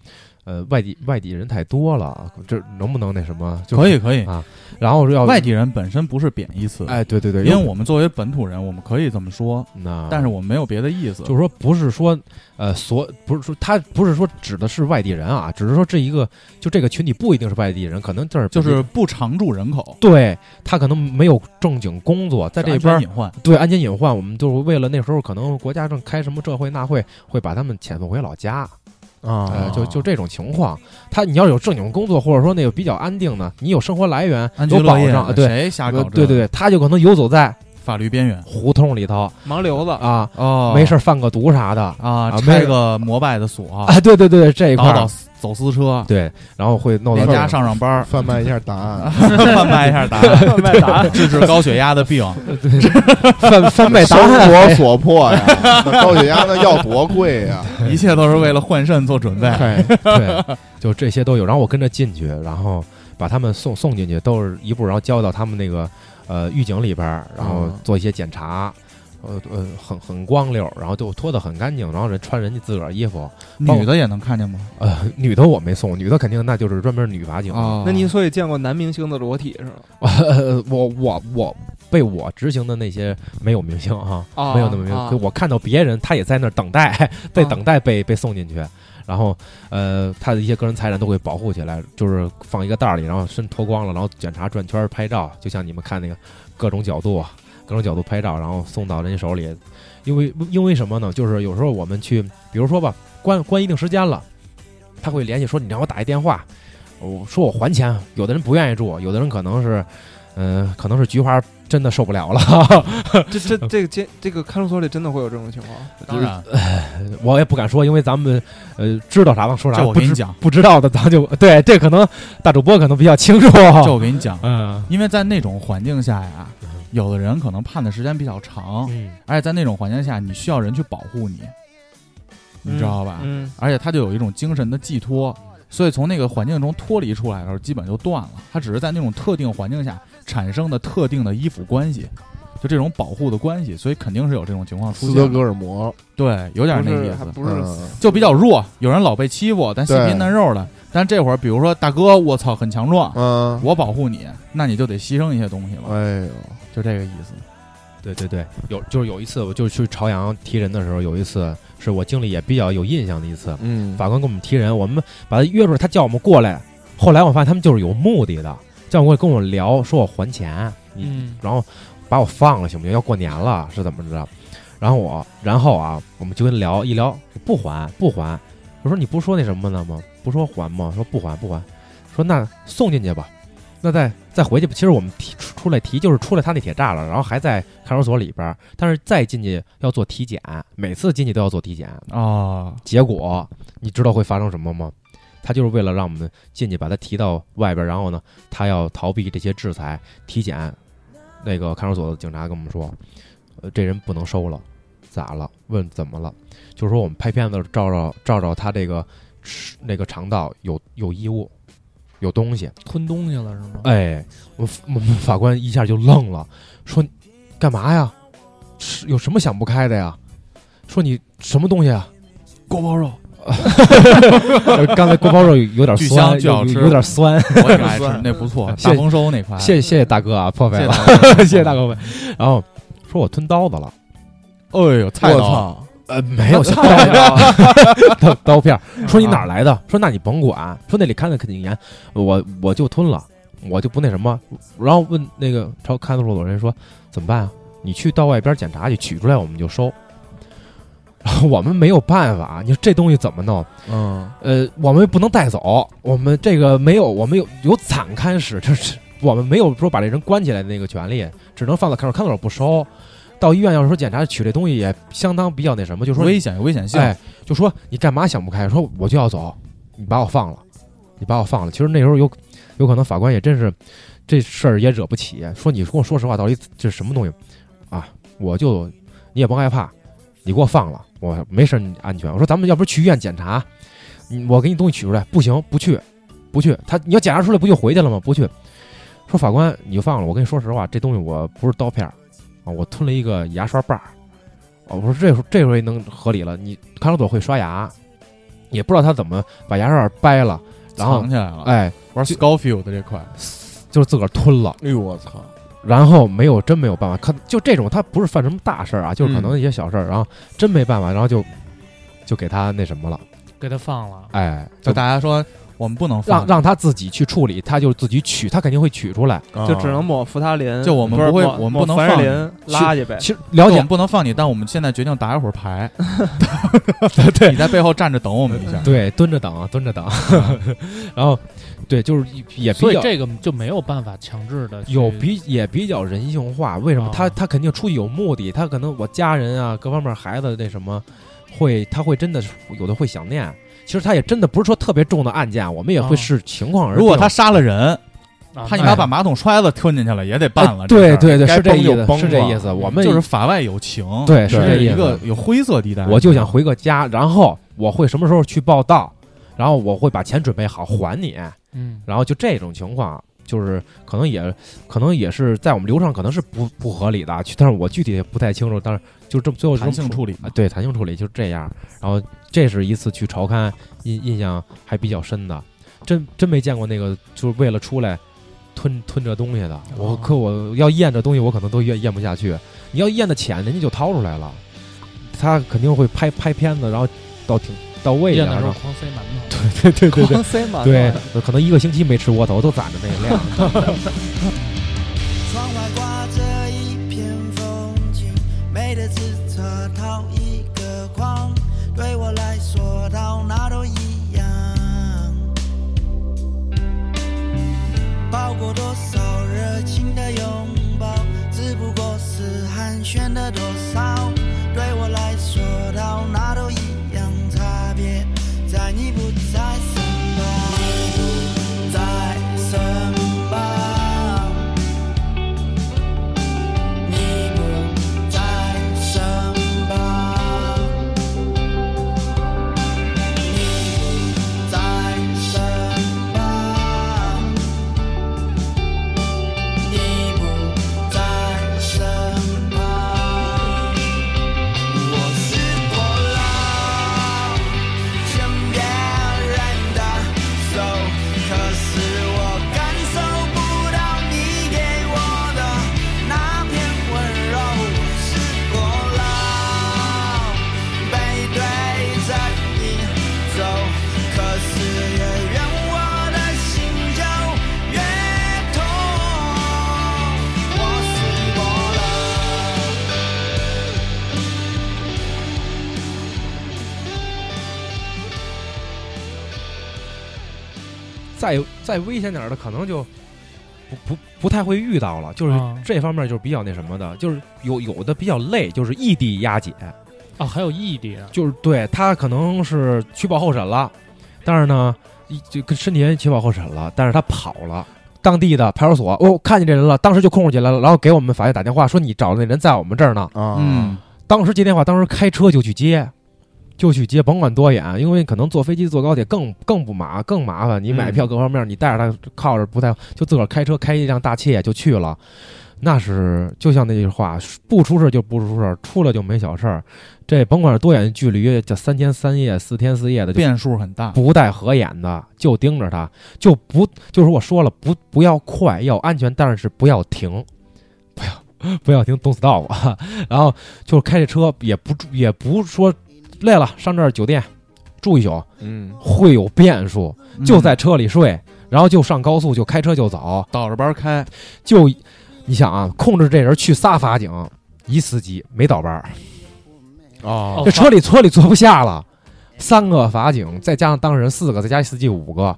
呃，外地外地人太多了，这能不能那什么？就可以，可以啊，然后要外地人本身不是贬义词，哎，对对对，因为我们作为本土人，我们可以这么说，那但是我们没有别的意思。就是说不是说呃所不是说他不是说指的是外地人啊，只是说这一个就这个群体不一定是外地人，可能就是就是不常住人口，对他可能没有正经工作，在这安边全儿隐患。对安全隐患，我们就是为了那时候可能国家正开什么这会那会，会把他们遣送回老家，啊，呃，就就这种情况。他你要有正经工作，或者说那个比较安定的，你有生活来源，安居有乐保业啊障，，对。谁瞎呃搞这？对对，对，他就可能游走在法律边缘胡同里头盲流子，啊，哦没事儿贩个毒啥的啊，啊拆没个摩拜的锁，啊，对对对，这一块倒儿倒走私车，对，然后会弄到连这家儿上 上班嗯儿，贩卖一下答案。贩卖一下答案，贩卖答案， 治治高血压的 病。翻翻倍答 生案。哎活所 迫呀，那高血压那药多贵呀！一切都是为了换肾做准备。 对，就这些都有。然后我跟着进去，然后把他们送送进去，都是一步，然后交到他们那个呃狱警里边儿，然后嗯做一些检查。呃呃，很很光溜儿，然后就脱得很干净，然后人穿人家自个儿衣服。女的也能看见吗？呃，女的我没送，女的肯定那就是哦专门女法警。啊 那你所以见过男明星的裸体是吗？呃，我我我被我执行的那些没有明星啊，啊没有那么明星，啊可我看到别人他也在那儿等待，在等待被、被送进去。然后，呃，他的一些个人财产都会保护起来，就是放一个袋儿里，然后身脱光了，然后检查转圈儿拍照，就像你们看那个各种角度、啊各种角度拍照，然后送到人手里。因为因为什么呢？就是有时候我们去，比如说吧，关关一定时间了，他会联系说你让我打一电话，我说我还钱。有的人不愿意住，有的人可能是，嗯、可能是菊花真的受不了了。 这这这个监这个看守所里真的会有这种情况？当然，我也不敢说，因为咱们呃知道啥咱说啥，这我不跟你知讲，不知道的咱就 对这可能大主播可能比较清楚。这 我跟你讲，嗯因为在那种环境下呀，有的人可能判的时间比较长，嗯而且在那种环境下，你需要人去保护你，你知道吧？嗯，而且他就有一种精神的寄托，所以从那个环境中脱离出来的时候，基本就断了。他只是在那种特定环境下产生的特定的依附关系，就这种保护的关系，所以肯定是有这种情况出斯德现哥的。尔摩，对，有点不那是意还思，不是嗯就比较弱。有人老被欺负，但细皮对嫩肉的。但这会儿，比如说大哥，我操，很强壮，嗯，我保护你，那你就得牺牲一些东西了，哎呦，就这个意思。对对对，有就是有一次我就去朝阳踢人的时候，有一次是我经历也比较有印象的一次，嗯，法官给我们踢人，我们把他约出来，他叫我们过来。后来我发现他们就是有目的的，叫我过来跟我聊，说我还钱，你、嗯然后把我放了行不行？要过年了是怎么着？然后我，然后啊，我们就跟聊一聊，不还不还，我说你不说那什么呢吗？不说还吗？说不还不还，说那送进去吧，那再再回去吧。其实我们提出出来提就是出来他那铁栅栏，然后还在看守所里边儿，但是再进去要做体检，每次进去都要做体检，哦，结果你知道会发生什么吗？他就是为了让我们进去，把他提到外边，然后呢，他要逃避这些制裁体检。那个看守所的警察跟我们说，呃，这人不能收了，咋了？问怎么了？就是说我们拍片子照照照照他这个吃那个肠道有有异物，有东西。吞东西了是吗？哎，我我们法官一下就愣了，说你干嘛呀？是有什么想不开的呀？说你什么东西啊？锅包 肉，呃刚才锅包肉有点巨酸，香巨好有吃哎有点酸。我挺 爱吃，那不错，谢大丰收那块，谢谢谢大哥啊，破费谢了，大哥 谢谢大哥们。然后说我吞刀子了，哎呦，菜我刀，操，呃，没有刀 刀刀片儿。说你哪儿来的？说那你甭管，说那里看的肯定严，我我就吞了，我就不那什么。然后问那个朝看守所的人说怎么办啊？你去到外边检查去，取出来我们就收。 然后我们没有办法，啊你说这东西怎么弄？嗯，呃，我们不能带走，我们这个没有，我们有有惨看史，就是我们没有说把这人关起来的那个权利，只能放到看守看守所不收。到医院要是说检查取这东西也相当比较那什么，就说危险有危险性，哎，就说你干嘛想不开？说我就要走，你把我放了，你把我放了。其实那时候有有可能法官也真是这事儿也惹不起，说你跟我说实话，到底这是什么东西啊？我就你也甭害怕，你给我放了，我没事儿，你安全。我说咱们要不去医院检查，嗯我给你东西取出来，不行不去，不去。他你要检查出来不就回去了吗？不去。说法官你就放了，我跟你说实话，这东西我不是刀片儿啊，我吞了一个牙刷把儿。哦，我说这这回能合理了。你看守所会刷牙，也不知道他怎么把牙刷掰了，然后藏起来了，哎，玩 Scofield 这块，就是自个儿吞了，哎呦我操，然后没有真没有办法，可就这种他不是犯什么大事儿啊，就是可能一些小事儿，然后真没办法，然后就就给他那什么了，给他放了，哎，就大家说我们不能放让让他自己去处理，他就自己取，他肯定会取出来。就只能抹扶他林，就我们是不会抹我们抹不能凡士放林拉去呗。其实了我解们不能放你，但我们现在决定打一会儿 牌， 对你在背后站着等我们一下。对，蹲着等，啊蹲着等， 然后对，就是也比嗯所以较。这个就没有办法强制的有比也比较人性化，为什么啊他他肯定出于有目的，他可能我家人啊各方面孩子那什么，会他会真的是有的会想念。其实他也真的不是说特别重的案件，我们也会啊视情况而定。如果他杀了人，他他你哎妈把马桶摔了吞进去了，也得办了。哎这事对儿，对对，啊该是这崩意就思，崩是这吧意思。我们就是法外有情，对是这这意一思个有灰色地带。我就想回个家，然后我会什么时候去报道，然后我会把钱准备好还你，嗯然后就这种情况。就是可能也，可能也是在我们流程可能是不不合理的啊，但是我具体也不太清楚。但是就这么最后这么弹性处理啊，对，弹性处理就这样。然后这是一次去朝刊印印象还比较深的，真真没见过那个就是为了出来吞吞这东西的。哦我可我要咽这东西，我可能都咽咽不下去。你要咽的浅，人家就掏出来了，他肯定会拍拍片子，然后到挺到位咽点的儿时候呢。狂塞馒头， 对对对对狂塞满对，呃可能一个星期没吃窝头，都攒着那个量。窗外挂着一片风景，美得只扯套一个框。对我来说，到哪都一样。抱过多少热情的拥抱，只不过是寒暄的多少。对我来说，到哪都一样，差别在你不在身旁，你不在身旁。你不在身旁，你不在身旁，你不在身旁，我是波浪，像别人的手，可是我感受不到你给我的那片温柔。我是波浪，背对着你走，可是越远我的心就越痛。我是波浪。再再危险点儿的，可能就不不不太会遇到了。就是啊这方面就是比较那什么的，就是有有的比较累，就是异地押解，啊，还有异地呢，就是对他可能是取保候审了，但是呢，一就跟申请人取保候审了，但是他跑了。当地的派出所，哦，看见这人了，当时就控制起来了，然后给我们法院打电话说你找的那人在我们这儿呢。啊，嗯，当时接电话，当时开车就去接，就去接，甭管多远，因为可能坐飞机、坐高铁更更不麻更麻烦。你买票各方面，你带着他靠着不太，就自个儿开车开一辆大切就去了。那是就像那句话，不出事就不出事，出了就没小事儿。这甭管是多远的距离，这三天三夜、四天四夜的，就变数很大。不带合眼的，就盯着他，就不就是我说了，不不要快，要安全，但是不要停，不要不要停，don't stop 啊。然后就是开这车也不住也不说累了，上这儿酒店住一宿，嗯，会有变数，嗯就在车里睡，然后就上高速，就开车就走，倒着班开，就你想啊，控制这人去仨法警，一司机没倒班儿，嗯啊哦，这车里车里坐不下了，三个法警再加上当事人四个，再加司机五个。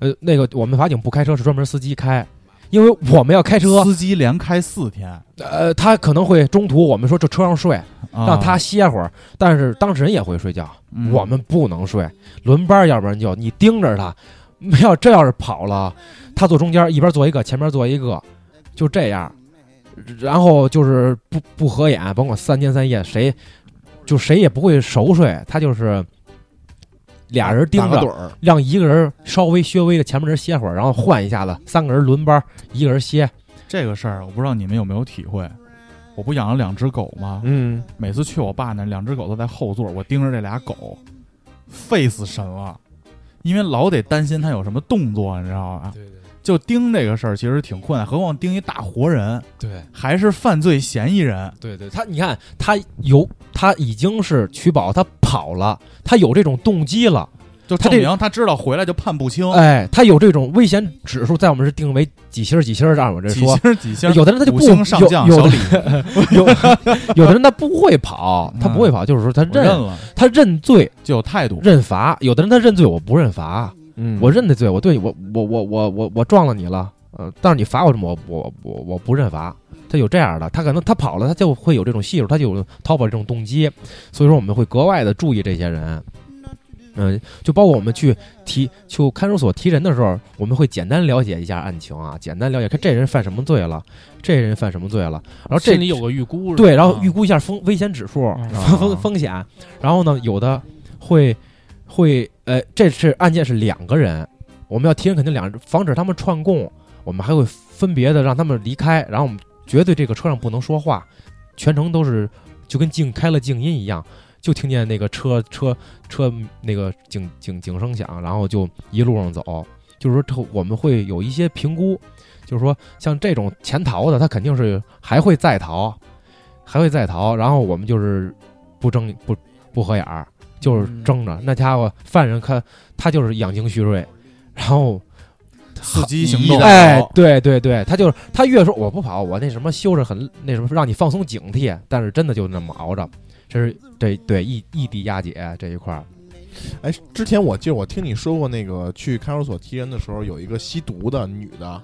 呃，那个我们法警不开车，是专门司机开，因为我们要开车，司机连开四天，呃，他可能会中途我们说这车上睡，让啊他歇会儿，但是当事人也会睡觉，嗯我们不能睡，轮班，要不然就你盯着他，要这要是跑了，他坐中间，一边坐一个，前面坐一个，就这样，然后就是不不合眼，甭管三天三夜，谁就谁也不会熟睡，他就是俩人盯打个着，盹儿，让一个人稍微稍微的前面人歇会儿，然后换一下子，三个人轮班，一个人歇，这个事儿，我不知道你们有没有体会。我不养了两只狗吗？嗯，每次去我爸那，两只狗都在后座，我盯着这俩狗，费死神了，因为老得担心它有什么动作，你知道吧？对对就盯这个事儿其实挺困难，何况盯一大活人，对。还是犯罪嫌疑人。对对，他你看，他有他已经是取保，他跑了，他有这种动机了，就他证这明他知道回来就判不轻，哎，他有这种危险指数，在我们是定为几星儿几星儿，按我这几说哎星，儿几星儿，有的人他就五不星上有将有小 的李有 有的人他不会跑，他不会跑，就是说他嗯我认认了他认罪就有态度。认罚，有的人他认罪我不认罚，嗯我认的罪，我对我我我我我我撞了你了，呃，但是你罚我什么？我我我我不认罚。他有这样的，他可能他跑了，他就会有这种系数，他就有逃跑这种动机，所以说我们会格外的注意这些人。嗯，就包括我们去提去看守所提人的时候，我们会简单了解一下案情啊，简单了解看这人犯什么罪了，这人犯什么罪了，然后这心里有个预估，啊对，然后预估一下风危险指数、嗯 风风风险，然后呢，有的会会呃，这是案件是两个人，我们要提人肯定两人，防止他们串供，我们还会分别的让他们离开，然后我们绝对这个车上不能说话，全程都是就跟静开了静音一样。就听见那个车车车那个警警警声响，然后就一路上走，就是说这我们会有一些评估，就是说像这种潜逃的，他肯定是还会再逃，还会再逃。然后我们就是不睁不不合眼儿，就是争着。那家伙犯人看他就是养精蓄锐，然后伺机行动，哎，对对对，他就是他越说我不跑，我那什么修着很那什么，让你放松警惕，但是真的就那么熬着，这是这对异异地押解这一块儿，哎，之前我记得我听你说过，那个去看守所踢人的时候，有一个吸毒的女的，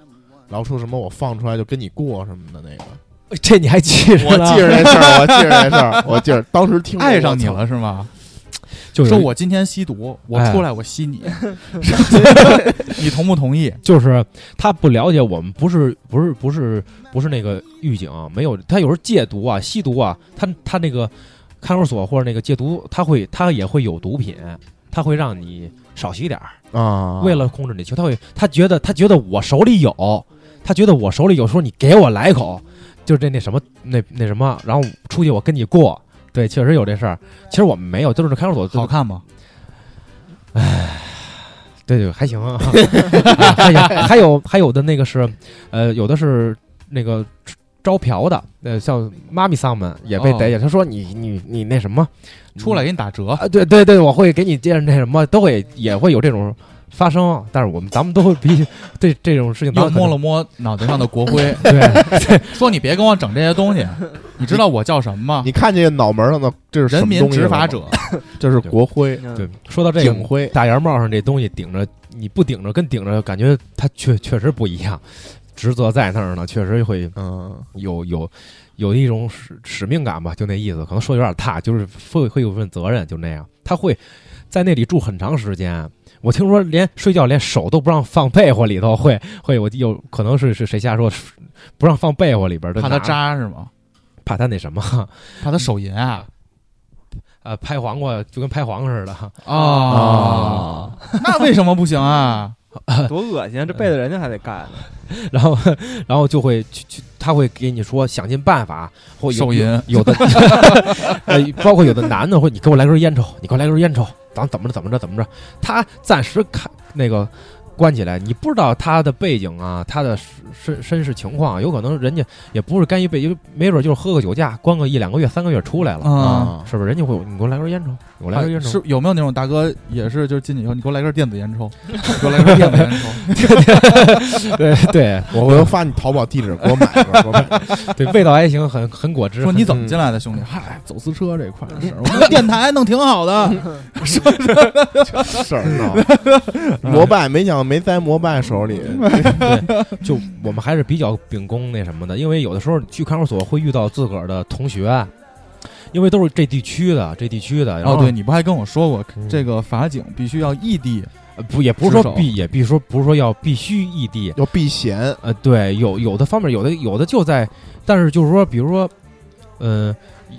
然后说什么我放出来就跟你过什么的那个。 哎 这你还记着我呢？记着这事儿，我记着这事儿，我记着当时听着爱上你，了是吗？就是说我今天吸毒，我哎出来我吸 你，你同不同意？就是他不了解我们，不是不是不是不是那个狱警，没有他有时候戒毒啊、吸毒啊，他他那个看守所或者那个戒毒，他会他也会有毒品，他会让你少吸点儿，我操啊，为了控制你球，他会他觉得他觉得我手里有，他觉得我手里有，说你给我来一口，就是那那什么那那什么，然后出去我跟你过，对，确实有这事儿。其实我们没有，就是看守所好看吗？对对，还行 啊，还行。还有还有的那个是，呃，有的是那个招嫖的，呃，像妈咪桑们也被哦逮见。他说你你你那什么出来给你打折，啊？对对对，我会给你介绍那什么，都会也会有这种发生。但是我们咱们都会比对这种事情，咱又们可摸能了摸脑袋上的国徽，对说你别跟我整这些东西，你知道我叫什么吗？你看这个脑门上的，这是什人么民东西执了吗法，者，这是国徽、对。说到这警个徽。大檐帽上这东西顶着，你不顶着跟顶着，感觉它确确实不一样。职责在那儿呢，确实会嗯，有有有一种使使命感吧，就那意思。可能说有点大，就是会会有份责任，就那样。他会在那里住很长时间。我听说连睡觉连手都不让放被窝里头，会会我有可能是是谁瞎说，不让放被窝里边儿，怕他他扎是吗？怕他那什么， 怕他手淫啊？呃，拍黄瓜就跟拍黄瓜似的。啊哦，那为什么不行啊？ 多恶心啊！这辈子人家还得干呢。然后 然后就会去去，他会给你说想尽办法，或有手淫有的， 呃，包括有的男的会，你给我来根烟抽，你给我来根烟抽，咱怎么着怎么着怎么着，他暂时看那个关起来，你不知道他的背景啊，他的身身世情况啊，有可能人家也不是干一辈，因为没准就是喝个酒驾，关个一两个月、三个月出来了，啊，是不是？人家会，你给我来根烟抽，你给我来根烟抽，是有没有那种大哥也是，就是进去以后，你给我来根电子烟抽，给我来根电子烟抽，对对我回头发你淘宝地址，给我买一个。给我买一个对，味道还行，很很果汁，说很你怎么进来的，嗯兄弟？嗨，走私车这块儿的事儿，我们电台弄挺好的，事儿你知道吗， 摩拜没想没在摩拜手里，就嗯我们还是比较秉公那什么的，因为有的时候去看守所会遇到自个儿的同学，啊因为都是这地区的，这地区的。然哦，后对，你不还跟我说过，嗯这个法警必须要异地呃不也不是至少说必也必说不是说要必须异地，要避嫌。呃，对，有有的方面，有的有的就在，但是就是说，比如说，嗯、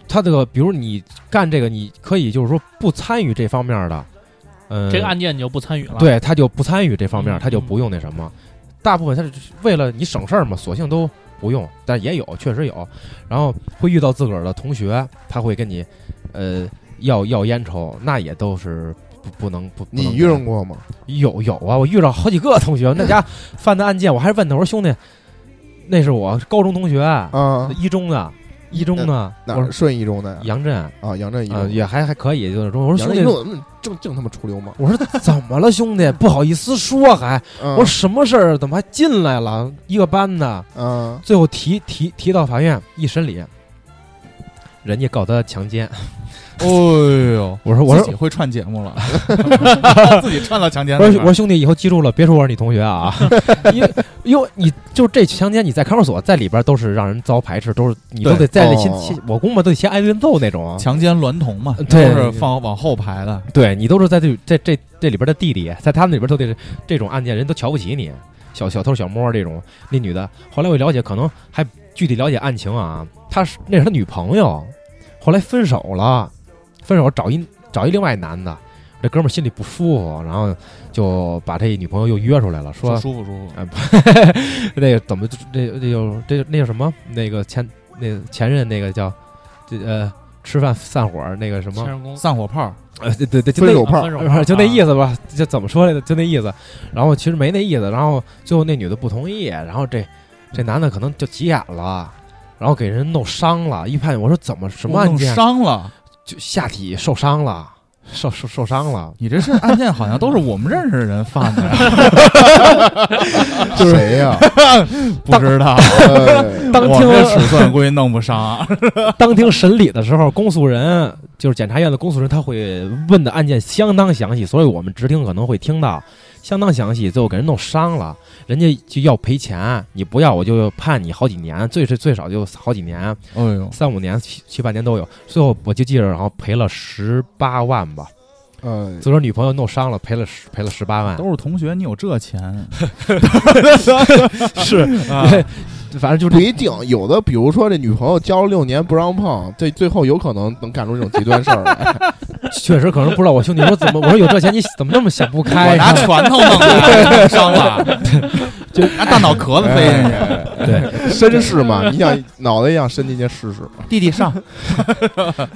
他这个，比如你干这个，你可以就是说不参与这方面的，嗯、这个案件你就不参与了。，对，他就不参与这方面，嗯他就不用那什么。嗯大部分他是为了你省事儿嘛，索性都不用，但也有，确实有。然后会遇到自个儿的同学，他会跟你，呃，要要烟抽，那也都是不不能不。不能你遇上过吗？有有啊，我遇到好几个同学，那家犯的案件，我还问他，我说兄弟，那是我高中同学，啊，一中的，一中的，哪我儿说顺义中的呀？杨震啊，杨振一啊，中，也还还可以，就是中。我说杨兄振一弟，中怎么正正他妈出流氓？我说怎么了，兄弟？不好意思说还。嗯我说什么事儿？怎么还进来了？一个班的， 嗯，最后提提提到法院一审理，人家告他强奸。哦呦，我说我自己说会串节目了，自己串到强奸我那说边。我说兄弟，以后记住了，别说我是你同 学啊，因为因为你就这强奸，你在看守所在里边都是让人遭排斥，都是你都对得在那哦先、先我估摸都得先挨顿揍那种。强奸娈童嘛，都啊呃对是放往后排的。对你都是在这这这这里边的弟弟，在他们里边都得是这种案件，人都瞧不起你，小小偷小摸这种。那女的后来我了解，可能还具体了解案情啊，她是那是她女朋友，后来分手了，分手找一找一另外男的，这哥们儿心里不舒服，然后就把这女朋友又约出来了，说 舒服舒服，那个怎么这这就这那叫什么那个前那前任那个叫这呃吃饭散伙儿那个什么先生公散伙炮，呃，对对对，就分那手炮啊分手不是就那意思吧，就怎么说来着？就那意思。然后其实没那意思，然后最后那女的不同意，然后这这男的可能就急眼了，然后给人弄伤了。一判我说怎么什么我案弄件？伤了？就下体受伤了，受受受伤了。你这是案件好像都是我们认识的人犯的 呀，谁呀？不知道。哎当我听这尺寸估计弄不 上。当庭审理的时候，公诉人就是检察院的公诉人，他会问的案件相当详细，所以我们直听可能会听到相当详细，最后给人弄伤了，人家就要赔钱，你不要我就判你好几年，最是最少就好几年，哎呦，三五年、七七八年都有。最后我就记着，然后赔了十八万吧， 哎，自个儿女朋友弄伤了，赔了十赔了十八万，都 是同学，你有这钱？是，啊反正就不是一定，有的比如说这女朋友交了六年不让碰，这最后有可能能干出这种极端事儿 来。确实可能不知道我兄弟说怎么，我说有这钱你怎么那么想不开我呀、拿拳头弄的，伤了，就拿大脑壳子飞进去。 对绅士嘛，你想脑袋一样伸进去试试嘛。弟弟上，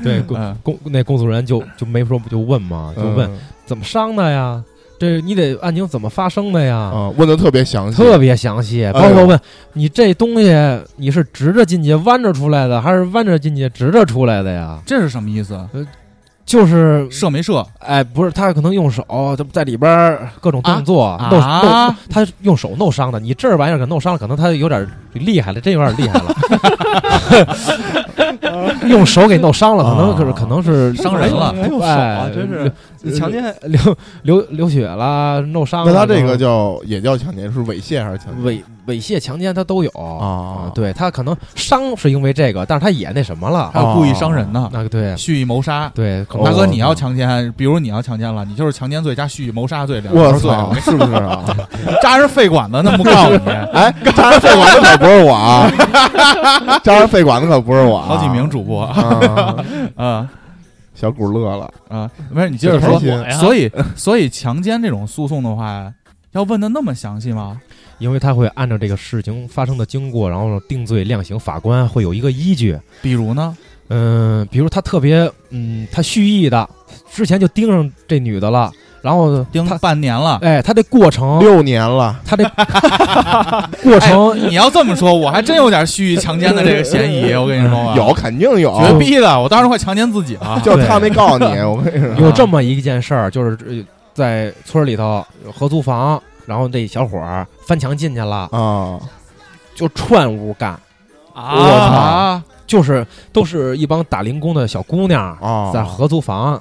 对，公嗯公那公诉人就就没说就问嘛，就问、嗯 怎么伤的呀？这你得案情怎么发生的呀？嗯啊，问的特别详细，特别详细，哎包括问、你这东西你是直着进去、弯着出来的，还是弯着进去、直着出来的呀？这是什么意思？就是射没射哎，不是他可能用手就在里边儿各种动作啊弄啊弄，他用手弄伤的。你这玩意儿给弄伤了，可能他有点厉害了，真有点厉害了， 用手给弄伤了，可能可啊是可能是哎伤人了？哎没有手啊，真是你强奸流流流血啦，弄伤那了。他这个叫也叫强奸，是猥亵还是强奸？猥猥亵、强奸，他都有啊。啊，对他可能伤是因为这个，但是他也那什么了。还有故意伤人呢，那个对蓄意谋杀。对，哦可能啊大哥，你啊要强奸，比如你要强奸了，你就是强奸罪加蓄意谋杀罪两我条罪，操，是不是 啊？扎人肺管子，那不告诉 啊你，哎，扎人肺管子可不是我啊， 扎人肺管子可不是我啊，好几名主播啊，啊小谷乐了，啊！没事，你接着开说。心。哎呀所以，所以强奸这种诉讼的话，要问的那么详细吗？因为他会按照这个事情发生的经过，然后定罪量刑，法官会有一个依据。比如呢？嗯，比如他特别，嗯，他蓄意的，之前就盯上这女的了，然后盯他，半年了，哎，他这过程，六年了，他这过程，你要这么说，我还真有点蓄意强奸的这个嫌疑。我跟你说吧，有哦肯定有，绝逼的，我当时快强奸自己了。就是他没告诉你，我跟你说，有这么一件事儿，就是呃在村儿里头合租房，然后这小伙儿翻墙进去了，啊，就串屋干，啊，就是都是一帮打零工的小姑娘啊哦在合租房，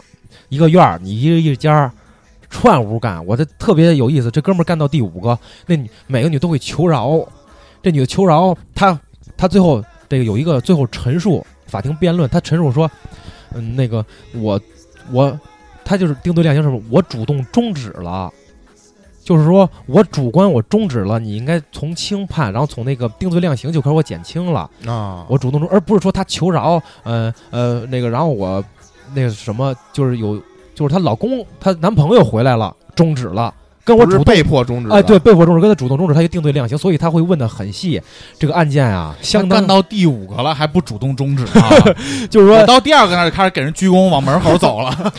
一个院儿，你一个一家儿串屋干，我这特别有意思。这哥们儿干到第五个，那女每个女都会求饶，这女的求饶，她她最后这个有一个最后陈述，法庭辩论，她陈述说，嗯，那个我我，她就是定罪量刑什么，我主动终止了。就是说我主观我终止了，你应该从轻判，然后从那个定罪量刑就开始我减轻了。啊，我主动说，而不是说她求饶，呃呃那个，然后我那个什么，就是有，就是她老公她男朋友回来了，终止了，跟我不是主动。被迫终止的，哎，对，被迫终止，跟她主动终止，她就定罪量刑，所以她会问的很细。这个案件啊，他相当干到第五个了，还不主动终止啊？就是我说，到第二个那儿就开始给人鞠躬，往门口走了。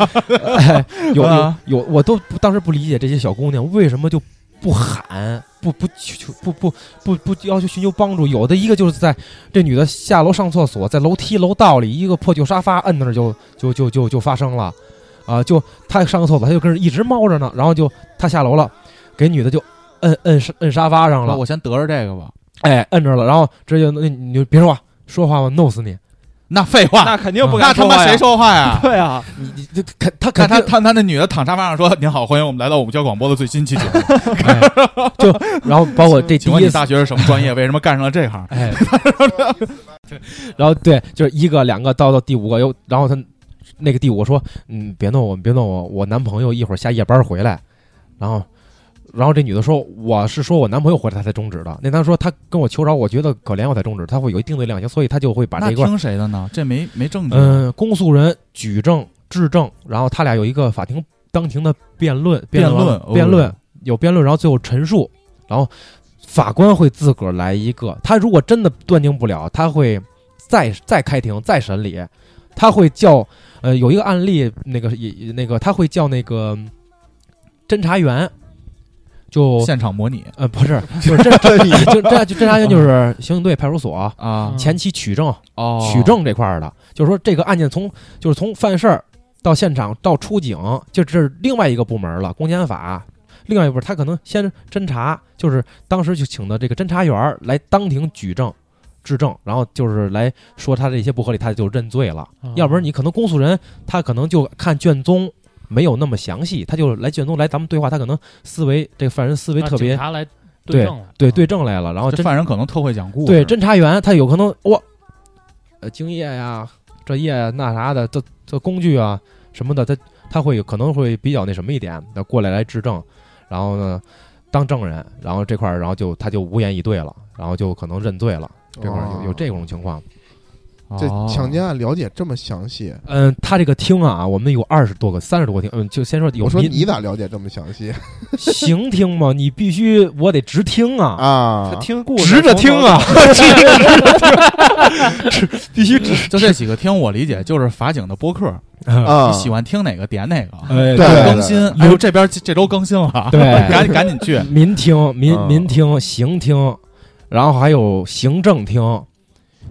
哎、 有有啊有，我都不当时不理解这些小姑娘为什么就不喊，不不求求不不不不要求寻求帮助。有的一个就是在这女的下楼上厕所，在楼梯楼道里一个破旧沙发摁那儿就就就就就发生了，啊，就她上个厕所，她就跟着一直猫着呢，然后就她下楼了，给女的就摁摁沙摁沙发上了，啊我先得着这个吧。哎，摁着了，然后直接那你就别说话，说话我弄死你，那废话，那肯定不那敢他说妈呀谁？说话 呀？对啊，你你这肯她看肯定他，他他那女的躺沙发上说：“您好，欢迎我们来到我们交广播的最新期 节目。哎就然后包 括这第请问一你大学是什么专业？为什么干上了这行哎， 然后对，就是一个两个到到第五个，又然后他那个第五个说，嗯，别弄我，别弄我，我男朋友一会儿下夜班回来，然后。然后这女的说：“我是说我男朋友回来他才终止的。”那他说他跟我求饶，我觉得可怜我才终止，他会有一定的量刑，所以他就会？”把那这一块听谁的呢？这没没证据。嗯，公诉人举证、质证，然后他俩有一个法庭当庭的辩论，辩辩论论完了哦辩论有辩论，然后最后陈述，然后法官会自个儿来一个，他如果真的断定不了，他会再再开庭再审理，他会叫呃有一个案例，那个也也那个他会叫那个侦查员，就 现场模拟呃不 是就是侦就侦就侦查员就是刑警队派出所啊嗯前期取证哦，嗯取证这块儿的，就是说这个案件从就是从犯事儿到现场到出警，就这是另外一个部门了，公检法。另外一部门他可能先侦查，就是当时就请的这个侦查员儿来当庭举证、质证，然后就是来说他这些不合理，他就认罪了。啊哦要不然你可能公诉人他可能就看卷宗没有那么详细，他就来卷宗来咱们对话，他可能思维这个犯人思维啊特别警察来对证了，啊对对证来了，然后这侦犯人可能特会讲故事，哦对，侦查员他有可能哇，呃，精液呀、这液呀、那啥的，这这工具啊什么的，他他会有可能会比较那什么一点，那过来来质证，然后呢当证人，然后这块儿，然后就他就无言以对了，然后就可能认罪了，这块哦儿有有这种情况。这哦强奸案了解这么详细，嗯，他这个厅啊，我们有二十多个、三十多个厅，嗯，就先说有我说民你咋了解这么详细行厅嘛，你必须我得直听啊，啊他？听故事直着听啊，必须只就这几个听，我理解就是法警的播客，啊你，喜欢听哪个点哪个，对哎对更新。哎呦，这边这这周更新了，啊对 赶紧赶紧去。民听、民嗯民听、刑听，然后还有行政厅。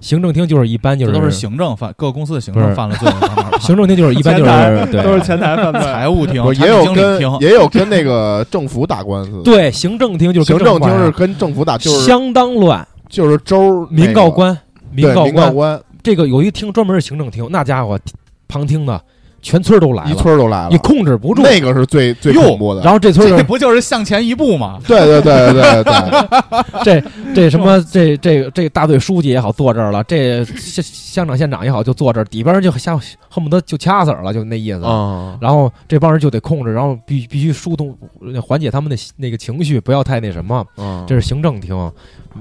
行政厅就是一般就这是都是行政犯，各公司的行不政是犯了罪的方 法吧行政厅就是一般就是都是对前台犯罪，财务厅不、是也有产品经理跟厅，也有跟那个政府打官司的，对行政厅就是行跟政厅官是啊跟政府打，就是相当乱，就是州那个民告官民对告民告官这个有一厅专门是行政厅，那家伙旁听的全村都来一了，村儿都来了你，控制不住，那个是最最哟恐怖的。然后这村这 儿不就是向前一步吗？对对对对对对，这这什么这这这大队书记也好坐这儿了，这乡乡长县长也好就坐这儿，底边儿就下恨不得就掐死儿了，就那意思啊，然后这帮人就得控制，然后必必须疏通，缓解他们的那个情绪，不要太那什么。啊嗯这是行政厅，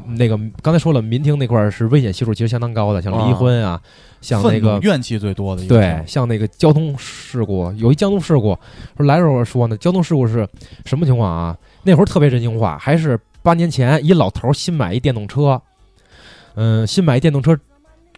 那个刚才说了，民厅那块儿是危险系数其实相当高的，像离婚啊，像那愤怒个怨气最多的一个对，像那个交通事故，有一交通事故，说来的时候说呢，交通事故是什么情况啊？那会儿特别人性化，还是八年前，一老头儿新买一电动车，嗯，新买一电动车，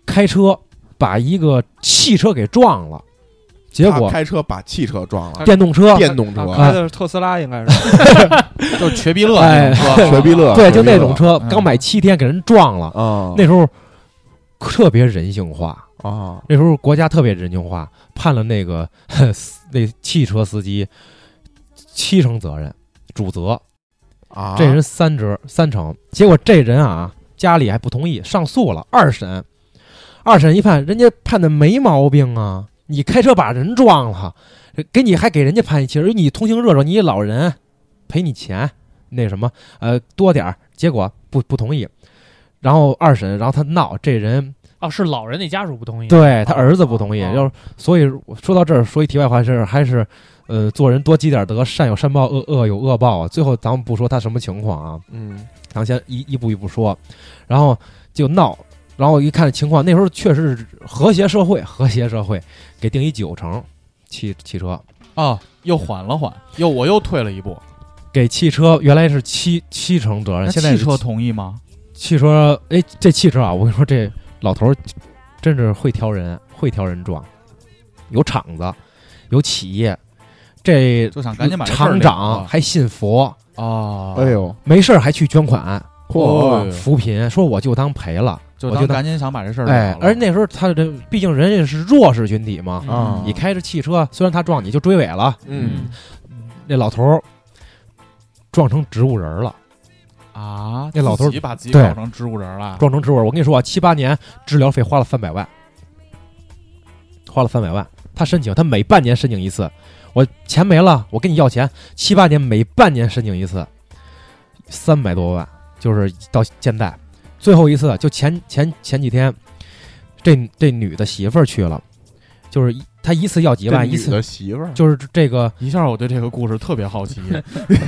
开车把一个汽车给撞了， 结他果开车把汽车撞了，电动车电动车哦啊开的是特斯拉，应该是厅，就是瘸逼乐哎那种车。雪碧啊乐，对，雪就碧乐那种车，嗯刚买七天给人撞了， 啊那时候特别人性化，啊那时候国家特别人性化，判了那个 那汽车司机七成责任，主责，啊，这人三折三成。结果这人啊，家里还不同意，上诉了二审，二审一判，人家判的没毛病啊，你开车把人撞了，给你还给人家判一期，你同情弱者，你一老人赔你钱，那什么呃多点儿，结果不不同意。然后二审，然后他闹，这人哦，是老人那家属不同意，啊对他儿子不同意，哦要是所以我说到这儿，说一题外话是还是，呃，做人多积点德，善有善报，恶恶有恶报啊。最后咱们不说他什么情况啊，嗯咱们先一一步一步说，然后就闹，然后一看情况，那时候确实是和谐社会，和谐社会给定一九成汽汽车，啊，又缓了缓，又我又退了一步。给汽车原来是七七成责任，那嗯现在汽是车同意吗？汽车，哎，这汽车啊，我跟你说，这老头儿真是会挑人，会挑人撞，有厂子，有企业，这就想赶紧把这事儿厂了长啊还信佛，哦，哎呦，没事儿还去捐款哦呦扶贫，说我就当赔了，就我当就当赶紧想把这事儿哎了，而那时候他这毕竟人家是弱势群体嗯嘛，啊你开着汽车，虽然他撞你就追尾了，嗯那老头儿撞成植物人儿了，啊，那老头儿自己把自己搞成植物人了，撞成植物人。我跟你说啊，七八年治疗费花了三百万，花了三百万。他申请，他每半年申请一次。我钱没了，我跟你要钱。七八年每半年申请一次，三百多万，就是到现在最后一次，就前前前几天，这这女的媳妇儿去了，就是一她一次要几这万，女一次的媳妇儿就是这个一下我对这个故事特别好奇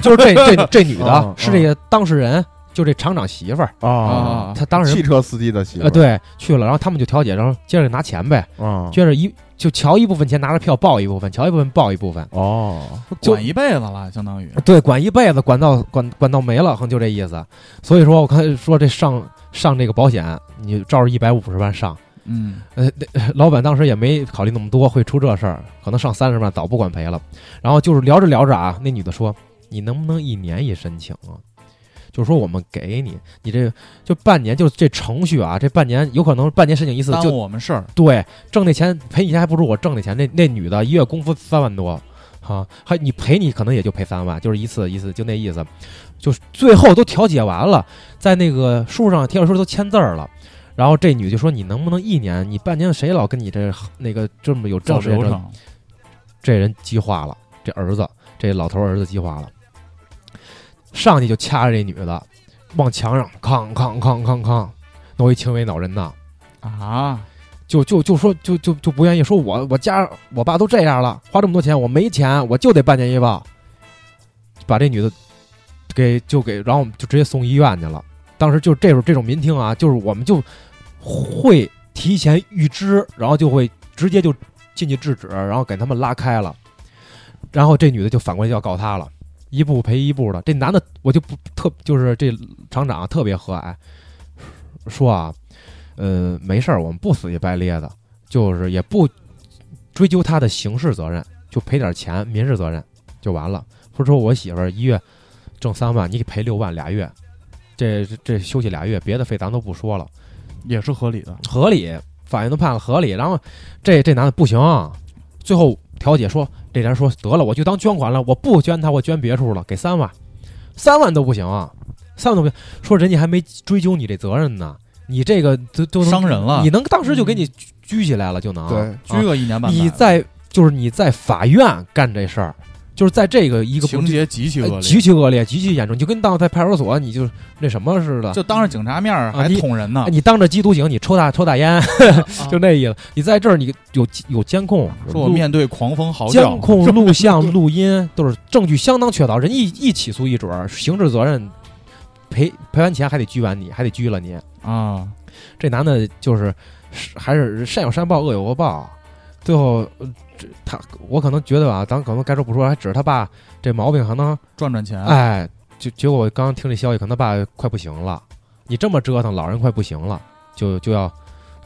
就是这这 这女嗯的是这个当事人，就这厂长媳妇儿，啊，啊！她当汽时车司机的媳妇呃儿对去了，然后他们就调解，然后接着拿钱呗，啊接着一就瞧一部分钱，拿着票报一部分，瞧一部分报一部分，哦，就管一辈子了，相当于对，管一辈子，管到管管到没了，哼，就这意思。所以说我看说这上上这个保险，你照着一百五十万上，嗯，呃，那老板当时也没考虑那么多，会出这事儿，可能上三十万早不管赔了。然后就是聊着聊着啊，那女的说：“你能不能一年一申请啊？”就是说我们给你，你这就半年，就这程序啊，这半年有可能半年申请一次耽就误我们事儿，对，挣那钱赔你钱还不如我挣那钱。那那女的一月工资三万多，啊，还你赔你可能也就赔三万，就是一次一次就那意思，就是最后都调解完了，在那个书上调解书都签字儿了。然后这女就说：“你能不能一年？你半年谁老跟你这那个这么有走正式流程，这人激化了，这儿子，这老头儿儿子激化了，上去就掐着这女的，往墙上哐哐哐哐哐，弄一轻微脑震荡。啊，就就就说就就就不愿意说我我家我爸都这样了，花这么多钱我没钱，我就得半年一报，把这女的给就给，然后我们就直接送医院去了。当时就这种这种民听啊，就是我们就会提前预知，然后就会直接就进去制止，然后给他们拉开了，然后这女的就反过来就要告他了，一步赔一步的。这男的我就不特就是这厂长啊特别和蔼，说啊，呃，没事儿，我们不死乞白咧的，就是也不追究他的刑事责任，就赔点钱，民事责任就完了。或者说我媳妇儿一月挣三万，你给赔六万俩月，这这这休息俩月，别的费咱都不说了，也是合理的。合理，法院都判了合理。然后这这男的不行，最后调解说，这人说得了，我就当捐款了，我不捐他，我捐别处了，给三万，三万都不行，啊三万都不行，说人家还没追究你这责任呢，你这个都都能伤人了你能当时就给你拘拘起来了，就能对拘个一年半载的，你在就是你在法院干这事儿，就是在这个一个情节极其恶劣，呃极其恶劣、极其严重，你就跟当在派出所你就那什么似的，就当着警察面儿啊还你捅人呢，你当着缉毒警，你抽大抽大啊烟，嗯 就哦那意思。你在这儿，你有有监控，有说我录面对狂风嚎叫监，控、录像、 录音，都是证据相当确凿。人一一起诉一准儿，刑事责任赔赔完钱还得拘完你，还得拘了你。啊，这男的就是是还是善有善报，恶有恶报。最后，呃这他我可能觉得啊，咱可能该说不说，还指着他爸这毛病，可能赚赚啊钱，哎，就结果我刚刚听这消息，可能他爸快不行了。你这么折腾，老人快不行了，就就要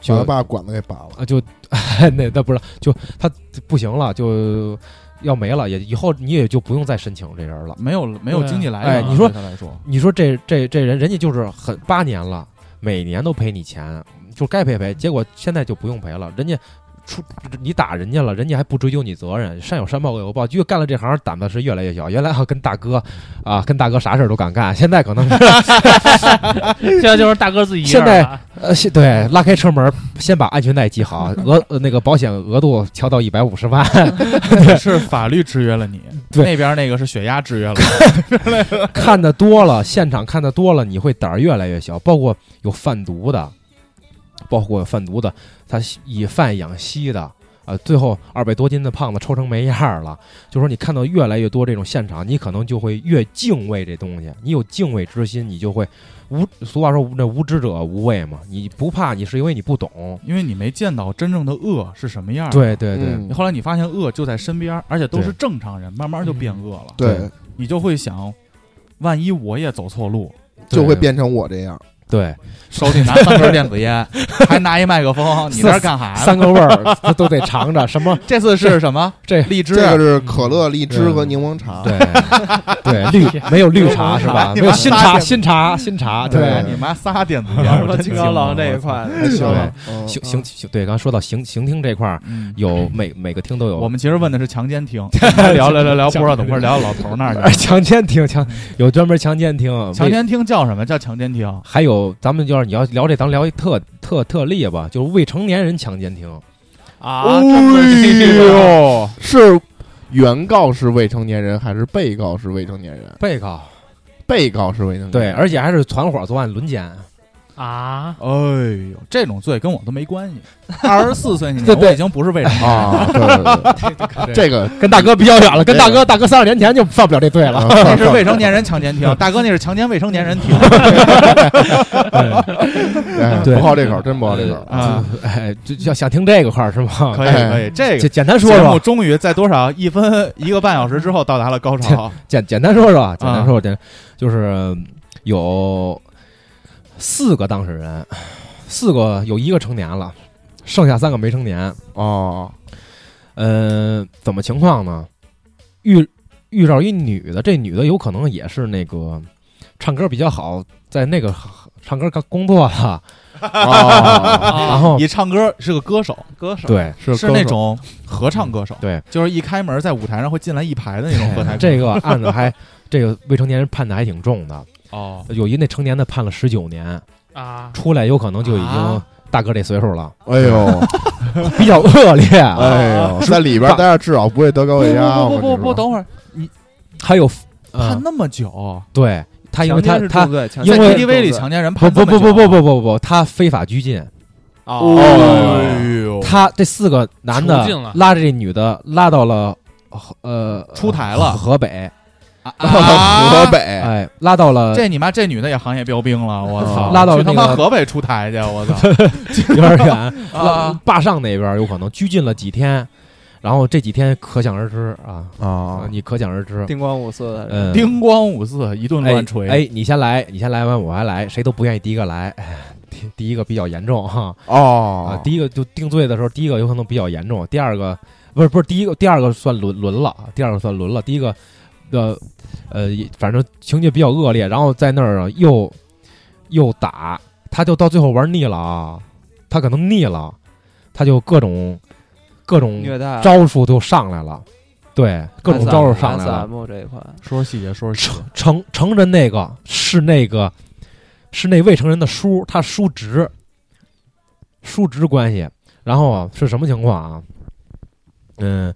就把他爸管子给拔了。啊，就 那那不是，就他不行了，就要没了，也以后你也就不用再申请这人了。没有没有对啊经济来哎源啊，你说对他来说，你说这这这人，人家就是很八年了，每年都赔你钱，就该赔赔，结果现在就不用赔了，人家。出你打人家了，人家还不追究你责任，善有善报，恶有恶报。越干了这行，胆子是越来越小。原来啊，跟大哥啊，跟大哥啥事儿都敢干，现在可能是现在就是大哥自己一个现在人了。啊呃，先对，拉开车门，先把安全带系好，额呃那个保险额度调到一百五十万，是法律制约了你，啊 对那边那个是血压制 约了，看的多了，现场看的多了，你会胆儿越来越小。包括有贩毒的，包括贩毒的，他以贩养吸的，啊，最后二百多斤的胖子抽成没样儿了。就说你看到越来越多这种现场，你可能就会越敬畏这东西，你有敬畏之心，你就会无俗话说那无知者无畏嘛，你不怕，你是因为你不懂。因为你没见到真正的恶是什么样。，对对对，嗯后来你发现恶就在身边，而且都对嗯是正常人，慢慢就变恶了。对，你就会想，万一我也走错 路，就会变成我这样。对。手里拿三根电子烟， 还拿一麦克风，你这儿 干啥呢？三个味 儿他都得尝着，什么这次是什么？这荔枝这个是可乐、荔枝啊嗯对嗯和柠檬茶。对 对绿没有绿 茶是吧？你没有把新仨茶点新茶新茶对哎你妈仨电 子比烟，如我说真金刚啊狼惊了这一，块，太香了。嗯行行行，对，刚才说到行行厅这块儿，嗯，有每每个厅都有我们其实问的是强奸厅，聊聊聊聊，不知道怎么回事，聊到老头那儿 去了。 强奸厅强有专门嗯强奸厅，强为奸厅叫什么？叫强奸厅还有咱们就是你要聊这，咱聊一特特特例吧，就是未成年人强奸厅，啊，这么哎厉啊害哦呦，是原告是未成年人还是被告是未成年人？被告被告是未成年人。对，而且还是团伙作案轮奸，啊，哎呦，这种罪跟我都没关系。二十四岁那年，对对我已经不是未成年人了。啊，对对 对，这个跟大哥比较远了，跟大哥大哥三十年前就犯不啊了这罪啊了。那 是未成年人强奸厅，大哥那是强奸未成年人厅哎对不好这口，真不好这口。啊！ 哎，就要想听这个块儿是吗？可以哎可以，这简个简单说节说目，终于在多少一分一个半小时之后到达了高潮。简简单说说啊，简单说说，简单就是有四个当事人，四个有一个成年了，剩下三个没成年。哦，呃，怎么情况呢？遇遇着一女的，这女的有可能也是那个唱歌比较好，在那个唱歌工作了， 然后你唱歌是个歌手，歌手对是是歌那手种合唱歌手，对，就是一开门在舞台上会进来一排的那 种合唱歌手。这个案子还这个未成年人判的还挺重的，哦，有一那成年的判了十九年，啊，出来有可能就已经啊大哥这岁数了，哎呦，比较恶劣 啊。呃哎呦，在里边待着至少不会得高哎血压。不不我跟你不不不，说等会儿还有判嗯，那么久，对他，因为他他对，强因在为奸是 KTV 里重罪强 奸人不判哦不这不么不不久不不不，他非法拘禁，哦，呦他这四个男的囚禁了拉着这女的拉到了呃出台了河北， 啊河北，哎，拉到了这你妈这女的也行业标兵了，我操！拉到去他那妈个河北出台去，我操！有点远，拉 啊，坝上那边有可能拘禁了几天，然后这几天可想而知啊啊，你可想而知，呃叮咣五四的人，嗯，叮咣五四一顿哎乱锤，，哎，你先来，你先来完我还来，谁都不愿意第一个来， 哎，第第一个比较严重哈，啊哦，，第一个就定罪的时候，第一个有可能比较严重，第二个不是不是第一个，第二个算轮轮了，第二个算轮了，第一个呃呃，也反正情节比较恶劣，然后在那儿啊又又打，他就到最后玩腻了啊，他可能腻了，他就各种各种虐待招数就上来了，对，各种招数上来了， ，SM 这一款说说细节，说说细节。成成人那个是那个是那未成人的叔，他叔侄，叔侄关系。然后啊，是什么情况啊？嗯，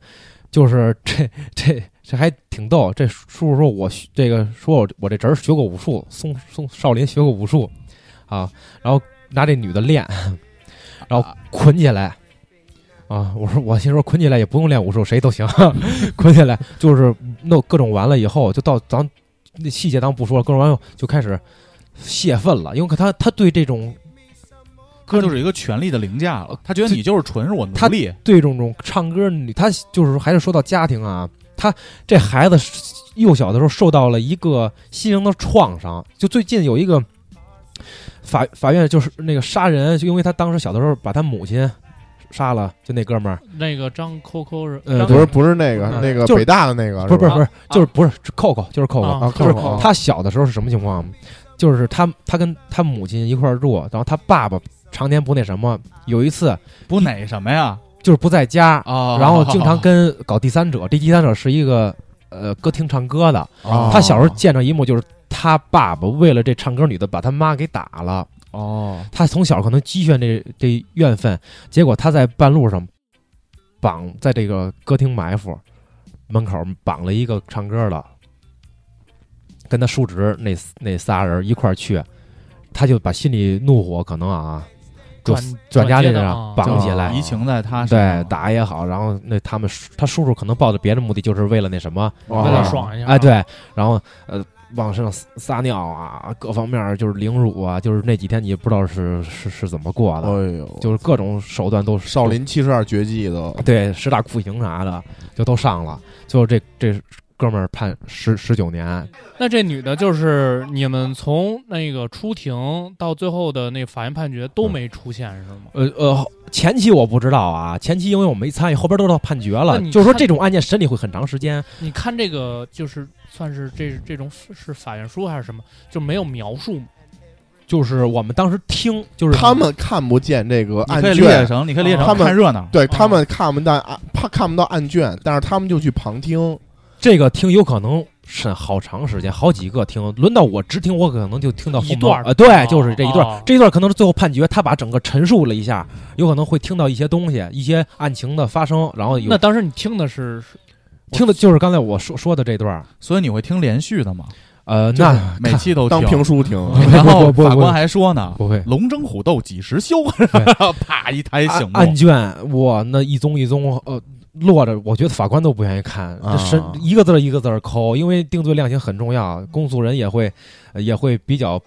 就是这这这还挺逗。这叔叔说我学这个说我我这侄儿学过武术，宋宋少林学过武术啊，然后拿这女的练，然后捆起来。啊！我说，我心说捆起来也不用练武术，谁都行。 捆起来就是弄各种完了以后，就到咱那细节当不说了，各种完了以后就开始泄愤了，因为他他对这种他就是一个权力的凌驾了，他觉得你就是纯是我奴他隶，对这种唱歌女，她就是还是说到家庭啊，她这孩子幼小的时候受到了一个心灵的创伤。就最近有一个法法院就是那个杀人，就因为他当时小的时候把他母亲杀了，就那哥们儿，那个张扣扣是呃张对不是不是那个嗯那个就是北大的那啊个，不是不是吧不是，就是不是是扣扣，就是扣扣。啊啊，就扣是扣啊他小的时候是什么情况？就是他他跟他母亲一块儿住，然后他爸爸常年不那什么，有一次不哪什么呀？就是不在家，啊然后经常 跟搞第三者，这第三者是一个呃歌厅唱歌的，哦他小时候见着一幕就是他爸爸为了这唱歌女的把他妈给打了，哦，他从小可能积怨这这怨愤，结果他在半路上绑在这个歌厅埋伏门口绑了一个唱歌的，跟他叔侄那那仨人一块儿去，他就把心里怒火可能啊就转转家转里街人的啊啊绑起就来移，情在他身对上，打也好，然后那他们叔他叔叔可能抱着别的目的，就是为了那什么。有点哦爽一下哎，，对，然后呃，往身上撒撒尿啊，各方面儿就是凌辱啊，就是那几天你也不知道是是是怎么过哎的，哦呦，就是各种手段都少林七十二绝技都都对十大酷刑啥的就都上了，最后这这哥们儿判十十九年，那这女的就是你们从那个出庭到最后的那法院判决嗯都没出现是吗？呃呃，前期我不知道啊，前期因为我没参与，后边都到判决了那，你就是说看这种案件审理会很长时间，你看这个就是算是这这种是法院书还是什么，就没有描述吗？就是我们当时听就是他们看不见这个你案可以理解卷，成你可以理解他成们看热闹，啊对他们看不到案，怕看不到案卷，但是他们就去旁听。这个听有可能审好长时间，好几个听，轮到我直听，我可能就听到后一段儿啊、呃对，就是这一段儿，哦这一段儿可能是最后判决，他把整个陈述了一下，有可能会听到一些东西，一些案情的发生，然后有那当时你听的是是听的就是刚才我说说的这段儿，所以你会听连续的嘛？呃，就是那每期都当听评书听，啊然后 不不不法官还说呢，不会。龙争虎斗几时休？然后 啪一抬醒案目，案啊卷，我那一宗一宗呃落着，我觉得法官都不愿意看，啊这审一个字儿一个字儿抠，因为定罪量刑很重要，公诉人也会、呃 也会比较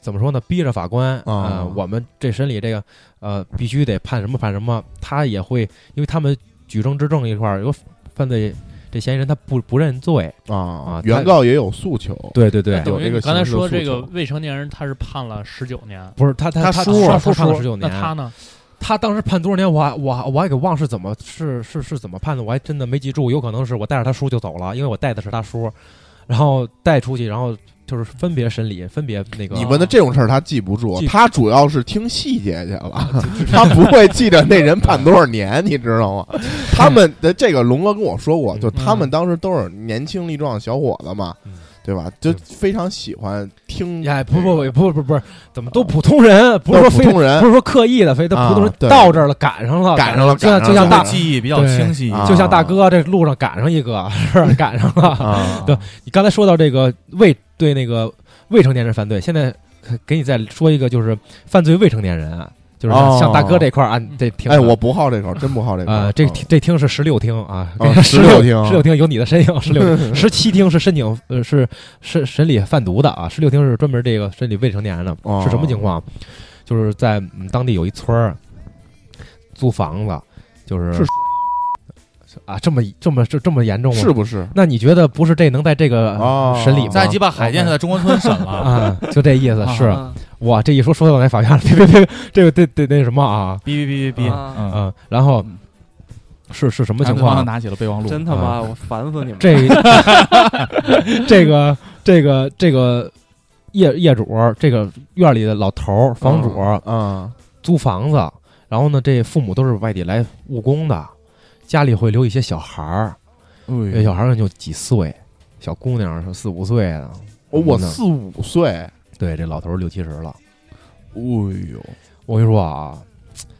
怎么说呢，逼着法官啊、啊呃我们这审理这个呃必须得判什么判什么，他也会，因为他们举证质证一块儿有犯罪这嫌疑人他不不认罪，啊啊，原他啊告也有诉求，对对对。有等于这个你刚才刑事诉说这个求未成年人他是判了十九年，不是他他他他叔他判了十九那年，他呢？他当时判多少年，我还我还我还给忘是怎么是是是怎么判的，我还真的没记住。有可能是我带着他叔就走了，因为我带的是他叔，然后带出去，然后就是分别审理，分别那个。你问的这种事儿他记不住记，啊他主要是听细节去了， 他不会记得那人判多少年， 你知道吗？他们的这个龙哥跟我说过，就他们当时都是年轻力壮的小伙子嘛嗯，对吧？就非常喜欢听，哎，不不不不不不是，怎么都普通人，不是呃都是说非普通人不是说刻意的，非都普通人啊对到这儿了，赶上了，赶上了就像赶上了就像就大会记忆比较对清晰。啊就像大哥这路上赶上一个， 是赶上了。啊，对你刚才说到这个未对那个未成年人犯罪，现在给你再说一个，就是犯罪未成年人啊，就是像哦像大哥这块儿啊，你这听着哎，我不好这口，真不好这口。呃，这啊听这厅是十六厅啊啊，十16厅十六厅有你的身影，十 六十七厅是申请呃是是审理贩毒的啊，十六厅是专门这个审理未成年人的，哦是什么情况？就是在嗯当地有一村儿租房子，就是是啊这么这么这这么严重吗？嗯是不是？那你觉得不是这能在这个哦审理吗？在鸡巴海淀是在中关村审了，啊，就这意思是啊哇，这一说说到那法院了，别别 别，这个得得那什么啊哔哔哔哔哔，啊嗯，嗯，然后是是什么情然后他况？啊拿起了备忘录，真他妈，我烦死你们！这 这个这个这个业业主，这个院里的老头儿房主嗯，租房子，然后呢，这父母都是外地来务工的，家里会留一些小孩儿，哎这小孩儿就几岁，小姑娘是四五岁的，我我真的四五岁，对，这老头儿六七十了。哎呦，我跟你说啊，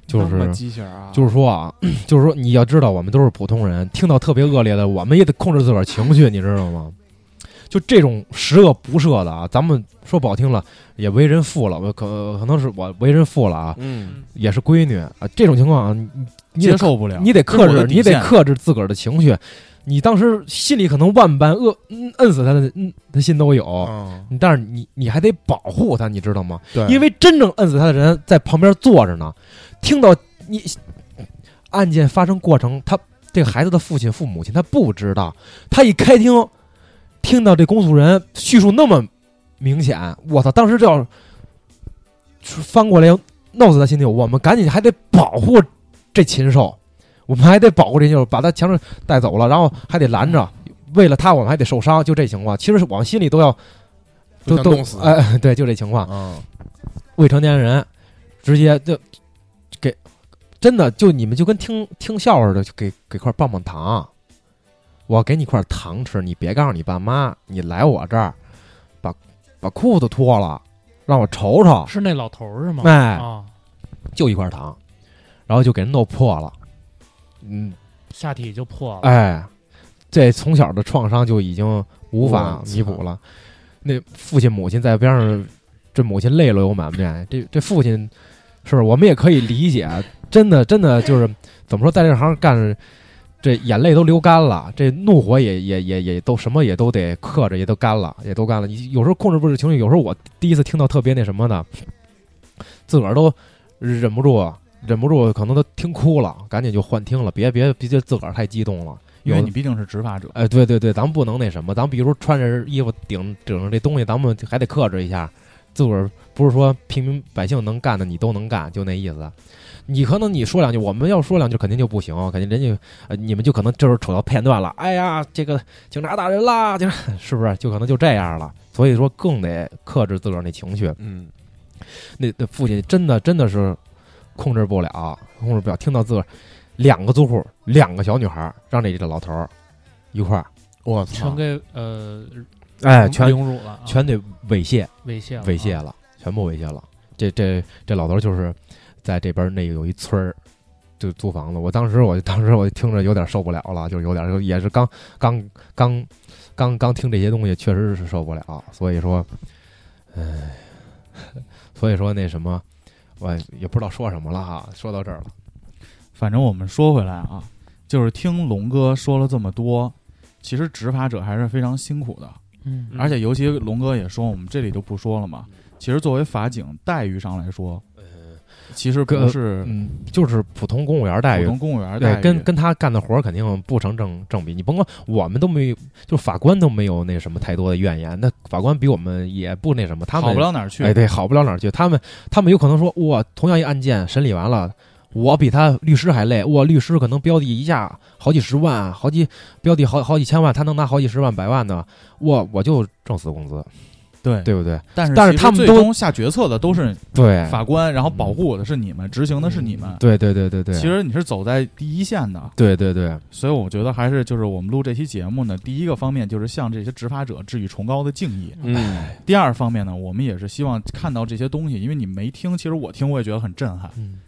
就那么是畸形啊！就是说啊， 就是说你要知道，我们都是普通人，听到特别恶劣的，我们也得控制自个儿情绪，你知道吗？就这种十恶不赦的啊，咱们说不好听了，也为人父了，我可可能是我为人父了啊，嗯，也是闺女啊，这种情况啊，你你接得受不了，你得克这是我制的，底你得线克制自个儿的情绪。你当时心里可能万般恶，嗯摁死他的，嗯，他心都有。嗯，你但是你你还得保护他，你知道吗？对，因为真正摁死他的人在旁边坐着呢，听到你案件发生过程，他这个孩子的父亲、父母亲他不知道，他一开庭，听到这公诉人叙述那么明显，我操，当时就要翻过来要弄死他心里有，我们赶紧还得保护这禽兽，我们还得保护这禽兽，把他强制带走了，然后还得拦着，嗯为了他我们还得受伤，就这情况，其实我们心里都要。都都想都弄死他哎、对，就这情况。嗯，未成年人直接就给真的就你们就跟听听笑话似的，就给给块棒棒糖，我给你块糖吃，你别告诉你爸妈，你来我这儿把把裤子脱了，让我瞅瞅， 是那老头儿是吗？哎啊，就一块糖，然后就给人弄破了，嗯，下体就破了。哎，这从小的创伤就已经无我法操弥补了。那父亲母亲在边上，这母亲泪流满面。这这父亲，是不是我们也可以理解？真的，真的就是怎么说，在这行干，这眼泪都流干了，这怒火也也也也都什么也都得克着，也都干了，也都干了。你有时候控制不住情绪，有时候我第一次听到特别那什么的，自个儿都忍不住，啊忍不住可能都听哭了，赶紧就幻听了，别别别自个儿太激动了。因有为你毕竟是执法者，哎，对对对，咱们不能那什么，咱们比如穿着衣服顶顶着这东西，咱们还得克制一下，自个儿不是说平民百姓能干的你都能干，就那意思。你可能你说两句，我们要说两句肯定就不行，肯定人家、呃、你们就可能这时候瞅到片段了，哎呀，这个警察打人啦，警察是不是就可能就这样了？所以说更得克制自个儿那情绪。嗯，那那父亲真的真的是控制不了，控制不了，听到自个儿两个租户，两个小女孩儿，让这这老头儿一块儿，我全操，给呃，哎全凌辱了啊，全得猥亵猥亵了啊猥亵了，全部猥亵了。这这这老头儿就是在这边儿那个有一村儿。就租房子，我当时我就当时我就听着有点受不了了，就是有点儿也是刚刚刚刚刚听这些东西，确实是受不了。所以说，唉， 所以说那什么，我也不知道说什么了哈。说到这儿了。反正我们说回来啊，就是听龙哥说了这么多，其实执法者还是非常辛苦的，嗯，而且尤其龙哥也说，我们这里就不说了嘛。其实作为法警待遇上来说，其实不跟是嗯，就是普通公务员待普遇，通公务员待对，遇，跟跟他干的活儿肯定不成正正比。你甭管我们都没有，就法官都没有那什么太多的怨言。那法官比我们也不那什么，他们哎好不到哪儿去。哎，对，好不了哪儿去。他们他们有可能说，哇，同样一案件审理完了，我比他律师还累，我律师可能标的一下好几十万，好几标的好好几千万，他能拿好几十万、百万的，我我就挣死工资，对，对不对？但是但是其实他们最都嗯终下决策的都是对，法官，然后保护的是你们，执行的是你们。对对对嗯对对，其实你是走在第一线的，对对对，所以我觉得还是就是我们录这期节目呢，第一个方面就是向这些执法者致以崇高的敬哎意。嗯，第二方面呢，我们也是希望看到这些东西，因为你没听，其实我听我也觉得很震撼，嗯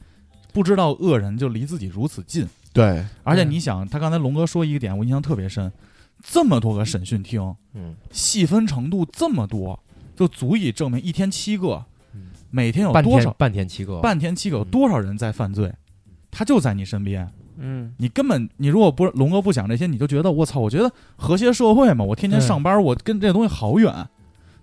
不知道恶人就离自己如此近。对，而嗯且你想，他刚才龙哥说一个点，我印象特别深，这么多个审讯厅，嗯，细分程度这么多，就足以证明一天七个嗯，每天有半多天嗯少半天七个，半天七个有多少人在犯罪，他就在你身边。嗯，你根本，你如果不龙哥不讲这些，你就觉得我操，我觉得和谐社会嘛，我天天对上班，我跟这东西好远，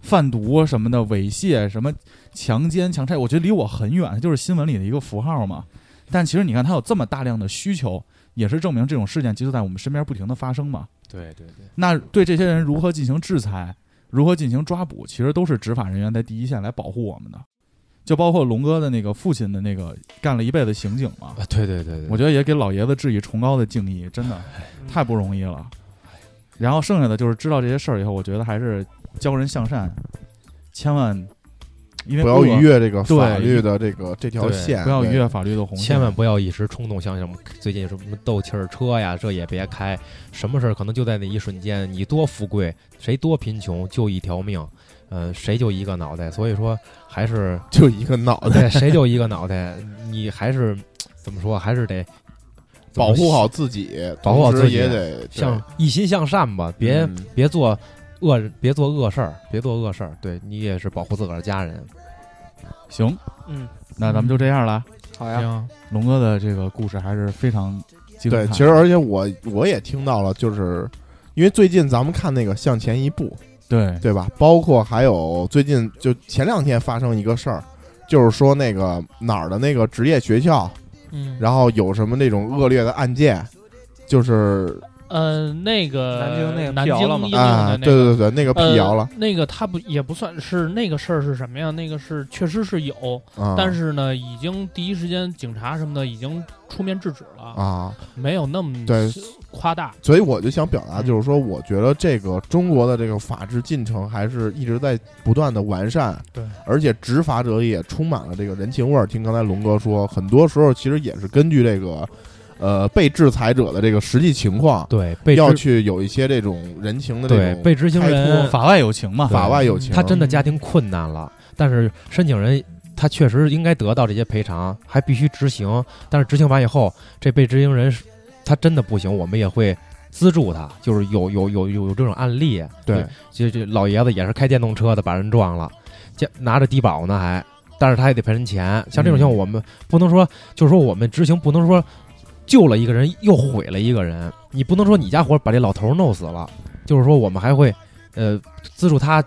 贩毒什么的、猥亵什么、强奸、强拆，我觉得离我很远，就是新闻里的一个符号嘛。但其实你看，它有这么大量的需求，也是证明这种事件其实在我们身边不停的发生嘛。对对对，那对这些人如何进行制裁，如何进行抓捕，其实都是执法人员在第一线来保护我们的。就包括龙哥的那个父亲的那个干了一辈子刑警嘛，哎啊对对对对，我觉得也给老爷子致以崇高的敬意，真的哎太不容易了。然后剩下的就是知道这些事儿以后，我觉得还是教人向善，千万因为不要恶逾，越这个法对律的这个这条对线，不要逾对越法律的红线，千万不要一时冲动，像什么最近有什么斗气儿车呀，这也别开。什么事儿可能就在那一瞬间，你多富贵，谁多贫穷，就一条命，嗯、谁就一个脑袋。所以说，还是就一个脑 袋，对，谁就一个脑袋，你还是怎么说，还是得怎么保护好自己，嗯保护好同自时己也得向一心向善吧，别、嗯别做恶人，别做恶事儿，别做恶事儿。对你也是保护自个儿的家人。行，嗯，那咱们就这样了。好呀，行，龙哥的这个故事还是非常精彩，对。其实，而且我我也听到了，就是因为最近咱们看那个《向前一步》，对对吧？包括还有最近就前两天发生一个事儿，就是说那个哪儿的那个职业学校，嗯，然后有什么那种恶劣的案件，就是呃，那个南京那个南辟京谣了嘛应一零的啊，那对个对对，那个辟谣了呃。那个他不也不算是那个事儿是什么呀？那个是确实是有，啊，但是呢，已经第一时间警察什么的已经出面制止了，啊，没有那么对夸大。所以我就想表达，就是说，我觉得这个中国的这个法治进程还是一直在不断的完善，对，而且执法者也充满了这个人情味儿。听刚才龙哥说，很多时候其实也是根据这个，呃，被制裁者的这个实际情况，对，被要执去有一些这种人情的这对种被执行开人脱法外有情嘛， 对法外有情，他真的家庭困难了，但是申请人他确实应该得到这些赔偿，还必须执行。但是执行完以后，这被执行人是他真的不行，我们也会资助他，就是有有有有有这种案例。对，这这老爷子也是开电动车的，把人撞了，家拿着低保呢还，但是他也得赔人钱。像这种情况，我嗯们不能说就是说我们执行不能说救了一个人又毁了一个人，你不能说你家伙把这老头弄死了，就是说我们还会呃资助他。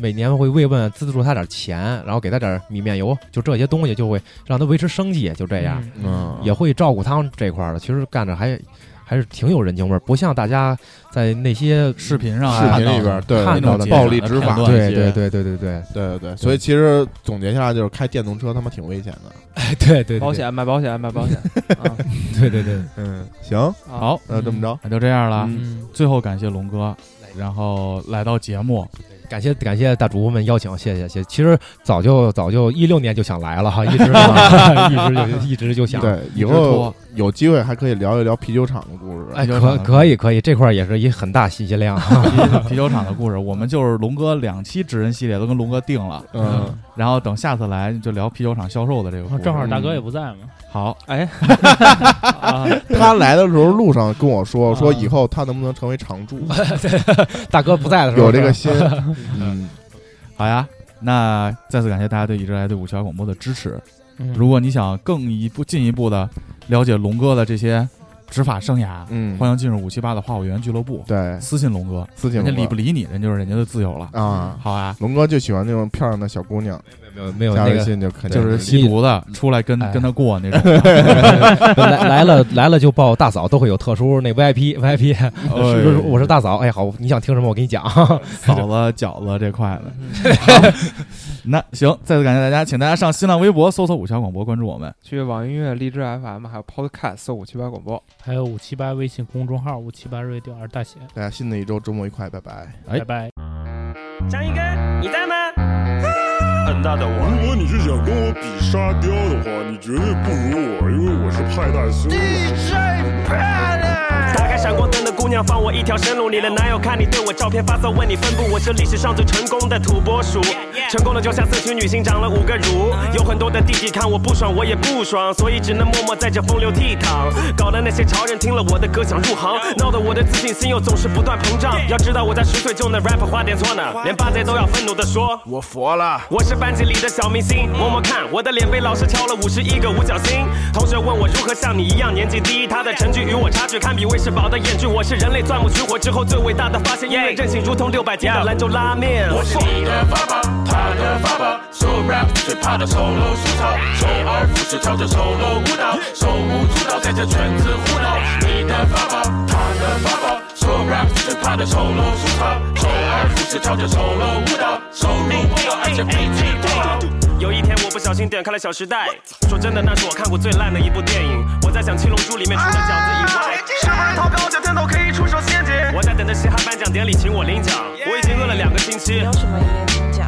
每年会慰问资助他点钱，然后给他点米面油，就这些东西就会让他维持生计，就这样。嗯，也会照顾他们这块儿的。其实干着还还是挺有人情味儿，不像大家在那些视频上视看频到里边儿对看到的那种暴力执法片段对一些对对对对对对对对，所以其实总结下来就是开电动车他妈挺危险的。对对对，保，险买保险买保险 啊，对对对，嗯，行，啊好，那这么着，那就这样了。嗯，最后感谢龙哥，然后来到节目，感谢感谢大主播们邀请，谢谢谢谢。其实早就早就一六年就想来了哈，一直一直就一直就想。对，以一直后拖有机会还可以聊一聊啤酒厂的故事。哎，可可以可以，这块儿也是一很大信息量。啊啤啤酒厂的故事，我们就是龙哥两期职人系列都跟龙哥定了，嗯，然后等下次来就聊啤酒厂销售的这个然故哦后事。嗯正好大哥嗯也不在 嘛，好，哎，啊，他来的时候路上跟我说，啊说以后他能不能成为常驻，大哥不在的时候有这个是吧心。嗯，好呀。那再次感谢大家对一直来对五七八广播的支持。嗯如果你想更一步进一步的了解龙哥的这些执法生涯， 嗯欢迎进入五七八的话务员俱乐部，对，私信龙哥，私信人家龙哥理不理你，人就是人家的自由了。啊，好啊，龙哥就喜欢那种漂亮的小姑娘，没有没有加那微个信就肯定就是是吸毒的嗯出来跟哎跟他过 那种， 来来了来了就报大嫂都会有特殊那 VIP VIP，哎是 我是大嫂，哎好，你想听什么我给你讲。嫂子、饺子这块的。那行，再次感谢大家，请大家上新浪微博搜索“五七八广播”，关注我们。去网易音乐、荔枝 FM 还有 Podcast 搜五七八广播。还有五七八微信公众号五七八 radio 二大写，大家新的一周周末愉快，拜拜。哎拜拜。张一根，你在吗？嗯大的我。如果你是想跟我比沙雕的话，你绝对不如我，因为我是派大星。打开闪光灯的姑娘放我一条生路，你的男友看你对我照片发骚，问你分布，我是历史上最成功的土拨鼠。成功的就像四群女星长了五个乳，有很多的弟弟看我不爽，我也不爽，所以只能默默在这风流倜傥。搞得那些潮人听了我的歌想入行，闹得我的自信心又总是不断膨胀。要知道我在十岁就能 rap 花点错呢，连八戒都要愤怒的说我佛了。我是班级里的小明星，摸摸看我的脸被老师敲了五十一个五角星。同学问我如何像你一样年纪低，他的成绩与我差距堪比魏世宝的演剧。我是人类钻木取火之后最伟大的发现，因为韧性如同六百斤的兰州拉面。我是你的爸爸，他的爸爸，so rap 最怕的丑陋粗糙，周而复始跳着丑陋舞蹈，手舞足蹈在这圈子胡闹。你的爸爸，他的爸爸，so rap 最怕的丑陋粗糙，周而复始跳着丑陋舞蹈，手舞不要而且飞机不好。有一天我不小心点开了《小时代》，说真的，那是我看过最烂的一部电影。我在想《七龙珠》里面除了饺子以外，是玩逃标，整天都可以出手陷阱。我在等着嘻哈颁奖典礼请我领奖，我已经饿了两个星期。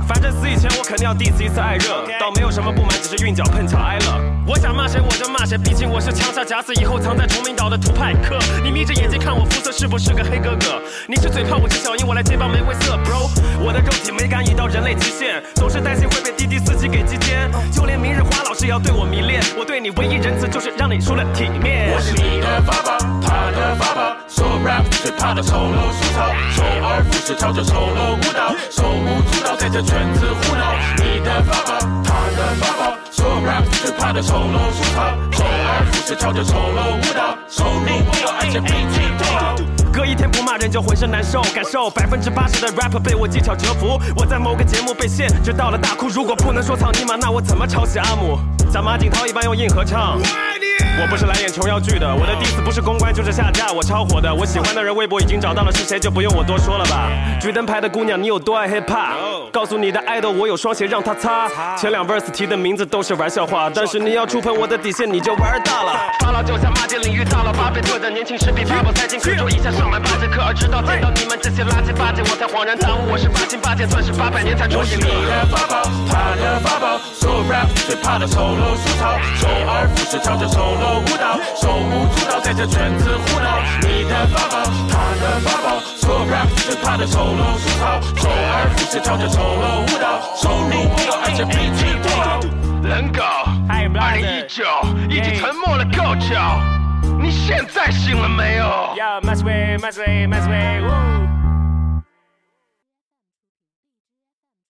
反正死以前我肯定要 diss 一次艾热，倒没有什么不满，只是韵脚碰巧挨了。我想骂谁我就骂谁，毕竟我是枪下夹子以后藏在崇明岛的图派克。你眯着眼睛看我肤色是不是个黑哥哥？你是嘴炮，我是小樱，我来接棒玫瑰色，bro。我的肉体美感已到人类极限，总是担心会被滴滴司机给击奸，就连明日花老师也要对我迷恋。我对你唯一仁慈就是让你输了体面。我是你的爸爸，他的爸爸，so rap 最怕的丑陋粗糙，周而复始跳着丑陋舞蹈，手舞足蹈在这圈子胡闹。你的爸爸，他的爸爸，so rap 最怕的丑陋粗糙，周而复始跳着丑陋舞蹈，手舞不要而且飞机不好。隔一天不骂人就浑身难受，感受百分之八十的 rap 被我技巧折服。我在某个节目被限制到了大哭，如果不能说草泥马，那我怎么抄袭阿姆？像马景涛一般用硬合唱。我不是来演琼瑶剧的，我的 diss 不是公关就是下架，我超火的。我喜欢的人微博已经找到了是谁，就不用我多说了吧。举灯牌的姑娘，你有多爱 hip hop？告诉你的爱豆，我有双鞋让他擦。前两 verse 提的名字都是玩笑话，但是你要触碰我的底线，你就玩大了。发牢就像骂街领域到了巴菲特的年轻时比巴博塞进口中一下上满八节课，而直到见到你们这些垃圾巴结，我才恍然大悟，我是八斤八戒，钻石八百年才出现。我是你的法宝，他的法宝，so rap 最怕的丑陋粗糙，周而复始跳着丑陋舞蹈，手舞足蹈在这圈子胡闹。你的法宝，他的法宝，so rap 最怕的丑陋粗糙，周而复始跳着丑陋舞蹈，手舞不要而且脾气不好。冷狗，二零一九，已经沉默了够久，你现在醒了没有？ Yeah, my way, my way, my way. Woo.